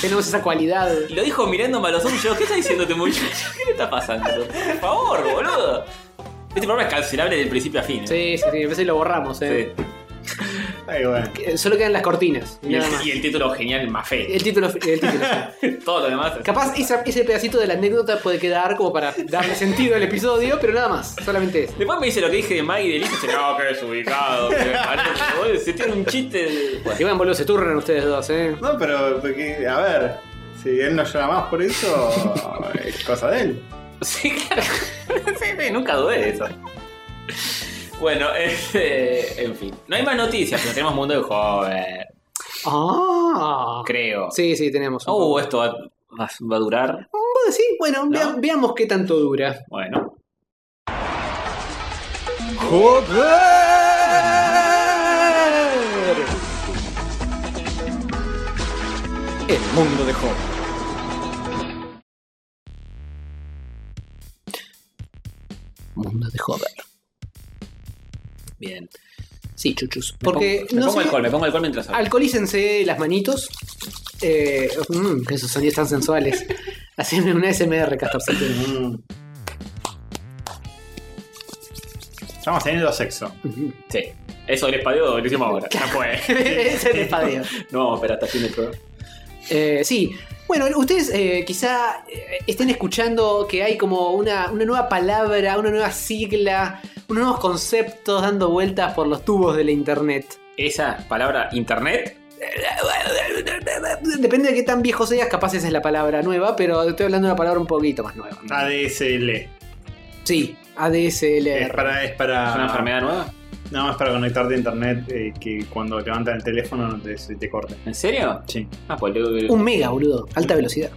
S2: Tenemos esa cualidad.
S1: Lo dijo mirándome a los ojos. yo, ¿Qué está diciéndote, muchacho? ¿Qué le está pasando? Por favor, boludo. Este programa es cancelable del principio a fin. ¿eh?
S2: Sí, sí, sí. A veces lo borramos, eh.
S1: Sí.
S3: Ay, bueno.
S2: Que Solo quedan las cortinas,
S1: Y
S2: nada
S1: el,
S2: más.
S1: y el título genial, Mafé.
S2: El título, el título sí.
S1: Todo lo demás.
S2: Capaz esa- ese pedacito de la anécdota puede quedar como para darle sentido al episodio, pero nada más, solamente eso.
S1: Después me dice lo que dije de Maggie de Lisa. No, que desubicado. que- Boludo, Se tiene un chiste. de-
S2: Bueno, Iván, boludo, se turnan ustedes dos, ¿eh?
S3: No, pero porque, a ver, si él no llora más por eso, es cosa de él.
S1: Sí, claro. Sí, sí, nunca dudé de eso. Bueno, este, en fin. No hay más noticias, pero tenemos Mundo de Joven.
S2: Ah.
S1: Creo.
S2: Sí, sí, tenemos. un
S1: Oh,
S2: poco.
S1: esto va, va- va a durar.
S2: Vos decís, bueno, vea-
S1: ¿No?
S2: veamos qué tanto dura.
S1: Bueno.
S6: ¡Joder! El mundo de Job.
S2: Mundo de joven.
S1: Bien.
S2: Sí, chuchus.
S1: Me
S2: Porque
S1: pongo- me
S2: no
S1: pongo
S2: sé,
S1: alcohol, me pongo alcohol mientras hablo.
S2: alcoholícense las manitos. Eh, mm, que esos sonidos tan sensuales. Haceme una SMR, Castorcito.
S3: Estamos teniendo sexo.
S1: Sí. Eso del espadeo lo hicimos ahora. Ya fue.
S2: Ese es el espadeo.
S1: no vamos a esperar hasta el fin del programa.
S2: Eh, sí. Bueno, ustedes eh, quizá eh, estén escuchando que hay como una, una nueva palabra, una nueva sigla, unos nuevos conceptos dando vueltas por los tubos de la internet.
S1: Esa palabra internet.
S2: Depende de qué tan viejo seas, capaz esa es la palabra nueva, pero estoy hablando de una palabra un poquito más nueva.
S3: Ah, ADSL.
S2: Sí,
S3: Es
S2: ADSLR.
S3: para, es para.
S1: ¿Es
S2: Ah.
S1: una enfermedad nueva?
S3: No, es para conectarte a internet eh, que cuando levantan el teléfono no te, se te corte.
S1: ¿En serio?
S3: Sí.
S1: Ah, pues luego-
S2: Un mega, boludo. Alta velocidad.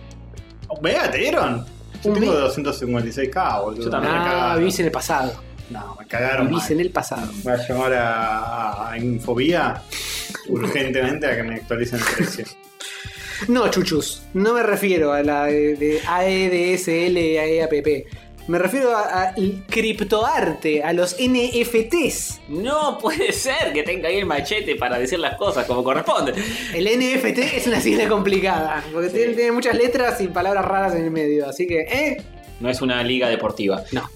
S3: Oh, Vea, te dieron. Yo
S2: Un
S3: tengo
S2: mega.
S3: 256k, boludo.
S1: Yo también.
S3: Me
S2: Ah,
S3: cagaron.
S2: vivís en el pasado.
S3: No, me cagaron.
S2: Vivís
S3: mal.
S2: en el pasado.
S3: Voy a llamar a, a Infobía urgentemente a que me actualicen el precio.
S2: No, chuchus. No me refiero a E la de, de E AEDSLAEAPP. Me refiero a- al criptoarte, a los NFTs.
S1: No puede ser que tenga ahí el machete para decir las cosas como corresponde.
S2: El NFT es una sigla complicada, porque tiene, tiene muchas letras y palabras raras en el medio. Así que, ¿eh?
S1: No es una liga deportiva.
S2: No.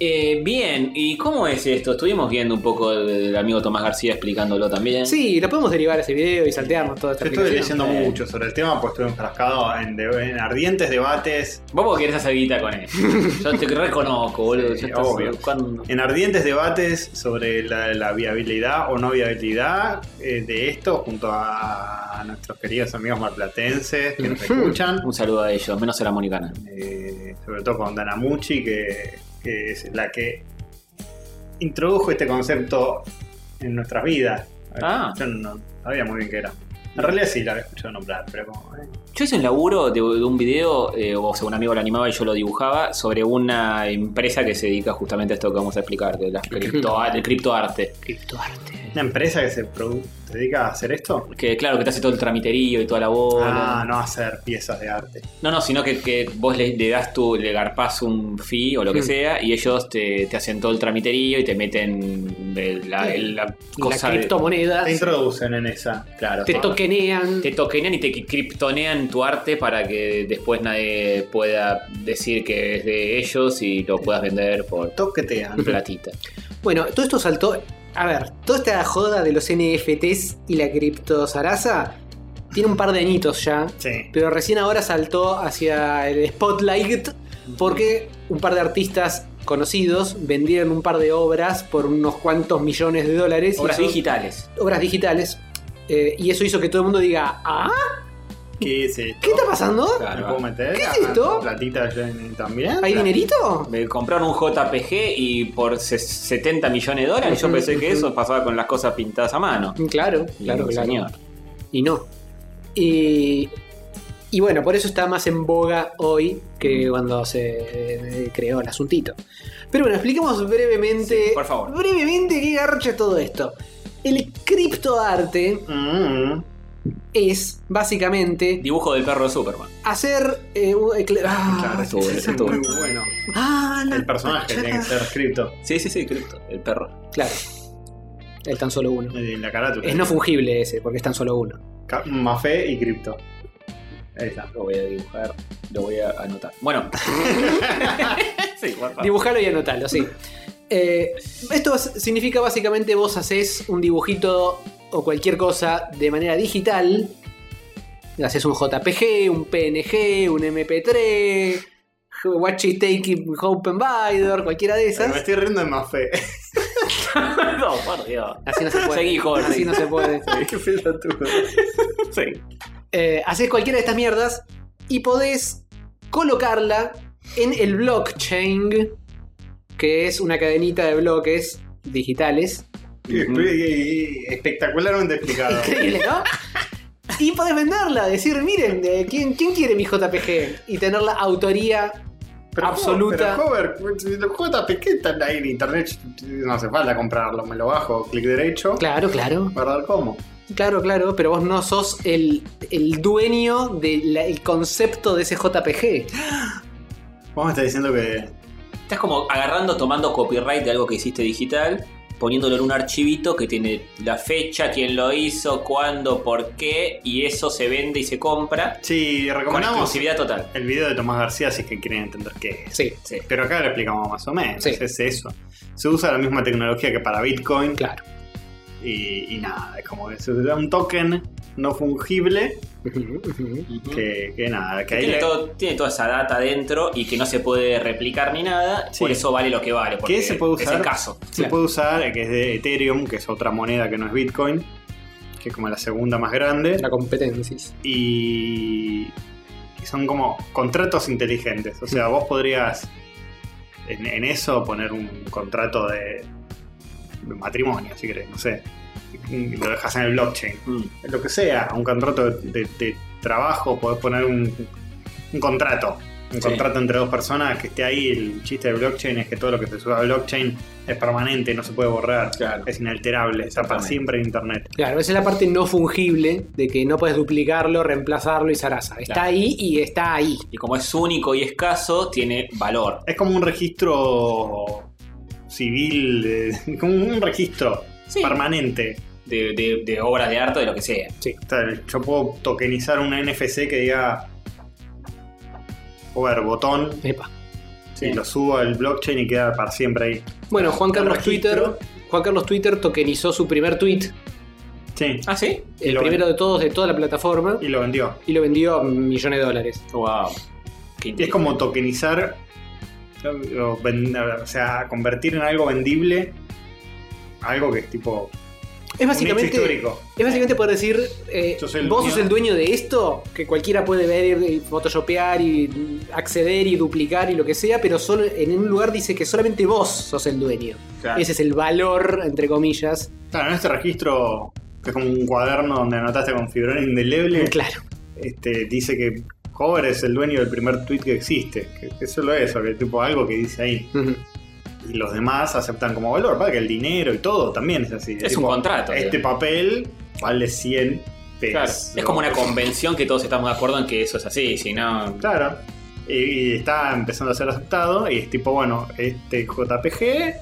S1: Eh, bien, ¿y cómo es esto? Estuvimos viendo un poco del amigo Tomás García explicándolo también.
S2: Sí, lo podemos derivar a ese video y saltearnos toda esta
S3: Yo estuve
S2: explicación.
S3: leyendo
S1: eh.
S3: mucho sobre el tema, pues estuve enfrascado en, de- en ardientes debates.
S1: Vos porque querés hacer guita con él. Yo te reconozco, boludo.
S3: Sí,
S1: Yo estás-
S3: obvio.
S1: cuando-
S3: En ardientes debates sobre la, la viabilidad o no viabilidad eh, de esto, junto a nuestros queridos amigos marplatenses que nos escuchan.
S1: Un saludo a ellos, menos a la Monicana.
S3: eh, sobre todo con Danamucci, que, que es la que introdujo este concepto en nuestras vidas.
S1: Ah.
S3: Yo no sabía muy bien qué era. En realidad sí la había escuchado nombrar, pero como. eh,
S1: Yo hice un laburo de, de un video, eh, o sea, un amigo lo animaba y yo lo dibujaba, sobre una empresa que se dedica justamente a esto que vamos a explicar, de las cripto, del criptoarte.
S2: Criptoarte.
S3: ¿Una empresa que se produ- se dedica a hacer esto?
S1: Que claro, que te hace todo el tramiterío y toda la bola.
S3: Ah, no a hacer piezas de arte.
S1: No, no, sino que, que vos le, le das tu, le garpás un fee o lo que
S2: Mm.
S1: sea y ellos te, te hacen todo el tramiterío y te meten el- la, el- la cosa
S2: la
S1: de-
S2: criptomoneda.
S3: Te introducen en esa.
S1: claro.
S2: te toquenean.
S1: Te tokenean y te qui- criptonean tu arte para que después nadie pueda decir que es de ellos y lo puedas vender por
S2: Hmm.
S3: Toquetean.
S1: platita.
S2: Bueno, todo esto saltó. A ver, toda esta joda de los NFTs y la criptozaraza tiene un par de añitos ya.
S3: Sí.
S2: Pero recién ahora saltó hacia el spotlight porque un par de artistas conocidos vendieron un par de obras por unos cuantos millones de dólares. y
S1: Obras
S2: eso-
S1: digitales.
S2: Obras digitales. Eh, y eso hizo que todo el mundo diga, ¿ah?
S3: ¿Qué es esto?
S2: ¿Qué está pasando?
S3: ¿Me
S1: Claro.
S3: puedo meter?
S2: ¿Qué es
S3: Ah,
S2: esto?
S3: ¿Platita yo en- también?
S2: ¿Hay
S3: Claro.
S2: dinerito?
S1: Me compraron un JPG y por ses- 70 millones de dólares yo
S2: Ujú,
S1: pensé que
S2: ujú.
S1: eso pasaba con las cosas pintadas a mano.
S2: Claro, Hmm. claro,
S1: Y,
S2: claro.
S1: señor.
S2: y no. Y, y bueno, por eso está más en boga hoy que cuando se eh, creó el asuntito. Pero bueno, expliquemos brevemente,
S1: Sí, por favor.
S2: brevemente qué garcha todo esto. El criptoarte
S3: Mm,
S2: es básicamente
S1: Dibujo del perro de Superman.
S2: hacer... eh, un- eh, cl-
S3: claro,
S2: ah,
S1: estuvo bien,
S3: es
S1: estuvo
S3: muy
S1: bien.
S3: bueno.
S2: ah, la-
S3: El personaje tiene que ser escrito
S1: Sí, sí, sí, cripto. El perro.
S2: Claro. El tan solo uno.
S3: en la carátula.
S2: Es no fungible ese, porque es tan solo uno.
S3: Ca- Mafé y cripto. Ahí está.
S1: Lo voy a dibujar, lo voy a anotar. Bueno. sí, por favor.
S2: Dibujalo y anotalo, sí. Eh, esto bas- significa básicamente vos haces un dibujito o cualquier cosa de manera digital. Haces un JPG, un PNG, un MP3, Watch It Take It, Hope and Bider, cualquiera de
S3: Pero Me
S2: esas.
S3: estoy riendo de más fe.
S1: no, por Dios.
S2: Así no se puede.
S1: Seguí, Jorge.
S2: Así no se puede.
S3: Qué pelotudo. Sí.
S2: Eh, haces cualquiera de estas mierdas y podés colocarla en el blockchain, que es una cadenita de bloques digitales.
S3: Qué espe- Espectacularmente explicado.
S2: Increíble, ¿no? Y podés venderla, decir, miren, eh, ¿quién, quién quiere mi JPG? Y tener la autoría absoluta.
S3: Pero, Hover, los JPG están ahí en internet. No hace falta comprarlo. Me lo bajo, clic derecho.
S2: Claro, claro,
S3: Guardar como.
S2: claro, claro, pero vos no sos el, el dueño del concepto de ese JPG.
S3: Vos me estás diciendo que.
S1: Estás como agarrando, tomando copyright de algo que hiciste digital, poniéndolo en un archivito que tiene la fecha, quién lo hizo, cuándo, por qué, y eso se vende y se compra.
S3: Sí,
S1: Con
S3: recomendamos
S1: exclusividad total.
S3: el video de Tomás García si es que quieren entender qué es.
S2: Sí,
S1: Sí.
S3: Pero acá lo explicamos más o menos.
S2: Sí.
S3: Es eso. Se usa la misma tecnología que para Bitcoin.
S2: claro.
S3: Y, y nada, es como que se da un token no fungible que, que nada, que ahí
S1: Tiene,
S3: le-
S1: todo- tiene toda esa data dentro y que no se puede replicar ni nada,
S3: Sí.
S1: por eso vale lo que vale. Porque
S3: se puede
S1: Es
S3: usar?
S1: el caso.
S3: se
S2: claro.
S3: puede usar, eh, que es de Ethereum, que es otra moneda que no es Bitcoin, que es como la segunda más grande.
S2: La competencia.
S3: Y y son como contratos inteligentes. O sea, vos podrías en, en eso poner un contrato de, de matrimonio, si querés, no sé. Y Lo dejas en el blockchain.
S1: Mm.
S3: lo que sea, un contrato de, de trabajo, podés poner un, un contrato. Un
S1: Sí.
S3: contrato entre dos personas que esté ahí. El chiste de blockchain es que todo lo que se suba a blockchain es permanente, no se puede borrar,
S1: Claro.
S3: es inalterable, está para
S1: Exactamente.
S3: siempre en internet.
S2: Claro, esa es la parte no fungible de que no puedes duplicarlo, reemplazarlo y zaraza. Está
S1: Claro.
S2: ahí y está ahí.
S1: Y como es único y escaso, tiene valor.
S3: Es como un registro civil, de- como un registro
S1: Sí.
S3: permanente.
S1: De, de- de obras de arte, de lo que sea.
S3: O sea, yo puedo tokenizar una NFC que diga, joder, botón,
S2: Epa.
S3: y lo subo al blockchain y queda para siempre ahí.
S2: Bueno, Juan Carlos
S3: Registro.
S2: Twitter, Juan Carlos Twitter tokenizó su primer tweet,
S3: Sí,
S1: ¿Ah, sí?
S2: el
S3: lo
S2: primero de todos de toda la plataforma,
S3: y lo vendió.
S2: y lo vendió a millones de dólares.
S1: Wow. Qué
S3: Es como tokenizar, o, ven- o sea, convertir en algo vendible algo que es tipo
S2: Es
S3: un hecho
S2: básicamente,
S3: histórico.
S2: es básicamente por decir, eh,
S3: Yo soy el
S2: vos
S3: dueño.
S2: sos el dueño de esto, que cualquiera puede ver y photoshopear y acceder y duplicar y lo que sea, pero solo en un lugar dice que solamente vos sos el dueño.
S1: Claro.
S2: Ese es el valor, entre comillas.
S3: Claro, en este registro, que es como un cuaderno donde anotaste con fibrón indeleble,
S2: Claro.
S3: este, dice que Hover es el dueño del primer tweet que existe. Que, que es solo eso, que tipo algo que dice ahí.
S2: Ujú.
S3: Y los demás aceptan como valor, para que el dinero y todo también es así.
S1: Es
S3: Tipo,
S1: un contrato.
S3: Este
S1: digamos.
S3: papel vale 100
S1: Claro.
S3: pesos.
S1: Es como una convención que todos estamos de acuerdo en que eso es así, si no.
S3: Claro. Y, y está empezando a ser aceptado. Y es tipo, bueno, este JPG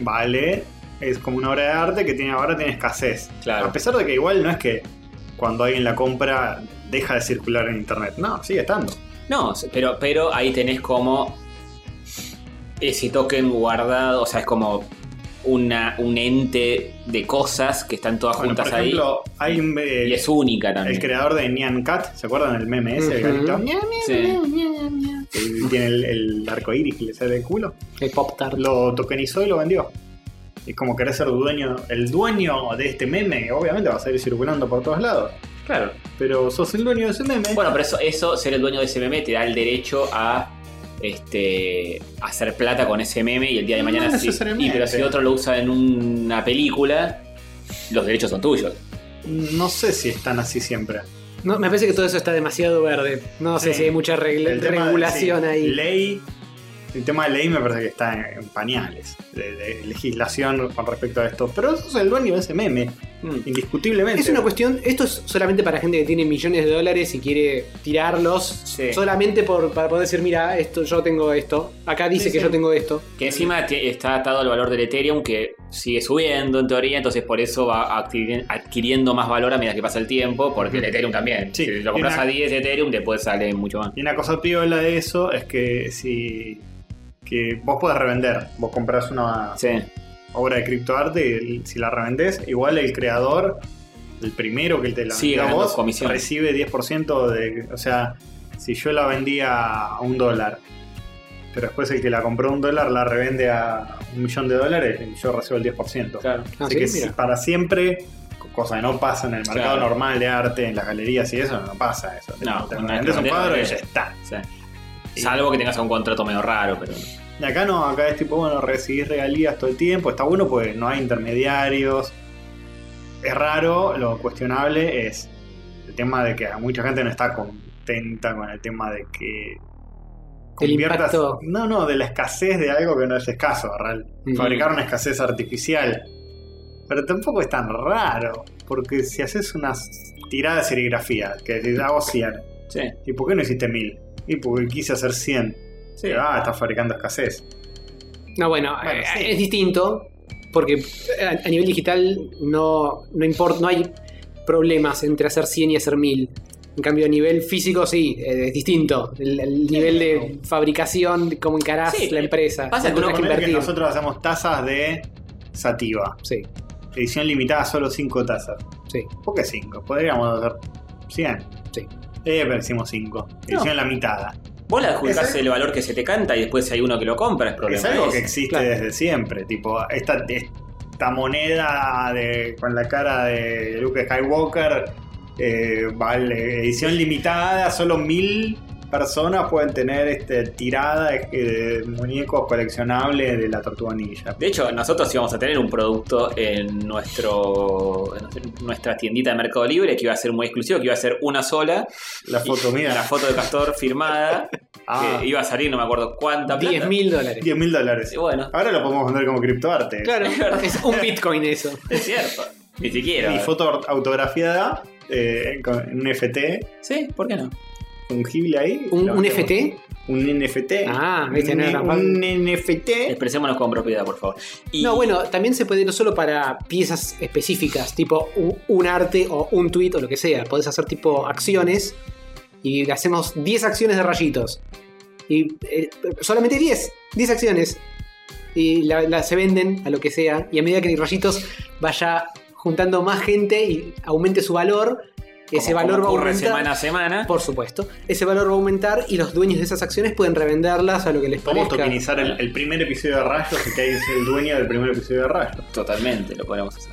S3: vale. Es como una obra de arte que tiene ahora tiene escasez.
S1: Claro.
S3: A pesar de que igual no es que cuando alguien la compra deja de circular en internet. No, sigue estando.
S1: No, pero, pero ahí tenés como ese token guardado, o sea, es como una, un ente de cosas que están todas
S3: Bueno,
S1: juntas
S3: por ejemplo, hay un,
S1: ahí. Y
S3: eh,
S1: es única
S3: el
S1: también.
S3: creador de Nyan Cat, ¿se acuerdan del meme ese? el
S2: Ujú.
S3: gatito? Ñan,
S1: Sí.
S3: que tiene el, el arco iris que le sale del culo.
S2: El Pop Tart.
S3: lo tokenizó y lo vendió. Y como querés ser dueño, el dueño de este meme, obviamente va a salir circulando por todos lados. Claro. Pero sos el dueño de ese meme.
S1: Bueno, pero eso, eso, ser el dueño de ese meme, te da el derecho a este hacer plata con ese meme y el día de
S3: No
S1: mañana sí.
S3: necesariamente.
S1: Y pero si otro lo usa en una película, los derechos son tuyos.
S3: No sé si están así siempre.
S2: No, me parece que todo eso está demasiado verde. No sé
S3: Sí.
S2: si hay mucha regla-
S3: tema-
S2: regulación
S3: sí,
S2: ahí.
S3: Ley. El tema de ley me parece que está en, en pañales. De, de legislación con respecto a esto. Pero sos el dueño de ese meme. Mm. Indiscutiblemente.
S2: Es una cuestión, esto es solamente para gente que tiene millones de dólares y quiere tirarlos
S1: Sí.
S2: solamente por, para poder decir, mira, esto yo tengo esto, acá dice
S3: Sí,
S2: que
S3: sí.
S2: yo tengo esto.
S1: Que encima te- está atado al valor del Ethereum, que sigue subiendo en teoría, entonces por eso va adquiri- adquiriendo más valor a medida que pasa el tiempo, porque el Ethereum también.
S3: Sí,
S1: si lo compras
S3: y una-
S1: a 10 Ethereum, después sale mucho más.
S3: Y una cosa piola de eso es que si que vos podés revender. Vos compras una
S1: Sí.
S3: obra de criptoarte, y si la revendés, igual el creador, el primero que te la
S1: Sigue
S3: vendió a
S1: ganando
S3: vos,
S1: comisión.
S3: recibe 10% de... O sea, si yo la vendía a un dólar, pero después el que la compró a un dólar la revende a un millón de dólares, yo recibo el 10%.
S1: Claro.
S2: Ah,
S3: Así
S2: ¿sí?
S3: que si
S2: Mira.
S3: para siempre, co- cosa que no pasa en el mercado
S1: Claro.
S3: normal de arte, en las galerías y eso, no pasa eso. Te-
S1: No,
S3: te
S1: no,
S3: vendes un
S1: no,
S3: cuadro y
S1: no,
S3: ya está.
S1: Sí. Salvo que tengas un contrato medio raro, pero.
S3: Y acá no, acá es tipo, bueno, recibís regalías todo el tiempo, está bueno porque no hay intermediarios. Es raro, lo cuestionable es el tema de que a mucha gente no está contenta con el tema de que
S2: impacto.
S3: No, no, de la escasez de algo que no es escaso, real.
S2: Mm.
S3: Fabricar una escasez artificial. Pero tampoco es tan raro, porque si haces unas tiradas de serigrafía, que decís, hago 100,
S1: Sí.
S3: ¿y por qué no hiciste 1000? Y porque quise hacer 100. Sí, ah, estás fabricando escasez.
S2: No, bueno,
S3: Bueno,
S2: eh,
S3: sí.
S2: es distinto porque eh, a, a nivel digital no, no importa, no hay problemas entre hacer 100 y hacer 1000. En cambio, a nivel físico sí, eh, es distinto. El, el nivel de fabricación, de cómo encarás
S1: Sí,
S2: la empresa.
S1: pasa que
S2: cuánto
S1: uno
S2: tenés
S3: Ponele que nosotros hacemos tazas de sativa.
S2: Sí,
S3: Edición limitada, solo 5 tazas.
S2: sí.
S3: ¿Por qué 5? Podríamos hacer 100.
S2: Sí.
S3: Eh, pero hicimos 5. Edición la mitad.
S1: Vos le adjudicás
S3: Ese-
S1: el valor que se te canta y después si hay uno que lo compra, es problema.
S3: Es algo
S1: de
S3: que
S1: ese.
S3: existe
S2: Claro.
S3: desde siempre. Tipo, esta, esta moneda de, con la cara de Luke Skywalker, eh, vale, edición limitada, solo mil personas pueden tener este, tirada eh, de muñecos coleccionables de la tortuga ninja.
S1: De hecho, nosotros íbamos a tener un producto en nuestro en nuestra tiendita de Mercado Libre que iba a ser muy exclusivo, que iba a ser una sola.
S3: La foto,
S1: Y-
S3: mira.
S1: La foto de Castor firmada.
S3: Ah.
S1: Que iba a salir, no me acuerdo cuánta plata.
S2: 10 mil dólares.
S3: 10 mil dólares.
S1: Y bueno,
S3: Ahora lo podemos vender como criptoarte.
S2: Claro, es un Bitcoin eso.
S1: es cierto. Ni siquiera.
S3: Y foto autografiada eh, con un FT
S1: Sí, ¿por qué no?
S3: fungible ahí.
S2: ¿Un,
S3: Lo
S2: un
S3: hacemos.
S2: FT?
S3: Un NFT.
S2: Ah, viste,
S3: un,
S2: no era tan fácil.
S3: un NFT.
S1: Expresémonos con propiedad, por favor. Y
S2: ¿Eh? No, bueno, también se puede no solo para piezas específicas, tipo u- un arte o un tweet o lo que sea. Podés hacer tipo acciones y hacemos 10 acciones de rayitos. Y eh, solamente 10, 10 acciones. Y la, la- se venden a lo que sea. Y a medida que rayitos vaya juntando más gente y aumente su valor,
S1: como-
S2: ese valor
S1: como
S2: va a
S1: ocurre
S2: aumentar.
S1: semana a semana.
S2: Por supuesto. Ese valor va a aumentar y los dueños de esas acciones pueden revenderlas a lo que les
S3: Podemos
S2: parezca.
S3: tokenizar el, el primer episodio de Rayos y que hay el dueño del primer episodio de Rayos.
S1: Totalmente, lo podemos hacer.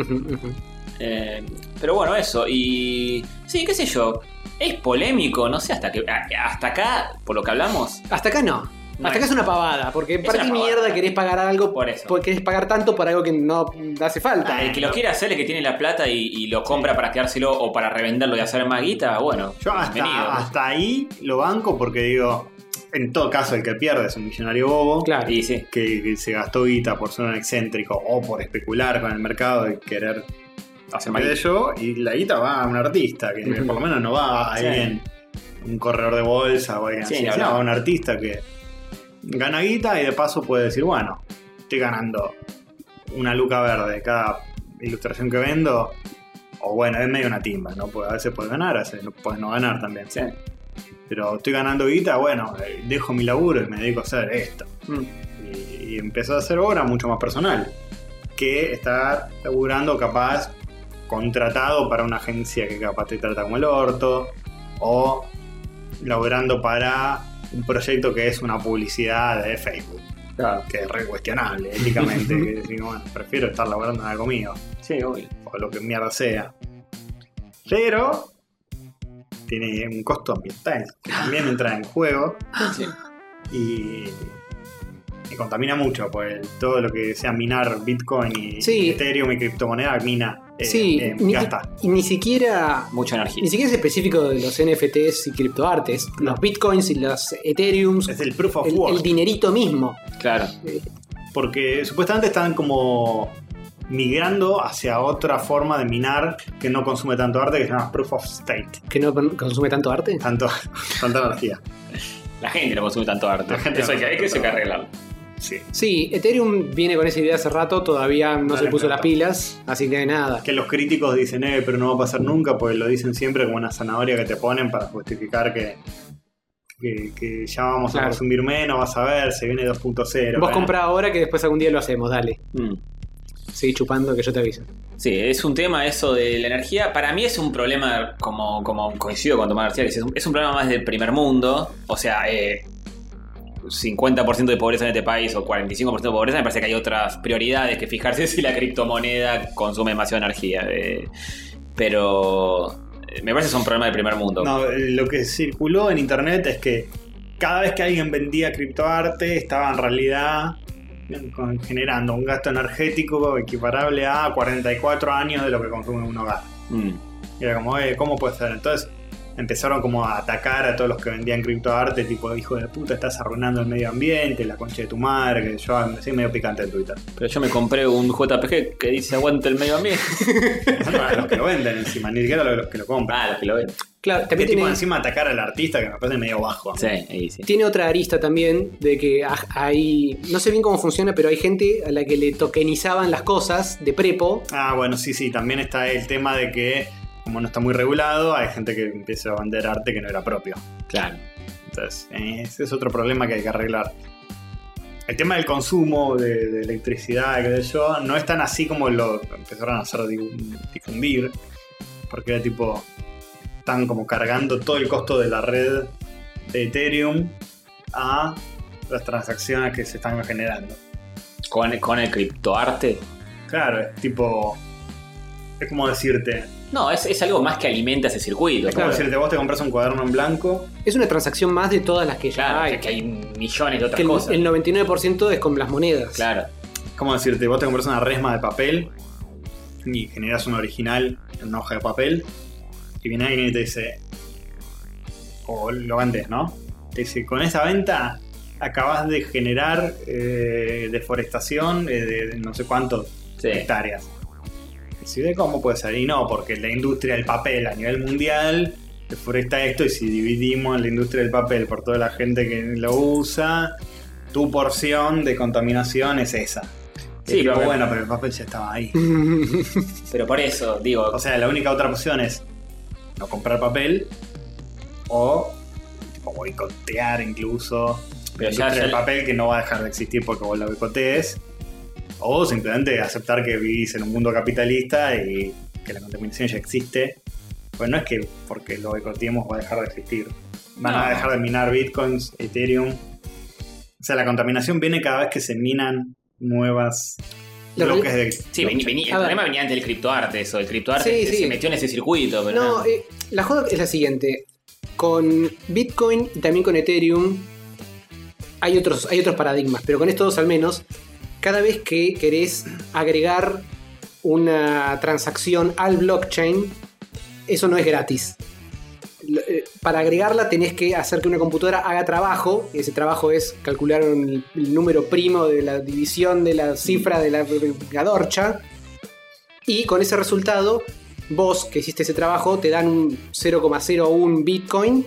S2: Ujú, ujú.
S1: Eh, pero bueno, eso. Y. Sí, qué sé yo. Es polémico, no sé, hasta que. a- Hasta acá, por lo que hablamos.
S2: Hasta acá no.
S1: No
S2: Hasta
S1: es.
S2: acá es una pavada, porque
S1: Es
S2: ¿para
S1: una
S2: qué
S1: pavada.
S2: mierda querés pagar algo?
S1: Por eso.
S2: Porque querés pagar tanto por algo que no hace falta.
S1: El que lo quiera hacer, el que tiene la plata y, y lo compra para quedárselo o para revenderlo y hacer más guita, bueno.
S3: Yo
S1: bienvenido.
S3: hasta, hasta ahí lo banco porque digo, en todo caso el que pierde es un millonario bobo.
S2: Claro.
S1: Y sí.
S3: Que, que se gastó guita por ser un excéntrico o por especular con el mercado y querer
S1: Hacer más
S3: de
S1: guita.
S3: yo y la guita va a un artista, que
S2: Ujú.
S3: por lo menos no va a
S1: Sí.
S3: alguien, un corredor de bolsa o alguien
S1: Sí,
S3: así,
S1: ni
S3: sino
S1: hablar.
S3: va a un artista que gana guita y de paso puede decir, bueno, estoy ganando una luca verde cada ilustración que vendo, o bueno, es medio una timba, ¿no? Porque a veces puedes ganar, a veces no- puedes no ganar también.
S1: Sí.
S3: Pero estoy ganando guita, bueno, eh, dejo mi laburo y me dedico a hacer esto.
S1: Mm.
S3: Y, y empezó a hacer obra mucho más personal. Que estar laburando capaz contratado para una agencia que capaz te trata como el orto. O laburando para un proyecto que es una publicidad de Facebook.
S1: Claro.
S3: Que es re cuestionable éticamente. que decís, bueno, prefiero estar laburando en algo mío
S1: Sí, obvio.
S3: o lo que mierda sea. Pero tiene un costo ambiental que también entra en juego
S1: Sí.
S3: y, y contamina mucho, pues todo lo que sea minar Bitcoin y
S2: Sí.
S3: Ethereum y criptomoneda mina, eh,
S2: sí,
S3: eh,
S2: ni,
S3: gasta.
S2: y ni siquiera.
S1: Mucha energía.
S2: Ni siquiera es específico de los NFTs y criptoartes. Los bitcoins y los ethereums.
S3: Es el proof of
S2: El,
S3: work.
S2: el dinerito mismo.
S1: Claro.
S3: porque supuestamente están como migrando hacia otra forma de minar que no consume tanto arte que se llama proof of state.
S2: Que no con- consume tanto arte.
S1: Ah.
S3: Tanto, tanta energía.
S1: La gente no consume tanto arte.
S3: La gente
S1: eso
S3: no
S1: hay que, hay que, eso hay que
S3: consume
S1: arreglarlo.
S3: Sí.
S2: Sí, Ethereum viene con esa idea hace rato, todavía no,
S3: No
S2: se
S3: le
S2: puso las
S3: explotó.
S2: pilas, así que nada.
S3: Que los críticos dicen, eh, pero no va a pasar nunca, porque lo dicen siempre como una zanahoria que te ponen para justificar que que, que ya vamos
S2: Claro.
S3: a consumir menos, vas a ver, se viene 2.0.
S2: Vos
S3: eh.
S2: comprá ahora que después algún día lo hacemos, dale.
S1: Mm.
S2: Seguí chupando que yo te aviso.
S1: Sí, es un tema eso de la energía. Para mí es un problema, como, como coincido con Tomás García, que es un, es un problema más del primer mundo. O sea, eh, 50% de pobreza en este país o 45% de pobreza, me parece que hay otras prioridades que fijarse si la criptomoneda consume demasiada energía. eh. pero eh, me parece que es un problema del primer mundo.
S3: No, lo que circuló en internet es que cada vez que alguien vendía criptoarte, estaba en realidad con- generando un gasto energético equiparable a 44 años de lo que consume un hogar.
S1: Mm.
S3: Y era como, eh, ¿cómo puede ser? Entonces empezaron como a atacar a todos los que vendían criptoarte, tipo, hijo de puta, estás arruinando el medio ambiente, la concha de tu madre, que yo soy medio picante en Twitter.
S1: Pero yo me compré un JPG que dice aguante el medio ambiente.
S3: Para los que lo venden encima, ni siquiera los que lo compran.
S1: ah, los que lo ven.
S2: Claro,
S3: Que
S2: también
S3: tipo
S2: tiene,
S3: encima atacar al artista que me parece medio bajo.
S1: Sí, ahí sí.
S2: tiene otra arista también de que a- hay. No sé bien cómo funciona, pero hay gente a la que le tokenizaban las cosas de prepo.
S3: Ah, bueno, sí, sí, también está el tema de que, como no está muy regulado, hay gente que empieza a vender arte que no era propio.
S1: Claro.
S3: Entonces, eh, ese es otro problema que hay que arreglar. El tema del consumo de, de electricidad, qué sé yo, no es tan así como lo empezaron a hacer difu- difundir, porque era tipo, están como cargando todo el costo de la red de Ethereum a las transacciones que se están generando.
S1: Con, con el criptoarte.
S3: Claro, es tipo, es como decirte,
S1: No, es, es algo más que alimenta ese circuito.
S3: es como
S1: ¿no?
S3: decirte, vos te compras un cuaderno en blanco,
S2: Es una transacción más de todas las que ya
S1: Claro,
S2: hay.
S1: que- que hay millones de otras
S2: Que el,
S1: cosas.
S2: el 99% es con las monedas.
S1: Claro.
S3: es como decirte, vos te compras una resma de papel y generas un original en una hoja de papel y viene alguien y te dice, o lo vendes, ¿no? Te dice, con esa venta acabas de generar eh, deforestación eh, de, de no sé cuántos
S1: Sí.
S3: hectáreas. Si de cómo puede ser, y no, porque la industria del papel a nivel mundial deforesta esto, y si dividimos la industria del papel por toda la gente que lo usa, tu porción de contaminación es esa.
S1: Sí,
S3: Sí,
S1: claro.
S3: bueno, pero el papel ya estaba ahí.
S1: Pero por eso, digo,
S3: O sea, la única otra opción es no comprar papel o tipo, boicotear incluso
S1: Pero
S3: la
S1: ya-
S3: industria
S1: ya-
S3: del papel que no va a dejar de existir porque vos la boicotees. O simplemente aceptar que vivís en un mundo capitalista y que la contaminación ya existe. Pues no es que porque lo boicoteemos va a dejar de existir. Van
S1: No.
S3: a dejar de minar bitcoins, Ethereum. O sea, la contaminación viene cada vez que se minan nuevas
S2: La reali-
S3: bloques de...
S1: sí, vení- vení- el
S2: A ver.
S1: problema venía antes del criptoarte, eso. El criptoarte
S2: Sí,
S1: se,
S2: sí.
S1: se metió en ese circuito, pero
S2: No,
S1: nada.
S2: eh, la joda es la siguiente. Con Bitcoin y también con Ethereum hay otros, hay otros paradigmas, pero con estos dos al menos, cada vez que querés agregar una transacción al blockchain, eso no es gratis. Lo- eh, Para agregarla tenés que hacer que una computadora haga trabajo, y ese trabajo es calcular un- el número primo de la división de la cifra de la gadorcha, y con ese resultado vos que hiciste ese trabajo te dan un 0,01 Bitcoin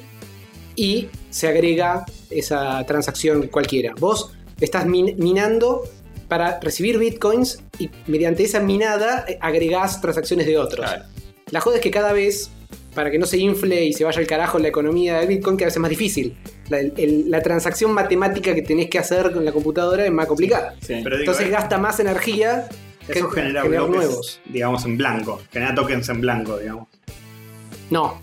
S2: y se agrega esa transacción cualquiera. Vos estás min- minando para recibir Bitcoins y mediante esa minada eh, agregás transacciones de otros.
S1: Claro.
S2: La joda es que cada vez, para que no se infle y se vaya al carajo la economía de Bitcoin, cada vez es más difícil. La, el- la transacción matemática que tenés que hacer con la computadora es más complicada.
S1: Sí.
S3: Pero digo,
S2: Entonces
S3: eh,
S2: gasta más energía
S3: Eso
S2: que-
S3: genera
S2: generar
S3: bloques,
S2: nuevos.
S3: digamos, en blanco. Genera tokens en blanco, digamos.
S2: No,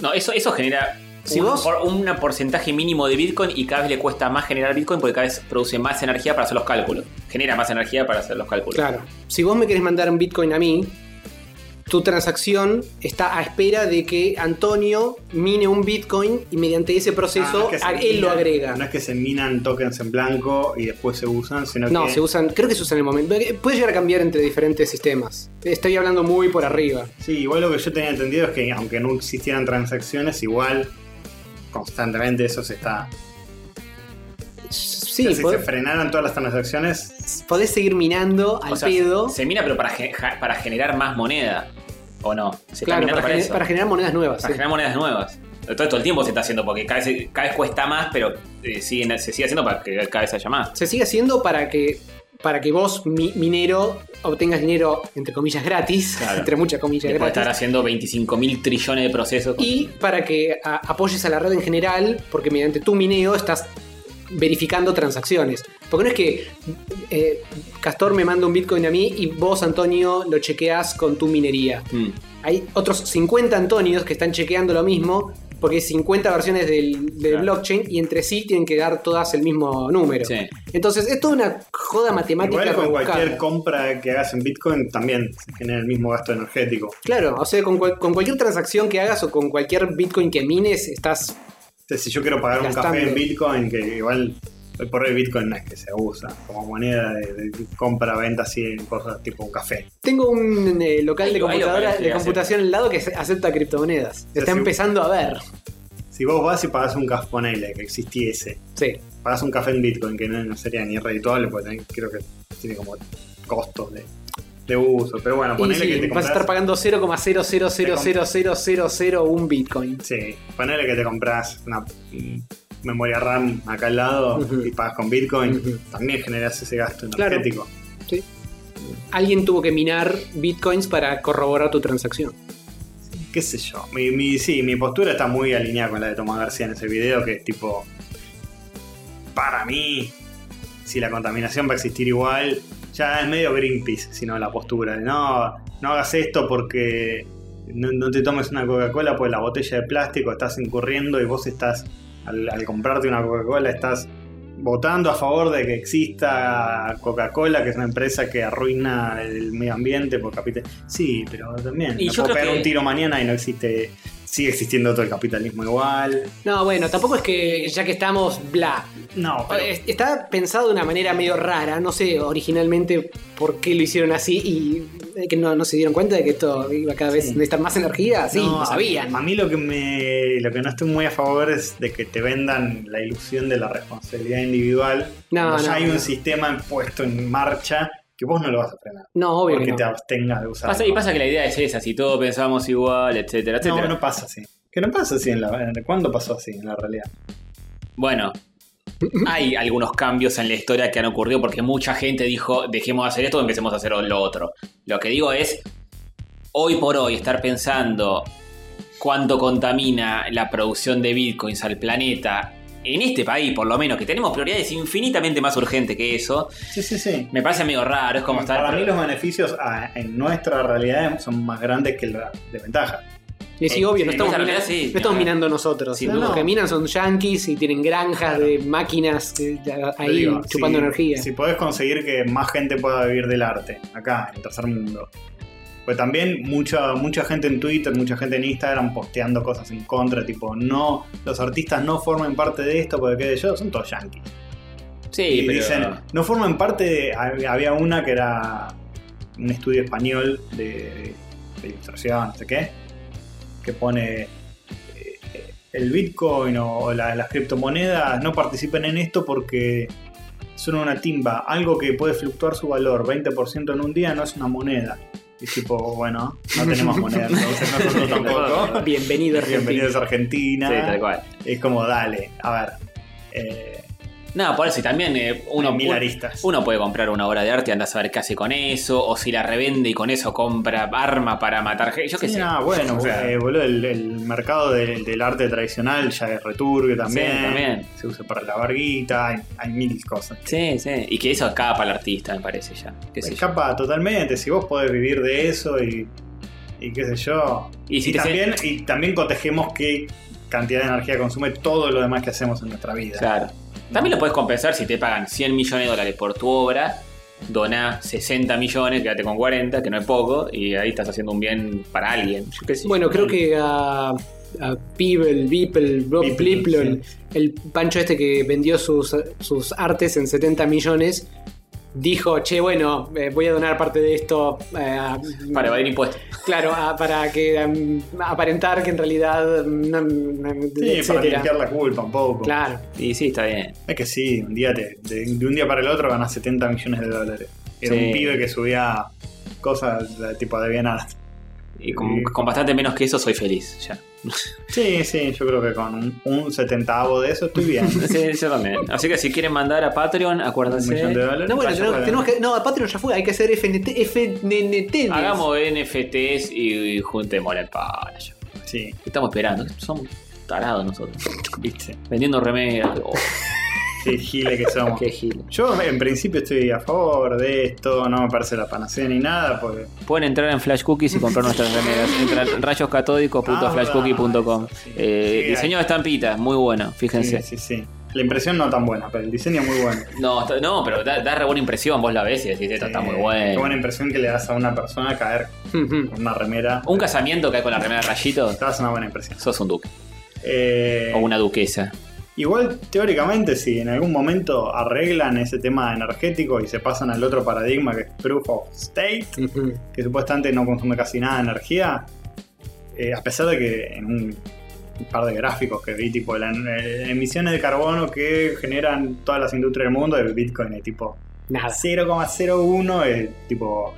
S1: No, eso, eso genera
S2: Si
S1: un,
S2: vos-
S1: por- un porcentaje mínimo de Bitcoin y cada vez le cuesta más generar Bitcoin porque cada vez produce más energía para hacer los cálculos. Genera más energía para hacer los cálculos.
S2: Claro. Si vos me querés mandar un Bitcoin a mí, tu transacción está a espera de que Antonio mine un Bitcoin y mediante ese
S3: Ah,
S2: proceso
S3: no es que se
S2: a- él lo
S3: minan-
S2: agrega.
S3: No es que se minan tokens en blanco y después se usan, sino
S2: No,
S3: que.
S2: se usan, creo que se usan en el momento. Puede llegar a cambiar entre diferentes sistemas. Estoy hablando muy por arriba.
S3: Sí, igual lo que yo tenía entendido es que aunque no existieran transacciones, igual constantemente eso se está.
S2: Sí,
S3: o sea, si
S2: pod-
S3: se frenaran todas las transacciones,
S2: podés seguir minando
S1: O
S2: al
S1: sea,
S2: pedo.
S1: Se mina, pero para, ge- ja- para generar más moneda. ¿O no? Se está
S2: claro,
S1: minando
S2: para,
S1: para,
S2: gener-
S1: eso.
S2: para generar monedas nuevas.
S1: para
S2: sí.
S1: generar monedas nuevas. Todo, todo el tiempo se está haciendo porque cada vez, cada vez cuesta más, pero eh, siguen- se sigue haciendo para que cada vez haya más.
S2: Se sigue haciendo para que para que vos, mi- minero, obtengas dinero, entre comillas, gratis,
S1: Claro.
S2: entre muchas comillas,
S1: Después de
S2: gratis.
S1: estar haciendo 25 mil trillones de procesos. con-
S2: Y para que a- apoyes a la red en general, porque mediante tu mineo estás verificando transacciones. Porque no es que eh, Castor me manda un Bitcoin a mí y vos, Antonio, lo chequeas con tu minería.
S1: Mm.
S2: Hay otros 50 Antonios que están chequeando lo mismo, porque hay 50 versiones del, del
S3: Claro.
S2: blockchain y entre sí tienen que dar todas el mismo número.
S1: Sí.
S2: Entonces, es toda una joda matemática
S3: Igual con
S2: rebuscada.
S3: cualquier compra que hagas en Bitcoin también se genera el mismo gasto energético.
S2: Claro, o sea, con, cual- con cualquier transacción que hagas o con cualquier Bitcoin que mines, estás
S3: Entonces, si yo quiero pagar un
S2: Gastando.
S3: café en Bitcoin, que igual hoy por hoy Bitcoin no es que se usa como moneda de, de compra-venta así en cosas tipo un café.
S2: Tengo un eh, local
S1: Hay-
S2: de
S1: hay
S2: computadora
S1: locales que
S2: de computación al lado que se- acepta criptomonedas. Se está
S3: Sí.
S2: empezando a ver.
S3: Si vos vas y pagás un café, ponele que existiese,
S2: Sí.
S3: pagás un café en Bitcoin que no, no sería ni redituable porque tenés- creo que tiene como costos de, de uso. Pero bueno,
S2: Y
S3: ponele
S2: sí,
S3: que te
S2: vas a estar
S3: compras.
S2: pagando 0,000000001 Bitcoin.
S3: Sí, ponele que te compras una mm, memoria RAM acá al lado
S2: Ujú.
S3: y pagas con Bitcoin,
S2: Ujú.
S3: también generas ese gasto
S2: Claro.
S3: energético.
S2: Alguien tuvo que minar Bitcoins para corroborar tu transacción.
S3: qué sé yo. Mi, mi- sí, mi postura está muy alineada con la de Tomás García en ese video, que es tipo, para mí, si la contaminación va a existir igual, ya es medio Greenpeace, sino la postura de no, no hagas esto porque no, no te tomes una Coca-Cola por la botella de plástico, estás incurriendo y vos estás, al, al comprarte una Coca-Cola, estás votando a favor de que exista Coca-Cola, que es una empresa que arruina el medio ambiente por capital. Sí, pero también
S1: Y
S3: me
S1: yo
S3: puedo
S1: creo
S3: pegar
S1: que-
S3: un tiro mañana y no existe, sigue existiendo todo el capitalismo igual.
S2: No, bueno, tampoco es que ya que estamos, bla.
S3: No,
S1: Pues,
S3: pero
S2: Es- Está pensado de una manera medio rara. No sé originalmente por qué lo hicieron así y eh, que no, no se dieron cuenta de que esto iba cada vez a
S3: Sí.
S2: necesitar más energía. Sí,
S3: No,
S2: lo
S3: a-
S2: sabían.
S3: A mí lo que me lo que no estoy muy a favor es de que te vendan la ilusión de la responsabilidad individual.
S2: No,
S3: cuando ya
S2: no,
S3: hay un
S2: no.
S3: sistema puesto en marcha que vos no lo vas a frenar.
S2: No, obvio.
S3: porque
S2: que no.
S3: te abstengas de usarlo.
S1: Pasa, y pasa que la idea es esa, si todos pensamos igual, etcétera,
S3: no,
S1: etcétera.
S3: no pasa así. Que no pasa así en la en- ¿Cuándo pasó así en la realidad?
S1: Bueno, hay algunos cambios en la historia que han ocurrido porque mucha gente dijo, dejemos de hacer esto, empecemos a hacer lo otro. Lo que digo es, hoy por hoy estar pensando cuánto contamina la producción de bitcoins al planeta, en este país por lo menos, que tenemos prioridades infinitamente más urgentes que eso,
S3: Sí, sí, sí.
S1: me parece medio raro, es como estar...
S3: Para mí los beneficios ah, en nuestra realidad son más grandes que la desventaja.
S2: Y sí,
S1: Eh,
S2: obvio, no
S1: sí, en
S2: estamos,
S1: esa
S2: minando,
S1: realidad sí,
S2: no estamos
S1: claro.
S2: minando nosotros.
S1: Sin
S2: Los
S1: duda.
S2: que minan son yankees y tienen granjas de máquinas eh, ahí
S3: Digo,
S2: chupando
S3: si-
S2: energía.
S3: Si podés conseguir que más gente pueda vivir del arte, acá, en el tercer mundo. Pues también mucha, mucha gente en Twitter, mucha gente en Instagram posteando cosas en contra, tipo, no, los artistas no formen parte de esto, porque qué de yo, son todos yanquis.
S1: Sí,
S3: y
S1: pero...
S3: dicen, no forman parte de. hab- Había una que era un estudio español de, de ilustración, no sé qué, que pone. eh, El Bitcoin o o la- las criptomonedas no participen en esto porque son una timba, algo que puede fluctuar su valor 20% en un día no es una moneda. Y es tipo, bueno, no tenemos moneda, entonces nosotros tampoco.
S2: Bienvenido, Argentina.
S3: Bienvenidos a Argentina.
S1: Sí, tal cual.
S3: Es como, dale, a ver. Eh,
S1: No, por eso, y también eh, uno,
S3: hay mil
S1: un-
S3: aristas.
S1: uno puede comprar una obra de arte, anda a saber qué hace con eso, o si la revende y con eso compra arma para matar gente. Yo qué
S3: Sí,
S1: sé.
S3: no, bueno,
S1: O sea,
S3: eh, boludo, el, el mercado del, del arte tradicional ya es returbio también.
S1: Sí, también.
S3: Se usa para la barguita, hay, hay mil cosas.
S1: Sí, sí. Y que eso escapa al artista, me parece ya. Qué sé yo.
S3: Escapa totalmente, si vos podés vivir de eso y, y qué sé yo.
S1: Y si
S3: Y
S1: te sé-
S3: también, y también cotejemos qué cantidad de energía consume todo lo demás que hacemos en nuestra vida.
S1: Claro. También lo puedes compensar si te pagan 100 millones de dólares por tu obra, doná 60 millones, quédate con 40, que no es poco, y ahí estás haciendo un bien para alguien. Yo qué sé.
S2: Bueno, creo que a, a Peeble, Beeple, Bob
S3: Beeple,
S2: Bliplol, el pancho este que vendió sus, sus artes en 70 millones, dijo, che, bueno, eh, voy a donar parte de esto eh, a-
S1: Para evadir impuestos.
S2: Claro, a- para que um, aparentar que en realidad... mm, no, no,
S3: Sí, para
S2: etcétera.
S3: limpiar la culpa un poco.
S2: Claro.
S1: Y sí, está bien.
S3: Es que sí, un día te- de, de un día para el otro ganas 70 millones de dólares. Era
S1: Sí.
S3: un pibe que subía cosas de tipo de
S1: Y con, con bastante menos que eso soy feliz. Ya.
S3: Sí, sí, yo creo que con un, un setentavo de eso estoy bien.
S1: Sí, yo también. Así que si quieren mandar a Patreon,
S3: un millón de
S1: acuérdense.
S3: dólares.
S2: No, bueno,
S3: Ah, ya
S2: tenemos,
S3: para-
S2: tenemos que. No, a Patreon ya fue, hay que hacer FNT. FNNT.
S1: Hagamos NFTs y, y juntemos la para allá.
S3: Sí,
S1: Estamos esperando. Somos tarados nosotros. Viste. Vendiendo remeras. Oh,
S3: qué gile que somos.
S1: qué gil.
S3: Yo en principio estoy a favor de esto, no me parece la panacea ni nada, porque
S1: Pueden entrar en Flash Cookies y comprar nuestras remeras. Entra en rayoscatódicos.flashcookie.com.
S3: Ah, Sí.
S1: Eh,
S3: Sí,
S1: diseño de estampitas, muy bueno,
S3: sí,
S1: fíjense.
S3: sí, sí. La impresión no tan buena, pero el diseño es muy bueno.
S1: No, está- no, pero da, da re buena impresión, vos la ves y decís, esto está
S3: Eh,
S1: muy
S3: Qué buena
S1: bueno.
S3: impresión que le das a una persona caer
S2: Ujú.
S3: con una remera.
S1: Un casamiento que hay con la remera de rayitos,
S3: Te das una buena impresión.
S1: sos un duque
S3: Eh,
S1: o una duquesa.
S3: Igual, teóricamente, si en algún momento arreglan ese tema energético y se pasan al otro paradigma que es Proof of State,
S2: Ujú.
S3: que supuestamente no consume casi nada de energía, eh, a pesar de que en un par de gráficos que vi, tipo, las emisiones de carbono que generan todas las industrias del mundo, el Bitcoin es tipo
S2: Nada.
S3: 0,01, es tipo,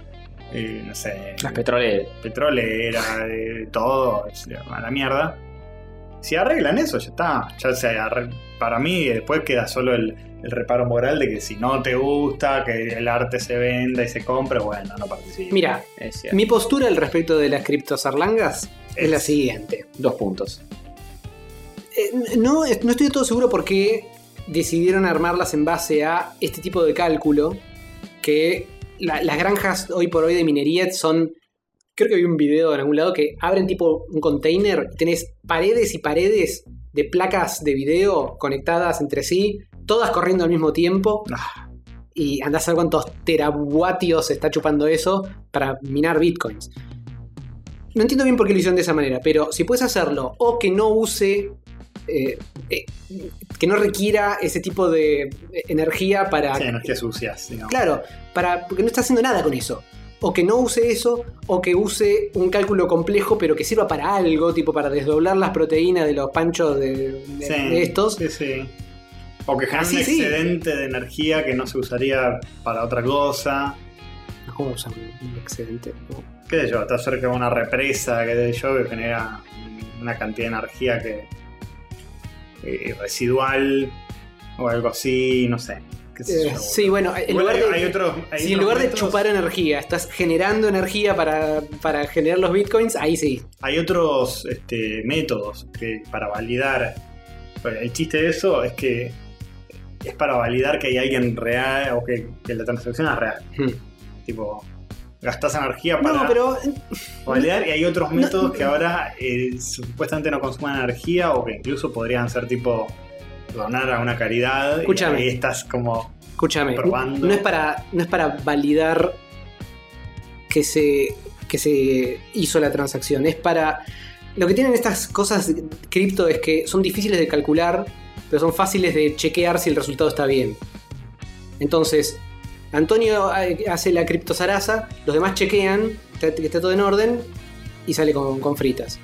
S3: eh, no sé,
S1: Las petroleras.
S3: petrolera, eh, todo, es a la mierda. Si arreglan eso, ya está. Ya se arre- para mí, después queda solo el, el reparo moral de que si no te gusta, que el arte se venda y se compre, bueno, no participes.
S2: Mira,
S1: es cierto.
S2: mi postura al respecto de las criptosarlangas es la siguiente.
S1: Dos puntos.
S2: Eh, no, es- no estoy del todo seguro por qué decidieron armarlas en base a este tipo de cálculo. Que la- las granjas hoy por hoy de minería son. Creo que vi un video en algún lado que abren tipo un container y tenés paredes y paredes de placas de video conectadas entre sí, todas corriendo al mismo tiempo.
S3: Ah.
S2: Y andás a ver cuántos terawatios está chupando eso para minar bitcoins. No entiendo bien por qué lo hicieron de esa manera, pero si puedes hacerlo o que no use eh, eh, que no requiera ese tipo de eh, energía para.
S3: Sí, energías sucias, digamos.
S2: Claro, para, porque no está haciendo nada con eso. O que no use eso, o que use un cálculo complejo, pero que sirva para algo, tipo para desdoblar las proteínas de los panchos de, de-
S3: Sí,
S2: de estos.
S3: sí, sí. O que genera un
S2: Así sí.
S3: excedente de energía que no se usaría para otra cosa.
S2: No, ¿Cómo usan un excedente? No.
S3: Qué sé yo, está cerca de una represa, qué sé yo, que genera una cantidad de energía que. eh, residual o algo así, no sé. Qué sé
S2: Eh,
S3: yo,
S2: sí, bueno, en
S3: Igual
S2: lugar
S3: hay,
S2: de,
S3: hay otros. hay
S2: si en
S3: otros
S2: lugar de
S3: métodos-
S2: chupar energía, estás generando energía para, para generar los bitcoins, ahí sí.
S3: Hay otros este, métodos que, para validar. Bueno, el chiste de eso es que es para validar que hay alguien real o que, que la transacción es real. Tipo, gastás energía para
S2: No, pero
S3: validar y hay otros
S2: No,
S3: métodos que ahora eh, supuestamente no consuman energía o que incluso podrían ser tipo donar a una caridad.
S2: Escúchame.
S3: Y ahí estás como...
S2: Escúchame,
S3: Probando.
S2: no es para no es para validar que se que se hizo la transacción, es para lo que tienen estas cosas cripto es que son difíciles de calcular, pero son fáciles de chequear si el resultado está bien. Entonces, Antonio eh, hace la criptosaraza, los demás chequean está- que está todo en orden y sale con, con fritas.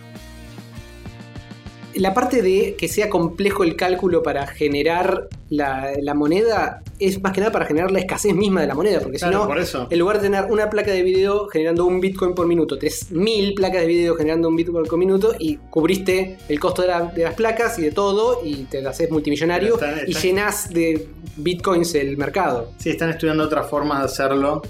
S2: La parte de que sea complejo el cálculo para generar la, la moneda es más que nada para generar la escasez misma de la moneda, porque
S3: Claro,
S2: si no,
S3: por eso.
S2: en lugar de tener una placa de video generando un Bitcoin por minuto, tenés mil placas de video generando un Bitcoin por minuto y cubriste el costo de, la- de las placas y de todo y te haces multimillonario
S3: Pero está-
S2: y
S3: está-
S2: llenás de Bitcoins el mercado.
S3: Sí, están estudiando otras formas de hacerlo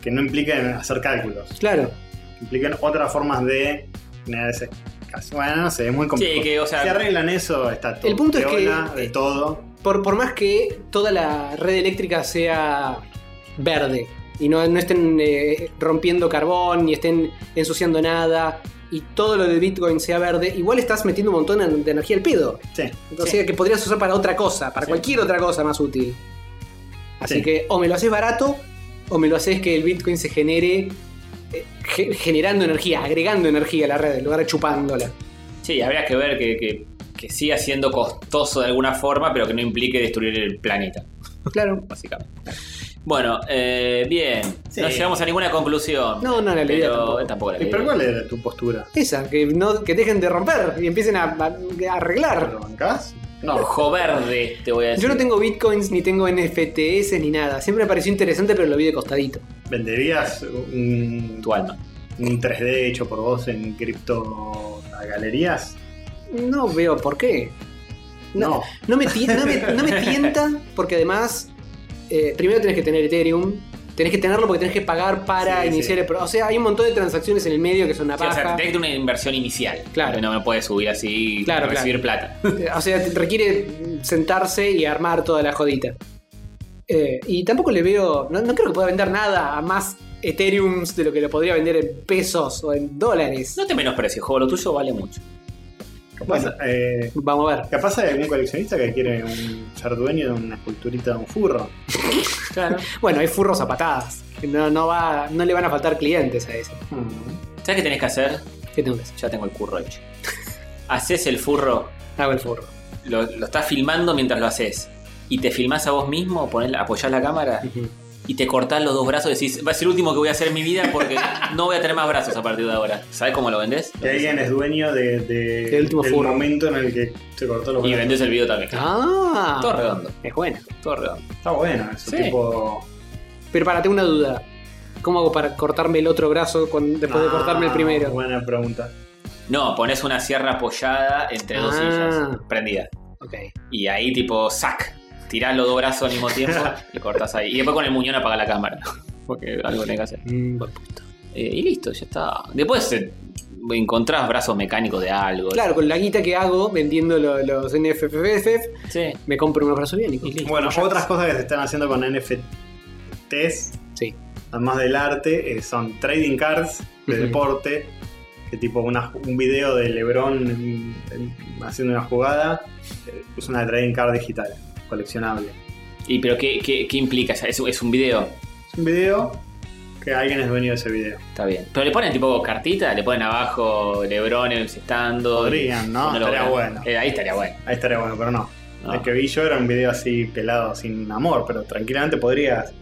S3: que no impliquen hacer cálculos.
S2: Claro.
S3: que impliquen otras formas de generar ese caso. Bueno, no sé, es muy complejo.
S1: Sí, que, o sea,
S3: si arreglan eso, está todo.
S2: El punto es que- eh,
S3: Teola, de todo.
S2: Por, por más que toda la red eléctrica sea verde y no, no estén eh, rompiendo carbón ni estén ensuciando nada y todo lo de Bitcoin sea verde, igual estás metiendo un montón en- de energía al pedo.
S3: Sí.
S2: O
S1: Sí.
S2: sea que podrías usar para otra cosa, para
S1: Sí.
S2: cualquier otra cosa más útil. Así
S3: Sí.
S2: que o me lo haces barato o me lo haces que el Bitcoin se genere eh, ge- generando energía, agregando energía a la red en lugar de chupándola.
S1: Sí, habría que ver que, que, que siga siendo costoso de alguna forma, pero que no implique destruir el planeta,
S2: Pues Claro.
S1: básicamente. Bueno, eh, bien.
S3: Sí.
S1: No llegamos a ninguna conclusión.
S2: No, no la leí
S1: pero
S2: tampoco.
S1: tampoco la
S3: ¿Y
S1: leí.
S3: Eh, pero cuál era tu postura?
S2: Esa, que, no, que dejen de romper y empiecen a, a- a
S3: ¿Te
S2: arreglar.
S3: lo bancás? No.
S1: Ojo verde, te voy a decir.
S2: Yo no tengo bitcoins, ni tengo NFTs, ni nada. Siempre me pareció interesante, pero lo vi de costadito.
S3: ¿Venderías un,
S1: tu alma.
S3: un 3D hecho por vos en cripto a galerías.
S2: No veo por qué. No,
S3: No.
S2: no. me, ti- no, me, no me tienta porque además, eh, primero tenés que tener Ethereum, tenés que tenerlo porque tenés que pagar para
S3: Sí,
S2: iniciar
S3: sí.
S2: el pro- O sea, hay un montón de transacciones en el medio que son una
S1: Sí, o sea,
S2: paja.
S1: tenés que tener una inversión inicial.
S2: Claro.
S1: No me puedes subir así
S2: Claro,
S1: y recibir plata.
S2: Eh, O sea, te- requiere sentarse y armar toda la jodita. Eh, y tampoco le veo, no, no creo que pueda vender nada a más Ethereum de lo que lo podría vender en pesos o en dólares.
S1: No te menosprecies, juego, lo tuyo vale mucho.
S3: Capaz, eh,
S2: Vamos a ver.
S3: capaz hay algún coleccionista que quiere un, ser dueño de una esculturita de un furro.
S1: Claro.
S2: Bueno, hay furros a patadas. No, no, va, no le van a faltar clientes a eso.
S1: ¿Sabes qué tenés que hacer?
S2: ¿Qué tengo que hacer?
S1: Ya tengo el curro hecho. Haces el furro,
S2: Hago el furro.
S1: lo, lo estás filmando mientras lo haces. Y te filmás a vos mismo, ponés, la- apoyás la cámara y te cortás los dos brazos y decís, va a ser el último que voy a hacer en mi vida porque no voy a tener más brazos a partir de ahora. ¿Sabes cómo lo vendés?
S3: Que alguien es dueño de, de-
S2: Del último
S3: del
S2: furro.
S3: momento en el que se cortó los
S1: Y
S3: brazos.
S1: vendés el video también.
S2: Ah,
S1: Todo redondo,
S2: es bueno.
S1: todo redondo.
S3: Está bueno, eso
S1: Sí.
S3: tipo.
S2: Pero para, tengo una duda. ¿Cómo hago para cortarme el otro brazo con- después de
S3: Ah,
S2: cortarme el primero?
S3: Buena pregunta.
S1: No, pones una sierra apoyada entre dos
S2: Ah.
S1: sillas, prendida.
S2: Ok.
S1: Y ahí tipo, sac. Tirás los dos brazos al mismo tiempo y cortás ahí. Y después con el muñón apaga la cámara. Porque algo tenés que hacer.
S2: Mm, bueno.
S1: Eh, y listo, ya está. Después eh, encontrás brazos mecánicos de algo.
S2: Claro, con la guita que hago vendiendo lo- los NFFF,
S1: Sí.
S2: me compro unos brazos biónicos.
S3: Bueno, otras cosas que se están haciendo con NFTs,
S2: Sí.
S3: además del arte, eh, son trading cards de
S2: Ujú.
S3: deporte, que tipo una- un video de Lebron en- en- haciendo una jugada, eh, es una trading card digital, coleccionable.
S1: ¿Y pero qué, qué, qué implica? Ya, Es, es un video.
S3: Es un video que alguien es dueño de ese video.
S1: Está bien. Pero le ponen tipo cartita, le ponen abajo Lebron encestando.
S3: Podrían, ¿no?
S1: Cuando lo
S3: Estaría
S1: vean.
S3: bueno.
S1: Eh, ahí estaría bueno.
S3: Ahí estaría bueno, pero no.
S1: No.
S3: El que vi yo era un video así pelado, sin amor, pero tranquilamente podrías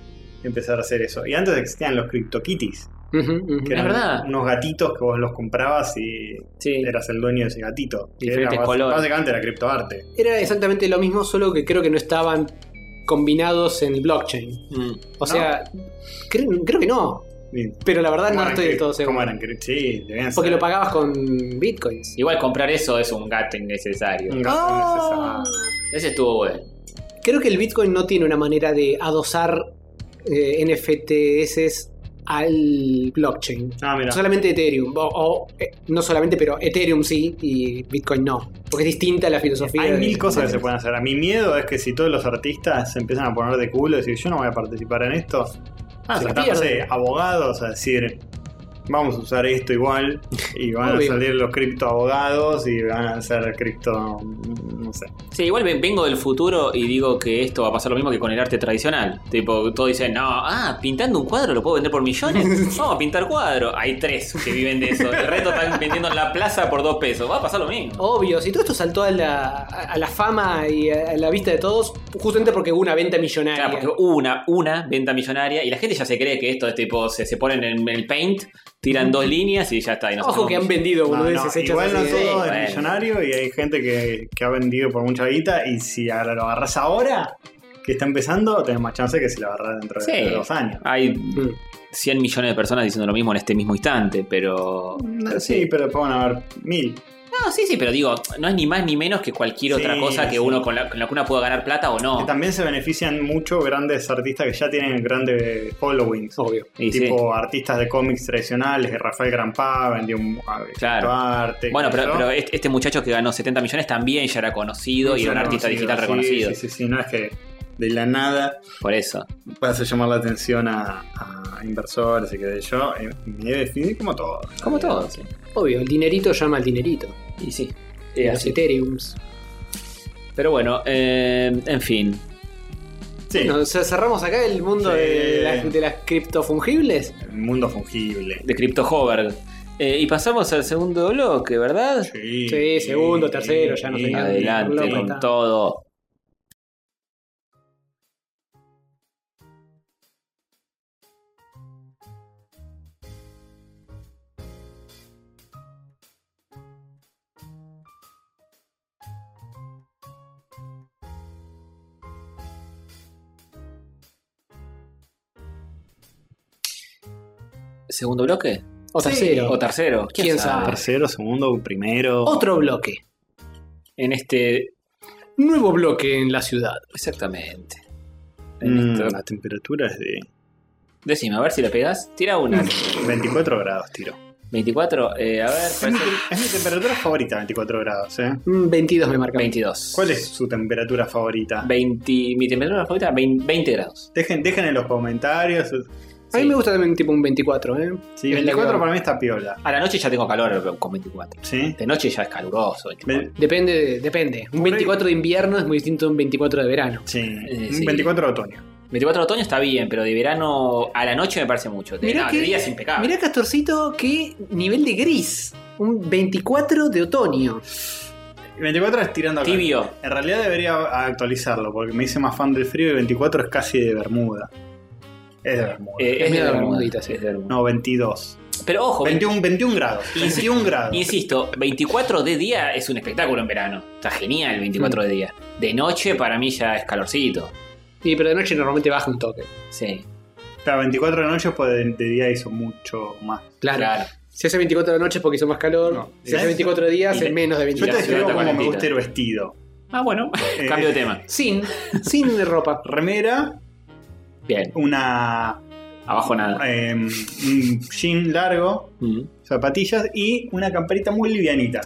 S3: empezar a hacer eso. Y antes existían los CryptoKitties,
S2: Ujú, ujú.
S3: que
S1: Es
S3: eran
S1: verdad.
S3: unos gatitos que vos los comprabas y
S1: Sí.
S3: eras el dueño de ese gatito. Que
S1: Diferentes
S3: era bas-
S1: colores.
S3: Básicamente era criptoarte.
S2: Era exactamente lo mismo, solo que creo que no estaban combinados en el blockchain.
S1: Mm.
S2: O sea, cre- creo que no.
S3: Y-
S2: Pero la verdad
S3: ¿cómo
S2: Ah, no
S3: eran
S2: estoy del
S3: cri-
S2: todo
S3: ¿Cómo
S2: seguro.
S3: eran cri- Sí, debían
S2: Porque
S3: ser
S2: lo pagabas con bitcoins.
S1: Igual comprar eso es un gato innecesario.
S3: un gato
S2: Ah.
S1: Ese estuvo bueno.
S2: Creo que el Bitcoin no tiene una manera de adosar eh, NFTs al blockchain.
S3: innecesario. Ah, mira.
S2: Solamente Ethereum, o, o, eh, no solamente, pero Ethereum sí y Bitcoin no, porque es distinta la filosofía.
S3: Hay
S2: de-
S3: mil cosas que
S2: de-
S3: se pueden hacer. A mi miedo es que si todos los artistas se empiezan a poner de culo y decir, yo no voy a participar en esto, ah,
S2: Se
S3: se están, no sé, abogados a decir, vamos a usar esto igual, y van a
S2: Obvio.
S3: salir los criptoabogados y van a ser cripto. no sé.
S1: Sí, igual ven- vengo del futuro y digo que esto va a pasar lo mismo que con el arte tradicional. Tipo, todos dicen, no, ah, pintando un cuadro lo puedo vender por millones. Vamos a pintar cuadro. Hay tres que viven de eso. El resto están vendiendo en la plaza por dos pesos. Va a pasar lo mismo.
S2: Obvio, si todo esto saltó a la, a a la fama y a a la vista de todos, justamente porque hubo una venta millonaria.
S1: Claro, porque hubo una, una venta millonaria y la gente ya se cree que esto es tipo, se, se ponen en el paint, tiran dos líneas y ya está. Y no
S2: Ojo
S1: sabemos
S2: que han
S1: qué es.
S2: vendido
S3: No,
S2: boludeces
S3: no,
S2: hechas
S3: igual no
S2: así de-
S3: todo
S1: Sí,
S3: es
S1: bueno.
S3: millonario y hay gente que, que ha vendido por mucha guita y si ahora lo agarras ahora, que está empezando, tenés más chance que si lo agarras dentro de,
S1: Sí.
S3: dos años.
S1: Hay
S2: Mm.
S1: 100 millones de personas diciendo lo mismo en este mismo instante, pero...
S3: Sí, pero después van a haber mil.
S1: No, sí, sí, pero digo, no es ni más ni menos que cualquier otra
S3: Sí,
S1: cosa que
S3: sí.
S1: uno con la, con la que uno pueda ganar plata o no.
S3: Que también se benefician mucho grandes artistas que ya tienen grandes followings.
S2: Obvio.
S1: Y sí.
S3: tipo artistas de cómics tradicionales, Rafael Granpa vendió un a-
S1: Claro.
S3: arte.
S1: Bueno,
S3: qué sé
S1: pero,
S3: yo.
S1: pero este este muchacho que ganó 70 millones también ya era conocido y
S3: Sí,
S1: era un artista
S3: reconocido,
S1: digital
S3: sí,
S1: reconocido.
S3: Sí, sí, sí, no es que de la nada
S1: Por eso.
S3: vas a llamar la atención a, a inversores y qué sé yo. Eh, Me definí como todo.
S1: Como todos. sí.
S2: Obvio, el dinerito llama al dinerito.
S1: Y sí.
S2: Y
S1: Eh,
S2: los
S1: así.
S2: Ethereums.
S1: Pero bueno, eh, en fin.
S3: Sí,
S2: Bueno, ¿cer- cerramos acá el mundo
S3: Sí.
S2: de, las, de las criptofungibles.
S3: el mundo fungible.
S1: De Crypto Hover. Eh, y pasamos al segundo bloque, ¿verdad?
S3: Sí,
S2: Sí, segundo, tercero, ya no sé.
S1: Adelante
S2: Loco,
S1: con
S2: está.
S1: todo. ¿Segundo bloque?
S2: O
S1: Sí,
S2: tercero.
S1: O tercero.
S2: ¿Quién sabe?
S3: Tercero, segundo, primero.
S2: Otro bloque.
S1: En este.
S2: Nuevo bloque en la ciudad.
S1: Exactamente. En
S3: Mm,
S1: esto.
S3: la temperatura es de
S1: Decime, a ver si la pegas. Tira una.
S3: 24 grados, tiro.
S1: 24. eh, a ver,
S3: Es mi,
S1: parece
S2: Pues
S3: es mi temperatura favorita, 24 grados, ¿eh?
S2: Mm, 22 me marca.
S1: 22.
S3: ¿Cuál es su temperatura favorita?
S1: 20, mi temperatura favorita, 20, 20 grados.
S3: Dejen, dejen en los comentarios. eh,
S2: A mí
S1: Sí.
S2: me gusta también tipo un 24, ¿eh?
S3: Sí,
S2: Es la
S3: 24
S2: que-
S3: para mí está piola.
S1: A la noche ya tengo calor con 24.
S3: ¿Sí?
S1: De noche ya es caluroso. 24.
S3: Ve-
S2: Depende, de- depende. Un
S3: Por ahí-
S2: 24 de invierno es muy distinto a un 24 de verano.
S3: Sí,
S1: Eh,
S3: un
S1: sí.
S3: 24 de otoño.
S1: 24 de otoño está bien, pero de verano a la noche me parece mucho. De, no, de día es impecable.
S2: mirá, Castorcito, qué nivel de gris. Un 24 de otoño.
S3: El 24 es tirando a calor.
S1: Tibio.
S3: En realidad debería actualizarlo porque me hice más fan del frío y 24 es casi de Bermuda. Es de Bermuda.
S1: Eh, es,
S2: medio
S1: de
S2: bermudita,
S1: Bermuda.
S2: sí.
S1: es de Bermuda.
S3: No, 22.
S1: Pero ojo,
S3: 21, 21 grados. 21 grados.
S1: Insisto, 24 de día es un espectáculo en verano. Está genial 24 de día. De noche para mí ya es calorcito.
S2: Y pero de noche normalmente baja un toque.
S1: Sí,
S3: Claro, 24 de noche pues de, de día hizo mucho más.
S2: Claro.
S1: claro.
S2: Si hace 24 de noche es porque hizo más calor.
S3: No.
S2: Si hace 24 días
S1: Y la-
S2: es menos de
S3: Yo
S1: Y la
S3: te
S2: 24.
S1: ciudad
S3: describo
S1: está
S3: como me
S1: calentita.
S3: gusta el vestido.
S1: Ah, bueno.
S3: Eh,
S1: Cambio de tema.
S2: Sin, sin ropa.
S3: Remera,
S1: Bien.
S3: una
S1: Abajo nada.
S3: eh, un jean largo,
S1: Mm.
S3: zapatillas y una camperita muy livianita.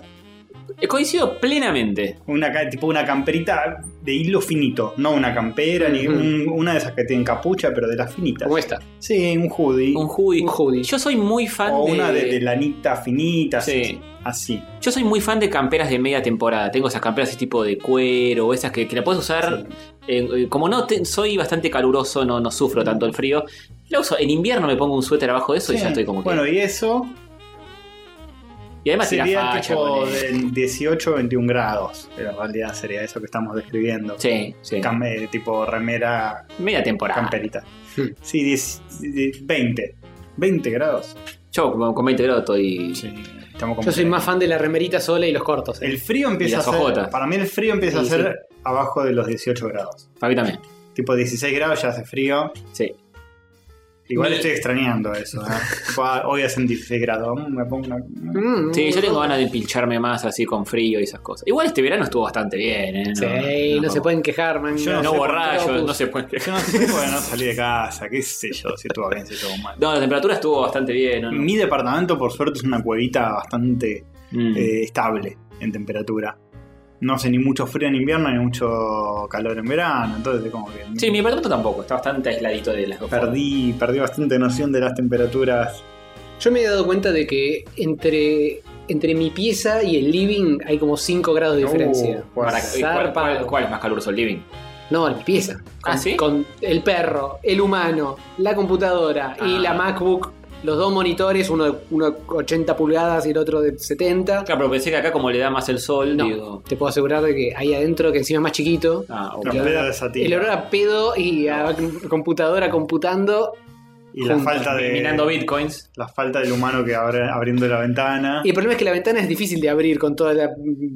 S1: Eh, Coincido plenamente.
S3: Una, ca- tipo una camperita de hilo finito, no una campera, ni
S2: Ujú.
S3: un- una de esas que tienen capucha, pero de las finitas.
S2: Como esta.
S3: Sí, un hoodie.
S1: Un hoodie.
S2: Un hoodie.
S1: Yo soy muy fan
S3: o
S1: de...
S3: una de, de lanita finita,
S1: Sí.
S3: así.
S1: Yo soy muy fan de camperas de media temporada. Tengo esas camperas así tipo de cuero, o esas que, que la puedes usar. eh, eh, como no te- soy bastante caluroso, no, no sufro tanto el frío. La uso en invierno, me pongo un suéter abajo de eso y
S3: Sí.
S1: ya estoy como que.
S3: Bueno, y eso
S1: y además tira
S3: sería
S1: facha
S3: tipo
S1: con el-
S3: del 18 21 grados. Pero en realidad sería eso que estamos describiendo.
S1: Sí, sí.
S3: Cam- eh, tipo remera
S1: media temporada.
S3: camperita.
S2: Hmm.
S3: Sí, 10 10 20. 20 grados.
S1: Yo con con 20 grados estoy.
S3: Estamos como
S2: Yo soy
S3: que-
S2: más fan de la remerita sola y los cortos. ¿eh?
S3: El frío empieza
S1: Y
S3: a
S1: las
S3: ser.
S1: ojotas.
S3: Para mí el frío empieza a
S2: Sí,
S3: ser abajo de los 18 grados.
S1: Para mí también.
S3: Tipo 16 grados ya hace frío.
S1: Sí.
S3: Igual
S1: Me-
S3: estoy extrañañando eso. ¿eh? Tipo, ah, hoy hacen 16 grados. mm, Me pongo una.
S2: Mm.
S1: Sí, yo tengo ganas de pincharme más así con frío y esas cosas. Igual este verano estuvo bastante bien, ¿eh?
S2: Sí, no, se pueden quejar, man.
S3: Yo
S1: No,
S3: No
S1: no
S3: sé
S1: hubo
S3: por qué
S1: rayos,
S2: lo puse.
S1: no se pueden
S2: pues.
S3: Yo no sé porque no salí de casa. Qué sé yo, si estuvo bien, si estuvo mal.
S1: No, la temperatura estuvo bastante bien. ¿no?
S3: Mi departamento, por suerte, es una cuevita bastante
S1: Mm.
S3: eh, estable en temperatura. No hace ni mucho frío en invierno ni mucho calor en verano. Entonces, es como que.
S1: Sí, mi departamento tampoco, está bastante aisladito de las dos.
S3: Perdí, perdí bastante noción de las temperaturas.
S2: Yo me he dado cuenta de que entre, entre mi pieza y el living hay como 5 grados de diferencia.
S1: formas.
S3: Uh, pues,
S1: Para- ¿y ¿cuál,
S2: Zarpado.
S1: cuál- cuál es más caluroso el living?
S2: No, en mi pieza.
S1: ¿Ah,
S2: Con-
S1: sí?
S2: Con el perro, el humano, la computadora y
S1: Ah.
S2: la MacBook. Los dos monitores, uno de uno de 80 pulgadas y el otro de 70.
S1: Claro, pero pensé que acá como le da más el sol,
S2: No,
S1: digo.
S2: te puedo asegurar de que ahí adentro, que encima es más chiquito,
S1: Ah, ok.
S3: los
S2: olor a-
S3: pedos de sativa.
S2: el olor a pedo y a computadora computando.
S3: y la
S2: juntos,
S3: falta de
S1: Minando bitcoins.
S3: la falta del humano que abre abriendo la ventana.
S2: Y el problema es que la ventana es difícil de abrir con toda la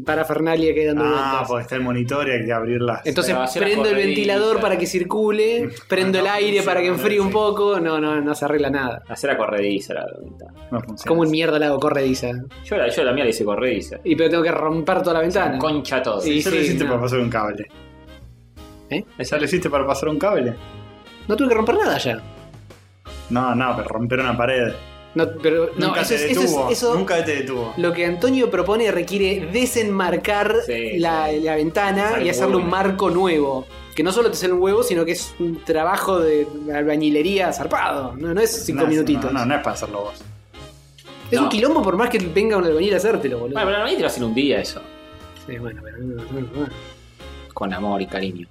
S2: parafernalia que hay dando
S3: ah,
S2: vueltas.
S3: porque está el monitor y hay que abrirlas.
S2: Entonces
S1: Pero hacer las
S2: prendo el
S1: correditas.
S2: ventilador para que circule, prendo el
S3: Ah, no,
S2: aire
S3: sí,
S2: para que
S3: no,
S2: enfríe un
S3: sí.
S2: poco. No, no, no se arregla nada.
S1: Hacer a corrediza la ventana.
S3: no funciona.
S2: Como un mierda la hago corrediza.
S1: Yo la, yo la mía le hice corrediza.
S2: Y pero tengo que romper toda la ventana.
S1: Concha todo.
S2: Sí.
S3: Ya lo hiciste
S2: no.
S3: para pasar un cable.
S2: ¿Eh?
S3: ¿Ya lo hiciste para pasar un cable?
S2: No tuve que romper nada ya.
S3: No, no, pero romper una pared.
S2: No, pero, no,
S3: nunca
S2: eso,
S3: te
S2: es- eso es-
S3: detuvo.
S2: eso-
S3: Nunca te detuvo.
S2: lo que Antonio propone requiere desenmarcar
S1: Sí,
S2: la, la ventana
S1: Sale
S2: y hacerle un
S1: huevo.
S2: marco nuevo. Que no solo te sale un huevo, sino que es un trabajo de albañilería zarpado. No, no es cinco
S3: No,
S2: minutitos.
S3: No, no, no es para hacerlo vos.
S2: Es
S1: No.
S2: un quilombo por más que venga un albañil a hacértelo, boludo.
S1: Bueno, pero a mí te lo hacen un día eso.
S2: Sí, bueno, pero no, no, no.
S1: Con amor y cariño.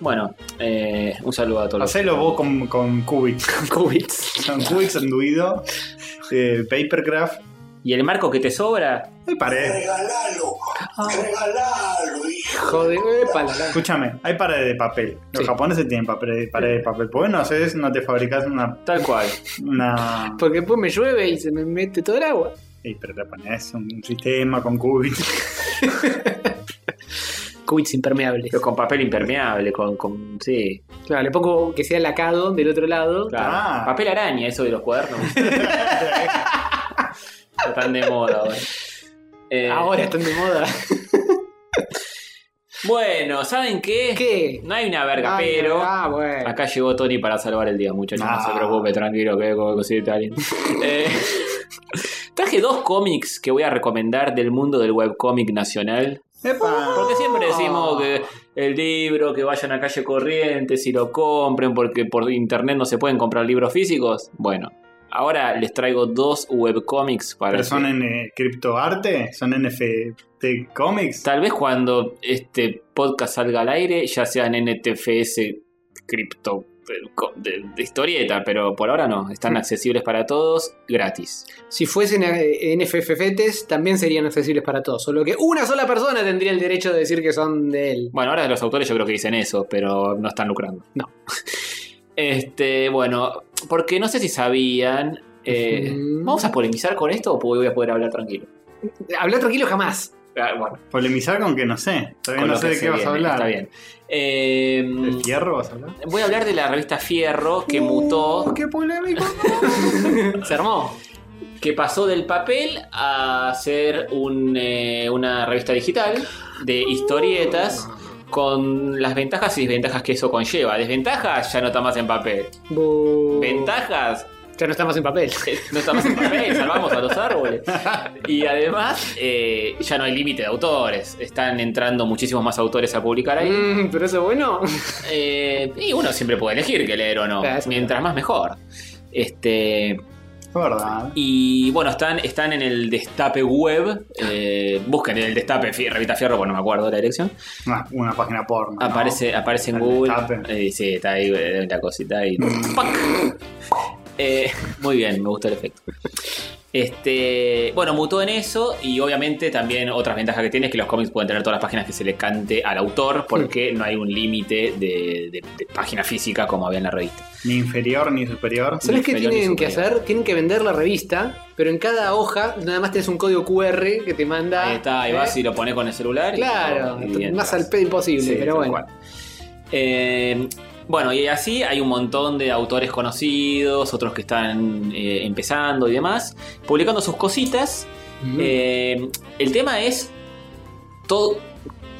S1: Bueno, eh, un saludo a todos los.
S3: Hacelo vos con, con Cubic.
S2: Cubits.
S3: Con Cubic enduido. Eh, papercraft.
S1: Y el marco que te sobra,
S3: Hay pared.
S4: Regalalo, regalalo, hijo.
S2: Joder, epa, la- la-
S3: Escúchame, hay pared de papel. Los
S2: Sí.
S3: japoneses tienen pared, pared de papel. ¿Por qué no haces, no te fabricas una.
S1: tal cual.
S3: una...
S2: Porque después me llueve y se me mete todo el agua.
S3: Ey, pero te pones un, un sistema con cubitos.
S2: Cubits impermeables.
S1: Pero con papel impermeable, con. con sí.
S2: Claro, le pongo que sea lacado del otro lado.
S1: Claro.
S3: Ah.
S1: Papel araña, eso de los cuadernos. Están de moda ahora. Eh,
S2: Ahora están de moda.
S1: Bueno, ¿saben qué?
S2: ¿Qué?
S1: No hay una verga,
S2: Ay,
S1: pero.
S2: Ah, bueno.
S1: Acá llegó Tony para salvar el día, muchachos. No
S3: Ah.
S1: se preocupe, tranquilo, que como cosita alguien. Eh, traje dos cómics que voy a recomendar del mundo del webcómic nacional. Porque siempre
S3: Ah.
S1: decimos que el libro, que vayan a calle corriente, si lo compren, porque por internet no se pueden comprar libros físicos. Bueno, ahora les traigo dos webcómics para.
S3: Pero
S1: que-
S3: son en eh, criptoarte, son NFT comics.
S1: Tal vez cuando este podcast salga al aire, ya sean NTFS, cripto, eh, co- de, de historieta, pero por ahora no. Están accesibles para todos, gratis.
S2: Si fuesen eh, NFFFetes, también serían accesibles para todos. Solo que una sola persona tendría el derecho de decir que son de él.
S1: Bueno, ahora los autores yo creo que dicen eso, pero no están lucrando. No. Este, bueno, porque no sé si sabían. eh,
S2: Ujú.
S1: ¿Vamos a polemizar con esto o voy a poder hablar tranquilo?
S2: Hablar tranquilo jamás.
S1: Ah, bueno,
S3: Polemizar con que no sé. Todavía
S1: con
S3: Eh, no
S1: lo
S3: sé
S1: que
S3: de
S1: se
S3: qué vas a
S1: viene,
S3: hablar.
S1: Está bien. Eh,
S3: ¿De fierro vas a hablar?
S1: voy a hablar de la revista Fierro que mutó.
S3: Uh, ¡Qué polémico!
S2: Se armó.
S1: que pasó del papel a ser un, eh, una revista digital de historietas con las ventajas y desventajas que eso conlleva. Desventajas, ya no está más en papel.
S2: Bu-
S1: Ventajas,
S2: Ya no estamos en papel.
S1: eh, no está más en papel, salvamos a los árboles. Y además, eh, ya no hay límite de autores. Están entrando muchísimos más autores a publicar ahí.
S2: Mm, pero eso es bueno.
S1: Eh, y uno siempre puede elegir qué leer o no.
S2: Ah, eso
S1: Mientras más mejor. Este,
S3: Es verdad.
S1: Y bueno, están, están en el Destape Web. eh, busquen el Destape, Fie- Revista Fierro, bueno, no me acuerdo la dirección.
S3: Una, una página porno. ¿no?
S1: Aparece, aparece en
S3: El
S1: Google.
S3: Destape.
S1: Eh, sí, está ahí eh, la cosita y. Eh, muy bien, me gustó el efecto. Este, bueno, mutó en eso y obviamente también otras ventajas que tiene es que los cómics pueden tener todas las páginas que se le cante al autor porque no hay un límite de, de- de página física como había en la revista.
S3: Ni inferior ni
S1: Este.
S3: superior.
S2: ¿Sabes qué
S1: Inferior y
S2: tienen que
S1: superior.
S2: hacer? Tienen que vender la revista, pero en cada hoja nada más tienes un código QR que te manda.
S1: Ahí está, ahí
S2: ¿eh?
S1: vas y lo pones con el celular. y-
S2: Claro,
S1: y
S2: más
S1: entras.
S2: al pedo imposible,
S1: Sí,
S2: pero
S1: tal
S2: bueno.
S1: cual. Eh, bueno, y así hay un montón de autores conocidos, otros que están eh, empezando y demás, publicando sus cositas.
S2: Mm.
S1: Eh, el tema es, todo,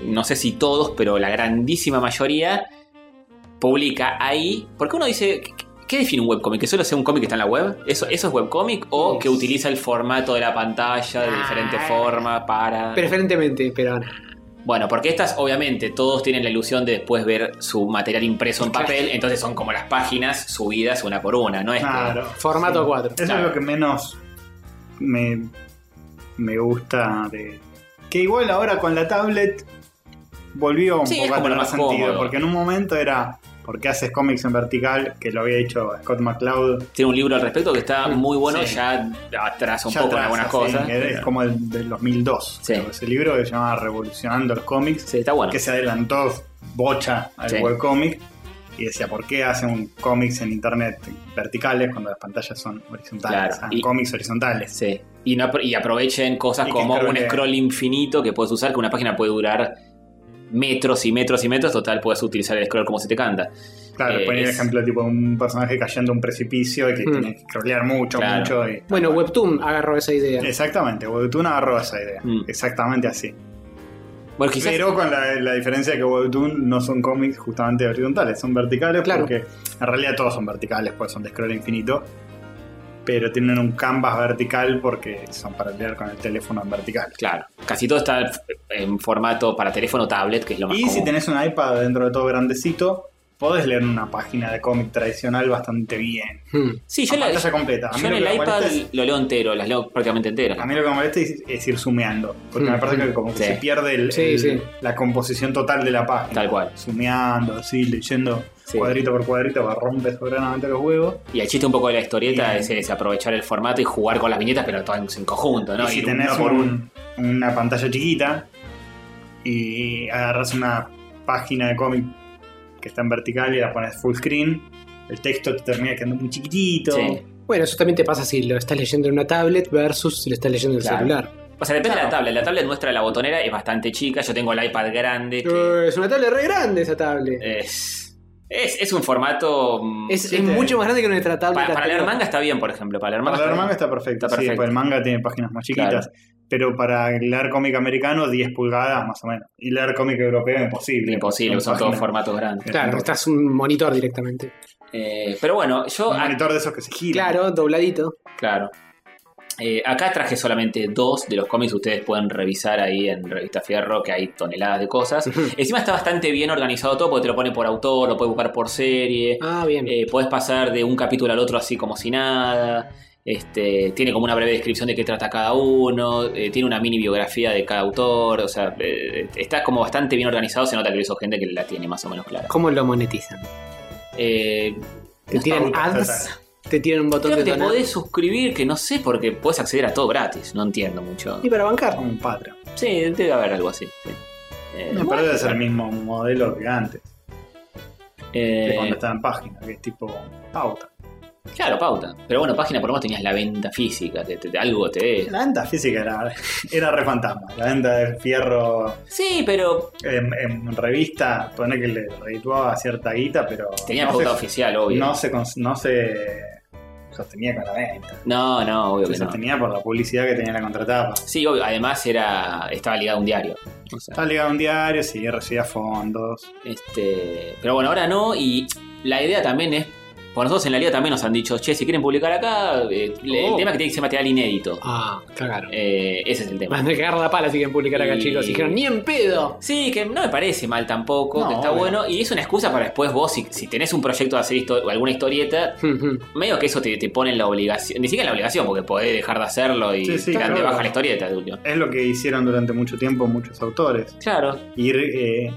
S1: no sé si todos, pero la grandísima mayoría publica ahí, porque uno dice, ¿qué, qué define un webcomic? ¿Que solo sea un cómic que está en la web? ¿Eso, eso es webcomic? ¿O
S2: Yes.
S1: que utiliza el formato de la pantalla de diferente
S2: Ah.
S1: forma para...
S2: Preferentemente, pero no.
S1: Bueno, porque estas obviamente todos tienen la ilusión de después ver su material impreso en papel, entonces son como las páginas subidas una por una, ¿no es? que-
S3: Claro.
S2: formato 4.
S3: Eso
S1: Claro.
S3: es lo que menos me, me gusta de. Que igual ahora con la tablet volvió un
S1: Sí, es
S3: poco a
S1: como lo
S3: tener
S1: más
S3: sentido.
S1: cómodo.
S3: Porque en un momento era. ¿Por qué haces cómics en vertical? Que lo había hecho Scott McCloud.
S1: Tiene un libro al respecto que está muy bueno,
S3: Sí.
S1: ya atrasa un
S3: Ya
S1: poco en
S3: atrás,
S1: algunas
S3: así,
S1: cosas.
S3: que Es como el del 2002.
S1: Sí.
S3: Ese libro que se llama Revolucionando los cómics.
S1: Sí, está bueno.
S3: que se adelantó bocha al
S1: Sí.
S3: webcomic y decía, ¿por qué hacen cómics en internet verticales cuando las pantallas son horizontales?
S1: Claro,
S3: Ah,
S1: y-
S3: cómics horizontales.
S1: Sí. Y, no apro- y aprovechen cosas
S3: Y que
S1: como un
S3: scrolle.
S1: scroll infinito que puedes usar, que una página puede durar metros y metros y metros, total puedes utilizar el scroll como se te canta.
S3: Claro,
S1: Eh,
S3: poner el
S1: es-
S3: ejemplo tipo un personaje cayendo a un precipicio y que
S2: Mm.
S3: tiene que scrollear mucho,
S1: Claro.
S3: mucho. y-
S2: Bueno, Webtoon agarró esa idea.
S3: Exactamente, Webtoon agarró esa idea.
S1: Mm.
S3: Exactamente así.
S1: Bueno, quizás
S3: Pero con la, la diferencia que Webtoon no son cómics justamente horizontales, son verticales
S2: Claro.
S3: porque en realidad todos son verticales, pues son de scroll infinito. Pero tienen un canvas vertical porque son para leer con el teléfono en vertical.
S1: Claro, casi todo está en formato para teléfono o tablet, que es lo más
S3: Y
S1: común.
S3: si tenés un iPad dentro de todo grandecito, podés leer una página de cómic tradicional bastante bien.
S2: Mm.
S1: Sí, yo
S3: Con
S1: la-
S3: pantalla completa. A mí
S1: yo en
S3: lo que
S1: el
S3: me
S1: iPad
S3: molesta es-
S1: lo leo entero, las leo prácticamente enteras.
S3: a mí lo que me molesta es, es ir sumeando. Porque
S2: Mm,
S3: me parece
S2: mm.
S3: que como que
S1: Hmm. Sí.
S3: se pierde el-
S2: Sí,
S3: el-
S2: sí.
S3: la composición total de la página.
S1: Tal cual.
S3: Sumeando, así, leyendo
S1: Sí.
S3: cuadrito por cuadrito, va, rompe soberanamente los huevos.
S1: Y el chiste un poco de la historieta
S3: Bien.
S1: es, es aprovechar el formato y jugar con las viñetas, pero todo en, en conjunto, ¿no?
S3: y si
S1: Ir
S3: tenés
S1: una por un-
S3: un- una pantalla chiquita y agarras una página de cómic que está en vertical y la pones full screen, el texto te termina quedando muy chiquitito.
S1: Sí.
S2: Bueno, eso también te pasa si lo estás leyendo en una tablet versus si lo estás leyendo en el
S1: Claro.
S2: celular.
S1: O sea, depende de la tablet. La tablet nuestra, la botonera, es bastante chica. Yo tengo el iPad grande. que
S2: Eh, es una tablet re grande esa tablet.
S1: es- Es, es un formato. mm,
S2: Es,
S3: Sí,
S2: es
S3: te-
S2: mucho más grande que nuestra
S1: pa-
S2: tablet.
S1: para, leer
S2: anterior.
S1: manga está bien, por ejemplo. Para leer manga,
S3: Para leer manga está perfecto.
S1: Está
S3: Sí,
S1: perfecto.
S3: porque el manga tiene páginas más chiquitas. Pero para leer cómic americano, 10 pulgadas más o menos. Y leer cómic europeo, imposible.
S1: Imposible, son todos formatos grandes.
S2: Claro, estás un monitor directamente.
S1: Eh, pero bueno, yo.
S3: Un
S1: a-
S3: monitor de esos que se gira.
S2: Claro, dobladito.
S1: Claro. Eh, acá traje solamente dos de los cómics, ustedes pueden revisar ahí en Revista Fierro, que hay toneladas de cosas. Encima está bastante bien organizado todo, porque te lo pone por autor, lo puedes buscar por serie,
S2: Ah, bien.
S1: eh, puedes pasar de un capítulo al otro así como si nada. Este, tiene como una breve descripción de qué trata cada uno, eh, tiene una mini biografía de cada autor, o sea, eh, está como bastante bien organizado, se nota que eso es gente que la tiene más o menos clara.
S2: ¿Cómo lo monetizan?
S1: Eh,
S2: ¿Te tiran
S3: está bueno,
S2: ads? ¿Te tiran un botón
S1: creo que
S2: de
S1: te
S2: donar?
S1: podés suscribir, que no sé, porque podés acceder a todo gratis, no entiendo mucho.
S2: Y para bancar.
S3: Como un patra.
S1: Sí, debe haber algo así. sí. Eh,
S3: No, pero debe ser el mismo modelo que antes.
S1: eh,
S3: De cuando estaba en página, que es tipo pauta.
S1: claro, pauta. Pero bueno, página por lo menos tenías la venta física, te- te- algo te.
S3: La venta física era, era re fantasma. La venta de fierro
S1: Sí, pero
S3: en, en revista, poner que le redituaba cierta guita, pero.
S1: tenía
S3: no
S1: pauta
S3: se,
S1: oficial, obvio.
S3: no se, cons- no se sostenía con la venta.
S1: no, no, obvio
S3: Se
S1: que no.
S3: sostenía por la publicidad que tenía la contratapa.
S1: Sí, obvio. Además era estaba ligado a un diario. O sea,
S3: Estaba ligado a un diario, sí, recibía fondos.
S1: este, pero bueno, ahora no. Y la idea también es. Por nosotros en la liga también nos han dicho, che, si quieren publicar acá, eh, le- el
S2: Oh.
S1: tema es que tiene que ser material inédito.
S2: Ah, cagaron.
S1: Eh, ese es el tema.
S2: Van a cagar la pala si quieren publicar acá,
S1: Y-
S2: chicos. Y dijeron, ni en pedo.
S1: Sí, que no me parece mal tampoco,
S3: No,
S1: que está
S3: obvio.
S1: bueno. Y es una excusa para después vos, si, si tenés un proyecto de hacer histo- o alguna historieta, medio que eso te, te pone en la obligación. Ni siquiera en la obligación, porque podés dejar de hacerlo y
S3: Sí, sí,
S1: te dan de
S3: claro.
S1: baja la historieta, de última.
S3: Es lo que hicieron durante mucho tiempo muchos autores.
S1: Claro.
S3: Ir. eh,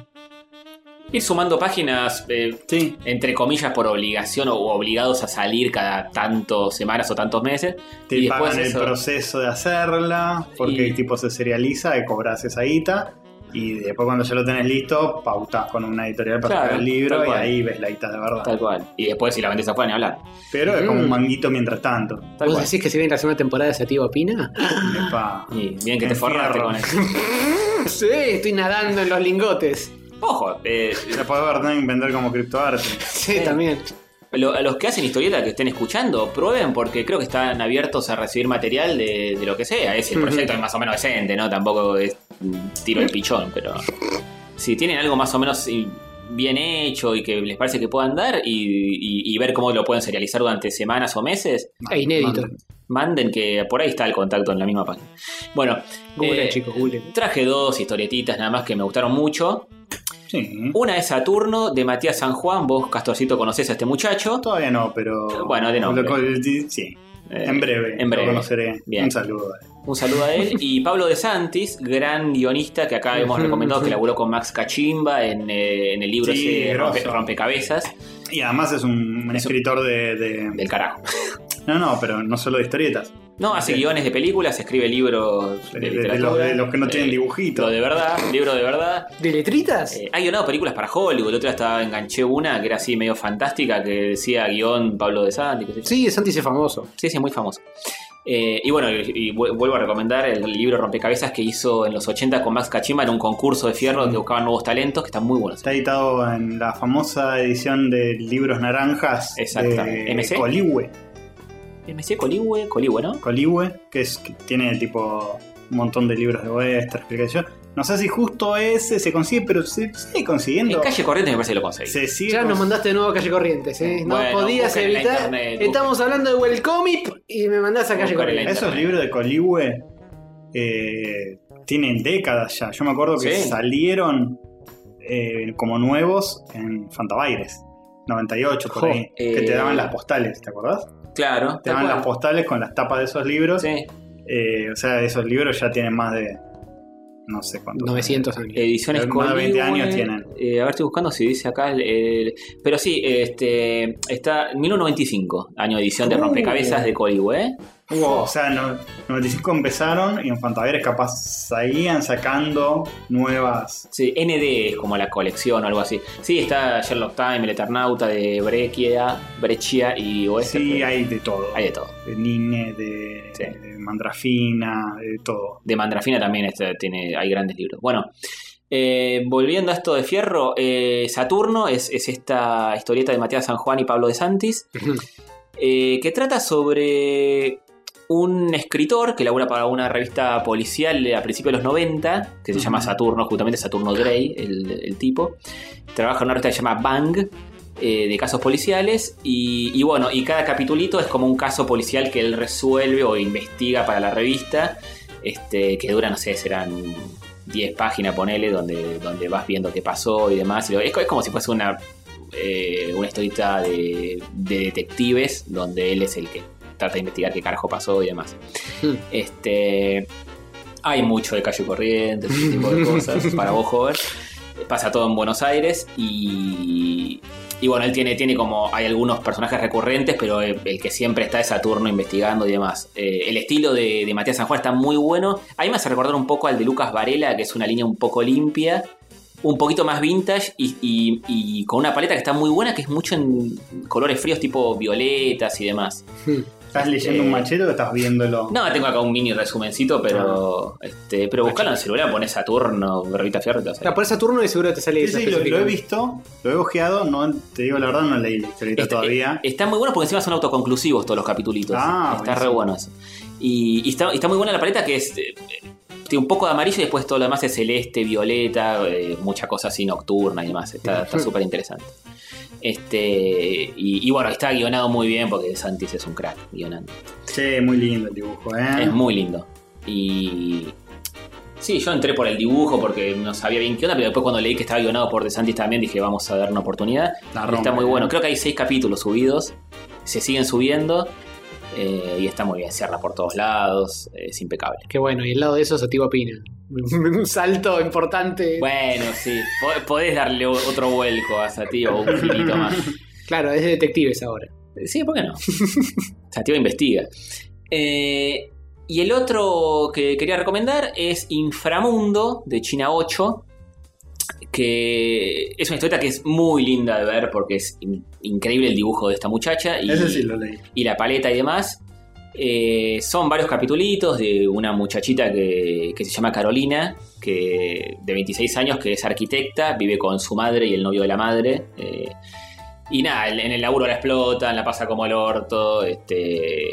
S1: Ir sumando páginas, eh,
S3: sí.
S1: entre comillas, por obligación o obligados a salir cada tantos semanas o tantos meses.
S3: Te
S1: y después
S3: pagan el
S1: eso-
S3: proceso de hacerla, porque
S1: Y-
S3: el tipo se serializa y cobras esa guita. Y después, cuando ya lo tenés listo, pautás con una editorial para
S1: Claro,
S3: sacar
S1: tal
S3: el libro y
S1: cual.
S3: ahí ves la guita de verdad.
S1: Tal cual. Y después, si la vendés afuera, ni hablar.
S3: Pero es como un
S2: Mm.
S3: manguito mientras tanto.
S1: Tal
S2: ¿Vos
S1: cual.
S2: decís que si viene la segunda temporada se activa Pina?
S3: Epa.
S1: Y bien que te
S3: Encierro.
S1: forraste con eso.
S2: sí, estoy nadando en los lingotes.
S1: Ojo, eh,
S3: La podés ver, ¿no? vender como criptoarte.
S2: Sí,
S1: Sí.
S2: también.
S1: Lo- a los que hacen historieta que estén escuchando, prueben porque creo que están abiertos a recibir material de, de lo que sea. Es el
S2: Ujú.
S1: proyecto es más o menos decente, ¿no? Tampoco es mm, tiro el pichón, pero si tienen algo más o menos y- bien hecho y que les parece que puedan dar y, y- y ver cómo lo pueden serializar durante semanas o meses,
S2: E inédito.
S3: Manden.
S1: manden que por ahí está el contacto en la misma página. Bueno,
S2: Google,
S1: eh,
S2: chicos, Google.
S1: traje dos historietitas nada más que me gustaron mucho.
S3: Sí.
S1: Una es Saturno de Matías San Juan, vos Castorcito conocés a este muchacho.
S3: Todavía no, pero.
S1: Bueno, de nombre.
S3: Lo- lo- Sí.
S1: Eh,
S3: en breve.
S1: en breve.
S3: Lo conoceré.
S1: Bien.
S3: Un saludo.
S1: Un saludo a él. Y Pablo De Santis, gran guionista que acá hemos
S2: Ujú,
S1: recomendado,
S2: ujú.
S1: que laburó con Max Cachimba en, eh, en el libro
S3: Sí,
S1: ese
S3: grosso.
S1: rompe- Rompecabezas
S3: Y además es un, un
S1: Es un-
S3: escritor de, de-
S1: del carajo.
S3: No, no, pero no solo de historietas.
S1: No, hace
S3: Sí.
S1: guiones de películas, escribe libros de,
S3: De, de- de los,
S1: literatura.
S3: de los que no tienen
S1: eh, Lo
S3: dibujitos.
S1: de verdad, libro de verdad.
S2: ¿De letritas?
S1: Eh, ha guionado películas para Hollywood. La otra estaba, enganché una que era así medio fantástica, que decía guión Pablo De Santis. qué sé yo.
S2: Sí, Santi es famoso.
S1: Sí, sí, es muy famoso. Eh, y bueno, y, y vu- vuelvo a recomendar el libro Rompecabezas que hizo en los 80 con Max Cachimba en un concurso de fierro donde buscaban nuevos talentos, que están muy buenos.
S3: Está editado en la famosa edición de Libros Naranjas
S1: Exacto.
S3: de
S1: MC.
S3: Coligüe.
S1: MC Eh, Coligüe, Coligüe, ¿no?
S3: Coligüe, que, es, que tiene tipo un montón de libros de Western, explicación. No sé si justo ese se consigue, pero se sigue consiguiendo.
S1: En calle corriente me parece que lo conseguí.
S3: Se sigue
S2: Ya
S3: cons-
S2: nos mandaste de nuevo a Calle Corrientes, ¿eh? No
S1: Bueno,
S2: podías
S1: busquen en la
S2: evitar.
S1: internet, busquen.
S2: Estamos hablando de Welcomip y me mandás a Calle
S1: Busquen en la
S2: Corrientes.
S3: Esos libros de Coligüe eh, tienen décadas ya. Yo me acuerdo que
S1: Sí.
S3: salieron eh, como nuevos en Fantabaires. 98 por
S2: Jo,
S3: ahí. que te
S1: eh,
S3: daban las postales, ¿te acordás?
S1: Claro,
S3: Te
S1: tal
S3: daban
S1: cual.
S3: las postales con las tapas de esos libros.
S1: Sí.
S3: Eh, o sea, esos libros ya tienen más de. No sé cuántos.
S2: 900 años.
S1: Ediciones
S3: Más de 20
S1: Coligüe.
S3: años tienen.
S1: Eh, a ver, estoy buscando si dice acá. el- el- Pero sí, este está 1995, año de edición de
S3: Uh.
S1: Rompecabezas de Coligüe. ¿eh?
S3: O sea, no- 95 empezaron y en Fantabaires capaz seguían sacando nuevas.
S1: Sí, ND es como la colección o algo así. Sí, está Sherlock Time, El Eternauta de Brechia, Brechia y Oeste.
S3: Sí,
S1: pero
S3: hay de todo.
S1: hay de todo.
S3: De Nine, de,
S1: Sí.
S3: de Mandrafina, de todo.
S1: De Mandrafina también este, tiene, hay grandes libros. Bueno, Eh, volviendo a esto de Fierro, eh, Saturno es, es esta historieta de Matías San Juan y Pablo de Santis, eh, que trata sobre un escritor que labura para una revista policial a principios de los 90, que se llama Saturno, justamente Saturno Grey, el, el tipo. Trabaja en una revista que se llama Bang, eh, de casos policiales, y, y bueno, y cada capitulito es como un caso policial que él resuelve o investiga para la revista, este, que dura, no sé, serán 10 páginas, ponele, donde, donde vas viendo qué pasó y demás. y lo- es, co- es como si fuese una, eh, una historieta de, de detectives, donde él es el que trata de investigar qué carajo pasó y demás.
S2: Hmm.
S1: Este, hay mucho de calle corriente, ese tipo de cosas, para vos, joven. Pasa todo en Buenos Aires y, y bueno, él tiene, tiene como. Hay algunos personajes recurrentes, pero el, el que siempre está es Saturno investigando y demás. Eh, el estilo de, de Matías San Juan está muy bueno. A mí me hace recordar un poco al de Lucas Varela, que es una línea un poco limpia, un poquito más vintage y, y- y con una paleta que está muy buena, que es mucho en colores fríos, tipo violetas y demás.
S3: ¿Estás leyendo un
S1: Eh,
S3: machete o estás viéndolo?
S1: No, tengo acá un mini resumencito, pero. Este, pero buscalo en el celular, pones Saturno, Revista Fierro y te va a salir.
S2: La pones Saturno y seguro te sale
S3: Sí,
S2: esa
S3: sí, lo, lo he
S2: específica.
S3: visto, lo he ojeado, no, te digo la verdad, no leí la historieta
S1: Está-
S3: todavía.
S1: eh, Están muy buenos porque encima son autoconclusivos todos los capitulitos.
S3: Ah,
S1: está re
S3: buenísimo.
S1: bueno eso. Y, y está, y está muy buena la paleta que es. eh, Tiene un poco de amarillo y después todo lo demás es celeste, violeta, eh, mucha cosa así nocturna y demás. Está está
S2: Ujú.
S1: súper interesante. Este, y, y bueno, está guionado muy bien porque Santis es un crack guionando.
S3: Che, muy lindo el dibujo, ¿eh?
S1: este. Es muy lindo. Y. Sí, yo entré por el dibujo porque no sabía bien qué onda, pero después cuando leí que estaba guionado por De Santis también dije, vamos a dar una oportunidad.
S3: La
S1: Está
S3: rompe,
S1: muy
S3: ¿eh?
S1: bueno. Creo que hay seis capítulos subidos. Se siguen subiendo. eh, y está muy bien. Cierra por todos lados. Es impecable.
S2: Qué bueno, y al lado de eso Sativa Pina. Un salto importante.
S1: Bueno, sí. po- Podés darle o- otro vuelco a Sativa o un girito más.
S2: Claro, es de detectives ahora.
S1: Sí, ¿por qué no? Sativa investiga. Eh, y el otro que quería recomendar es Inframundo de China 8. Que es una historieta que es muy linda de ver porque es in- increíble el dibujo de esta muchacha. Y
S3: Ese sí lo leí.
S1: y la paleta y demás. Eh, son varios capitulitos de una muchachita que, que se llama Carolina, que de 26 años, que es arquitecta, vive con su madre y el novio de la madre. eh, y nada, en en el laburo la explotan, la pasa como el orto, este,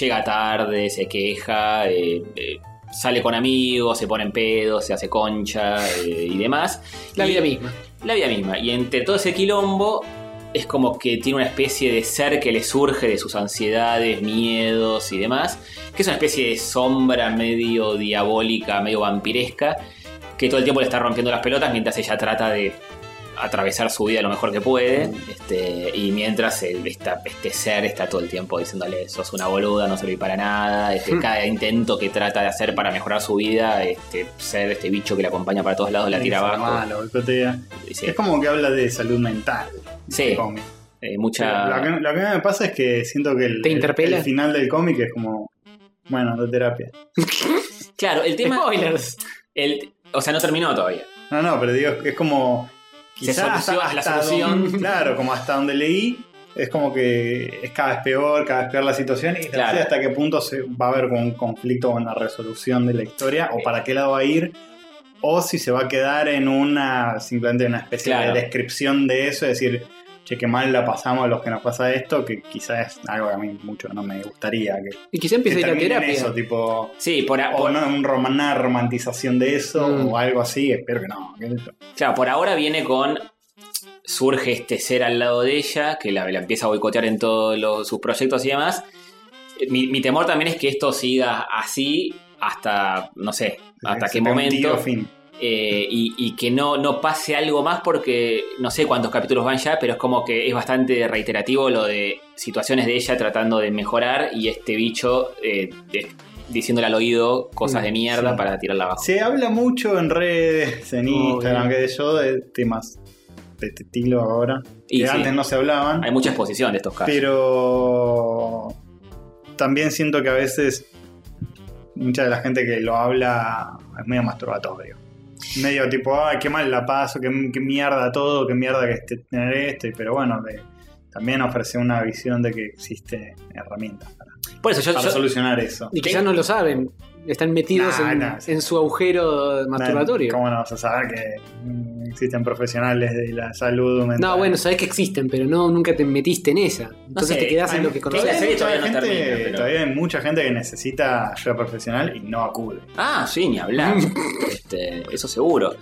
S1: llega tarde, se queja, eh, eh, sale con amigos, se pone en pedo, se hace concha eh, y demás.
S2: La
S1: Y-
S2: vida misma.
S1: la vida misma. Y entre todo ese quilombo, es como que tiene una especie de ser que le surge de sus ansiedades, miedos y demás, que es una especie de sombra medio diabólica, medio vampiresca, que todo el tiempo le está rompiendo las pelotas mientras ella trata de atravesar su vida lo mejor que puede, este, y mientras el- esta- este ser está todo el tiempo diciéndole, sos una boluda, no serví para nada, este, cada intento que trata de hacer para mejorar su vida, este ser, este bicho que la acompaña para todos lados, la tira
S3: Ese
S1: abajo.
S3: malo, boicotea.
S1: Y se-
S3: Es como que habla de salud mental.
S1: Sí.
S3: el cómic.
S1: Eh,
S3: Lo,
S1: mucha.
S3: que, lo que me pasa es que siento que el,
S2: ¿Te
S3: el-
S2: interpela?
S3: el final del cómic es como, bueno, de terapia.
S1: Claro, el tema.
S2: Spoilers.
S1: el- o sea, no terminó todavía.
S3: No, no, pero digo, es como.
S1: Se
S3: quizás
S1: soluciona la solución.
S3: donde- claro, como hasta donde leí, es como que es cada vez peor, cada vez peor la situación y no
S1: Claro.
S3: sé hasta qué punto se va a haber como un conflicto con la resolución de la historia o para qué lado va a ir. O si se va a quedar en una, simplemente una especie
S1: Claro.
S3: de descripción de eso, es decir, che, qué mal la pasamos a los que nos pasa esto, que quizás es algo que a mí mucho no me gustaría. Que,
S2: Y quizá empiece
S3: que
S2: la
S3: termine en
S2: terapia.
S3: eso, tipo,
S1: Sí, por, a-
S3: o
S1: por-
S3: no, un rom- una romantización de eso
S2: Mm.
S3: o algo así, espero que no. qué sé yo.
S1: claro, por ahora viene con. Surge este ser al lado de ella, que la, la empieza a boicotear en todos los- sus proyectos y demás. Eh, Mi, mi temor también es que esto siga así hasta, no sé, hasta
S3: Se
S1: qué
S3: pega un tiro,
S1: momento.
S3: fin.
S1: eh, y, y que no, no pase algo más porque no sé cuántos capítulos van ya, pero es como que es bastante reiterativo lo de situaciones de ella tratando de mejorar y este bicho eh, de- diciéndole al oído cosas de mierda
S3: Sí.
S1: para tirarla abajo.
S3: Se habla mucho en redes, en
S2: Obvio.
S3: Instagram, que yo, de temas de este estilo ahora.
S1: Y
S3: que
S1: sí,
S3: antes no se hablaban.
S1: Hay mucha exposición de estos casos.
S3: Pero también siento que a veces mucha de la gente que lo habla es medio masturbatorio. Medio tipo, ay, qué mal la paso, qué, qué mierda todo, qué mierda que este, tener esto. y- Pero bueno, de- también ofrece una visión de que existe herramientas. para-
S1: Por eso yo,
S3: para
S1: yo-
S3: solucionar eso.
S2: Y quizás no lo saben. Están metidos
S3: Nah,
S2: en,
S3: nah, sí.
S2: en su agujero masturbatorio.
S3: ¿Cómo no vas a saber que mm, existen profesionales de la salud mental?
S2: No, bueno, sabés que existen, pero no nunca te metiste en esa. Entonces
S1: sé,
S2: te quedás
S3: Hay-
S2: en lo que
S1: Sí, la
S2: conoces.
S1: serie
S3: mucha
S1: todavía no
S3: gente,
S1: termina, pero-
S3: todavía hay mucha gente que necesita ayuda profesional y no acude.
S1: Ah, sí, ni hablar. Este, eso seguro.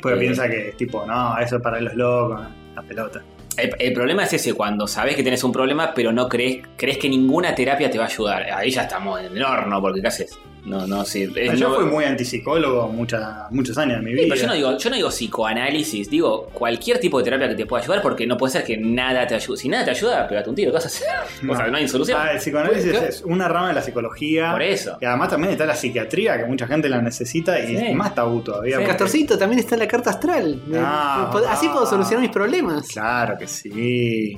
S3: Porque
S1: Eh.
S3: piensa que es tipo, no, eso es para los locos, la pelota.
S1: El, el problema es ese, cuando sabes que tenés un problema, pero no crees, crees que ninguna terapia te va a ayudar. Ahí ya estamos en el horno, porque ¿qué haces? No, no, sí. es
S3: yo
S1: Eh, no-
S3: fui muy antipsicólogo mucha- muchos años de
S1: Sí,
S3: mi vida.
S1: pero yo no digo, yo no digo psicoanálisis, digo cualquier tipo de terapia que te pueda ayudar, porque no puede ser que nada te ayude. Si nada te ayuda, pegate un tiro, ¿qué vas a hacer?
S3: No.
S1: O sea, no hay solución.
S3: Ah, el psicoanálisis
S2: Pues,
S3: es una rama de la psicología.
S1: Por eso.
S3: Y además también está la psiquiatría, que mucha gente la necesita y
S1: Sí.
S3: es más tabú todavía.
S1: Sí.
S3: porque-
S2: Castorcito, también está en la carta astral.
S3: Ah.
S2: Eh, Así puedo solucionar mis problemas.
S3: Claro que sí.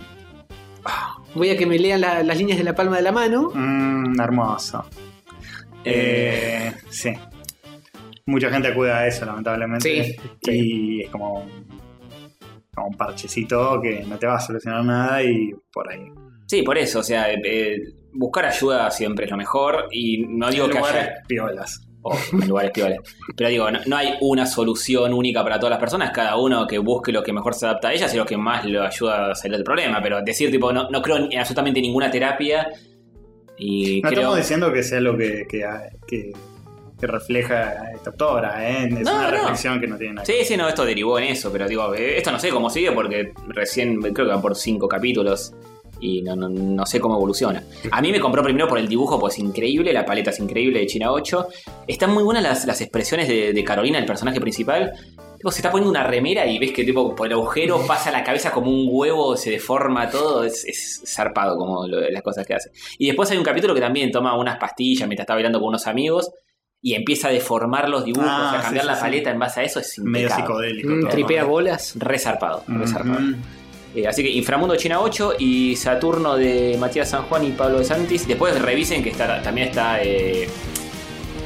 S2: Voy a que me lean la- las líneas de la palma de la mano.
S3: Mm, hermoso. Eh, sí. Mucha gente acude a eso, lamentablemente.
S2: Sí,
S3: Y es como un, como un parchecito que no te va a solucionar nada y por ahí.
S1: Sí, por eso, o sea, eh, eh, buscar ayuda siempre es lo mejor y no digo
S3: Hay
S1: que
S3: lugares
S1: haya...
S3: piolas.
S1: o en lugares peores. Pero digo, no, no hay una solución única para todas las personas, cada uno que busque lo que mejor se adapta a ellas y lo que más lo ayuda a salir del problema. Pero decir, tipo, no, no creo en absolutamente ninguna terapia y
S3: No
S1: creo...
S3: estamos diciendo que sea lo que, que, ah, que- que refleja esta autora, ¿eh? Es
S1: No,
S3: una
S1: no.
S3: reflexión que no tiene nada.
S1: Sí, sí, no, esto derivó en eso, pero digo, eh, esto no sé cómo sigue porque recién creo que van por cinco capítulos y no, no, no sé cómo evoluciona. A mí me compró primero por el dibujo, pues increíble, la paleta es increíble de China 8. Están muy buenas las, las expresiones de, de Carolina, el personaje principal. Tipo, se está poniendo una remera y ves que tipo por el agujero pasa la cabeza como un huevo, se deforma todo, es, es zarpado como lo- las cosas que hace. Y después hay un capítulo que también toma unas pastillas mientras está bailando con unos amigos y empieza a deformar los dibujos,
S3: Ah,
S1: a cambiar
S3: sí,
S1: la
S3: sí, sí.
S1: paleta en base a eso, es
S3: Medio
S1: impecable.
S3: psicodélico.
S2: Mm,
S3: todo,
S2: tripea
S3: ¿no?
S2: bolas.
S1: Re zarpado, re zarpado.
S3: Ujú.
S1: Eh, así que Inframundo China 8 y Saturno de Matías San Juan y Pablo de Santis. Después revisen que está, también está eh,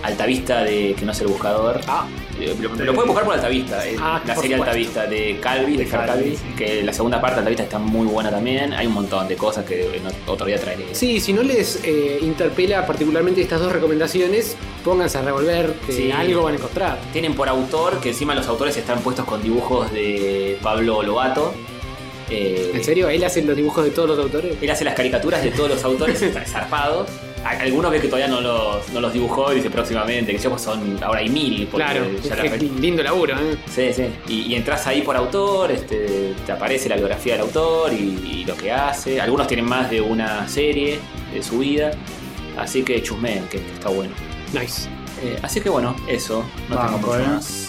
S1: Altavista de que no es el buscador.
S2: Ah.
S1: Eh, lo, lo pueden buscar por Altavista, eh,
S2: Ah,
S1: la
S2: por
S1: serie
S2: supuesto.
S1: Altavista de Calvi, de
S3: De
S1: Fer
S3: Calvi,
S1: Calvi, que la segunda parte de Altavista está muy buena también. Hay un montón de cosas que en otro día traeré.
S2: Sí, si no les eh, interpela particularmente estas dos recomendaciones, pónganse a revolver, que
S1: Sí.
S2: algo van a encontrar.
S1: Tienen por autor, que encima los autores están puestos con dibujos de Pablo Lobato. Eh,
S2: ¿En serio? ¿Él hace los dibujos de todos los autores?
S1: Él hace las caricaturas de todos los autores está zarpado. A- Algunos ve que todavía no los, no los dibujó y dice próximamente, que yo pues son, ahora hay mil. porque
S2: Claro,
S1: ya la
S2: es que
S1: fe-
S2: lindo laburo, ¿eh?
S1: Sí, sí. Y, y entras ahí por autor, este, te aparece la biografía del autor y, y lo que hace. Algunos tienen más de una serie de su vida. Así que chusmeen, que, que está bueno.
S2: Nice.
S1: Eh, así que bueno, eso. No
S3: Vamos,
S1: tengo mucho
S3: ¿eh?
S1: más.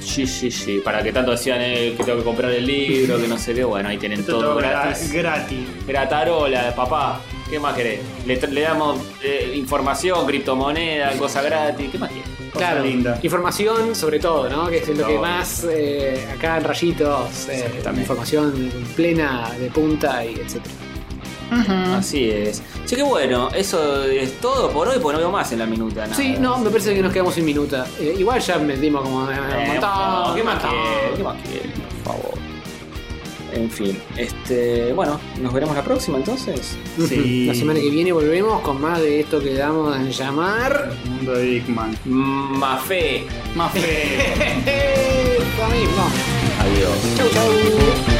S1: Sí, sí, sí. Para que tanto decían eh, que tengo que comprar el libro, que no sé qué. Bueno, ahí tienen
S3: Esto
S1: todo
S3: todo gra-
S1: gratis.
S3: gratis.
S1: Gratarola, papá. ¿Qué más querés? Le, le damos eh, información, criptomoneda, cosa gratis. ¿Qué más quieres?
S2: Claro,
S3: linda.
S2: información sobre todo, ¿no? Que es lo que
S1: Todo.
S2: más eh, acá en rayitos, eh,
S1: Exactamente.
S2: información plena, de punta y etcétera.
S1: Así es. Así que bueno, eso es todo por hoy, porque no veo más en la minuta. nada.
S2: Ah, Sí, no, me parece que nos quedamos sin minuta. Eh, igual ya metimos como eh, un
S1: Eh,
S2: montón.
S1: ¿Qué
S2: un
S1: más
S2: montón.
S1: quieres? ¿Qué más quieres? Por favor. En fin, este, bueno, nos veremos la próxima entonces.
S3: Sí.
S2: La semana que viene volvemos con más de esto que damos en llamar.
S3: Mundo de Dickman.
S1: Mafé.
S3: Más feo.
S2: Lo mismo. 啊
S1: Adiós.
S2: Chau, chau.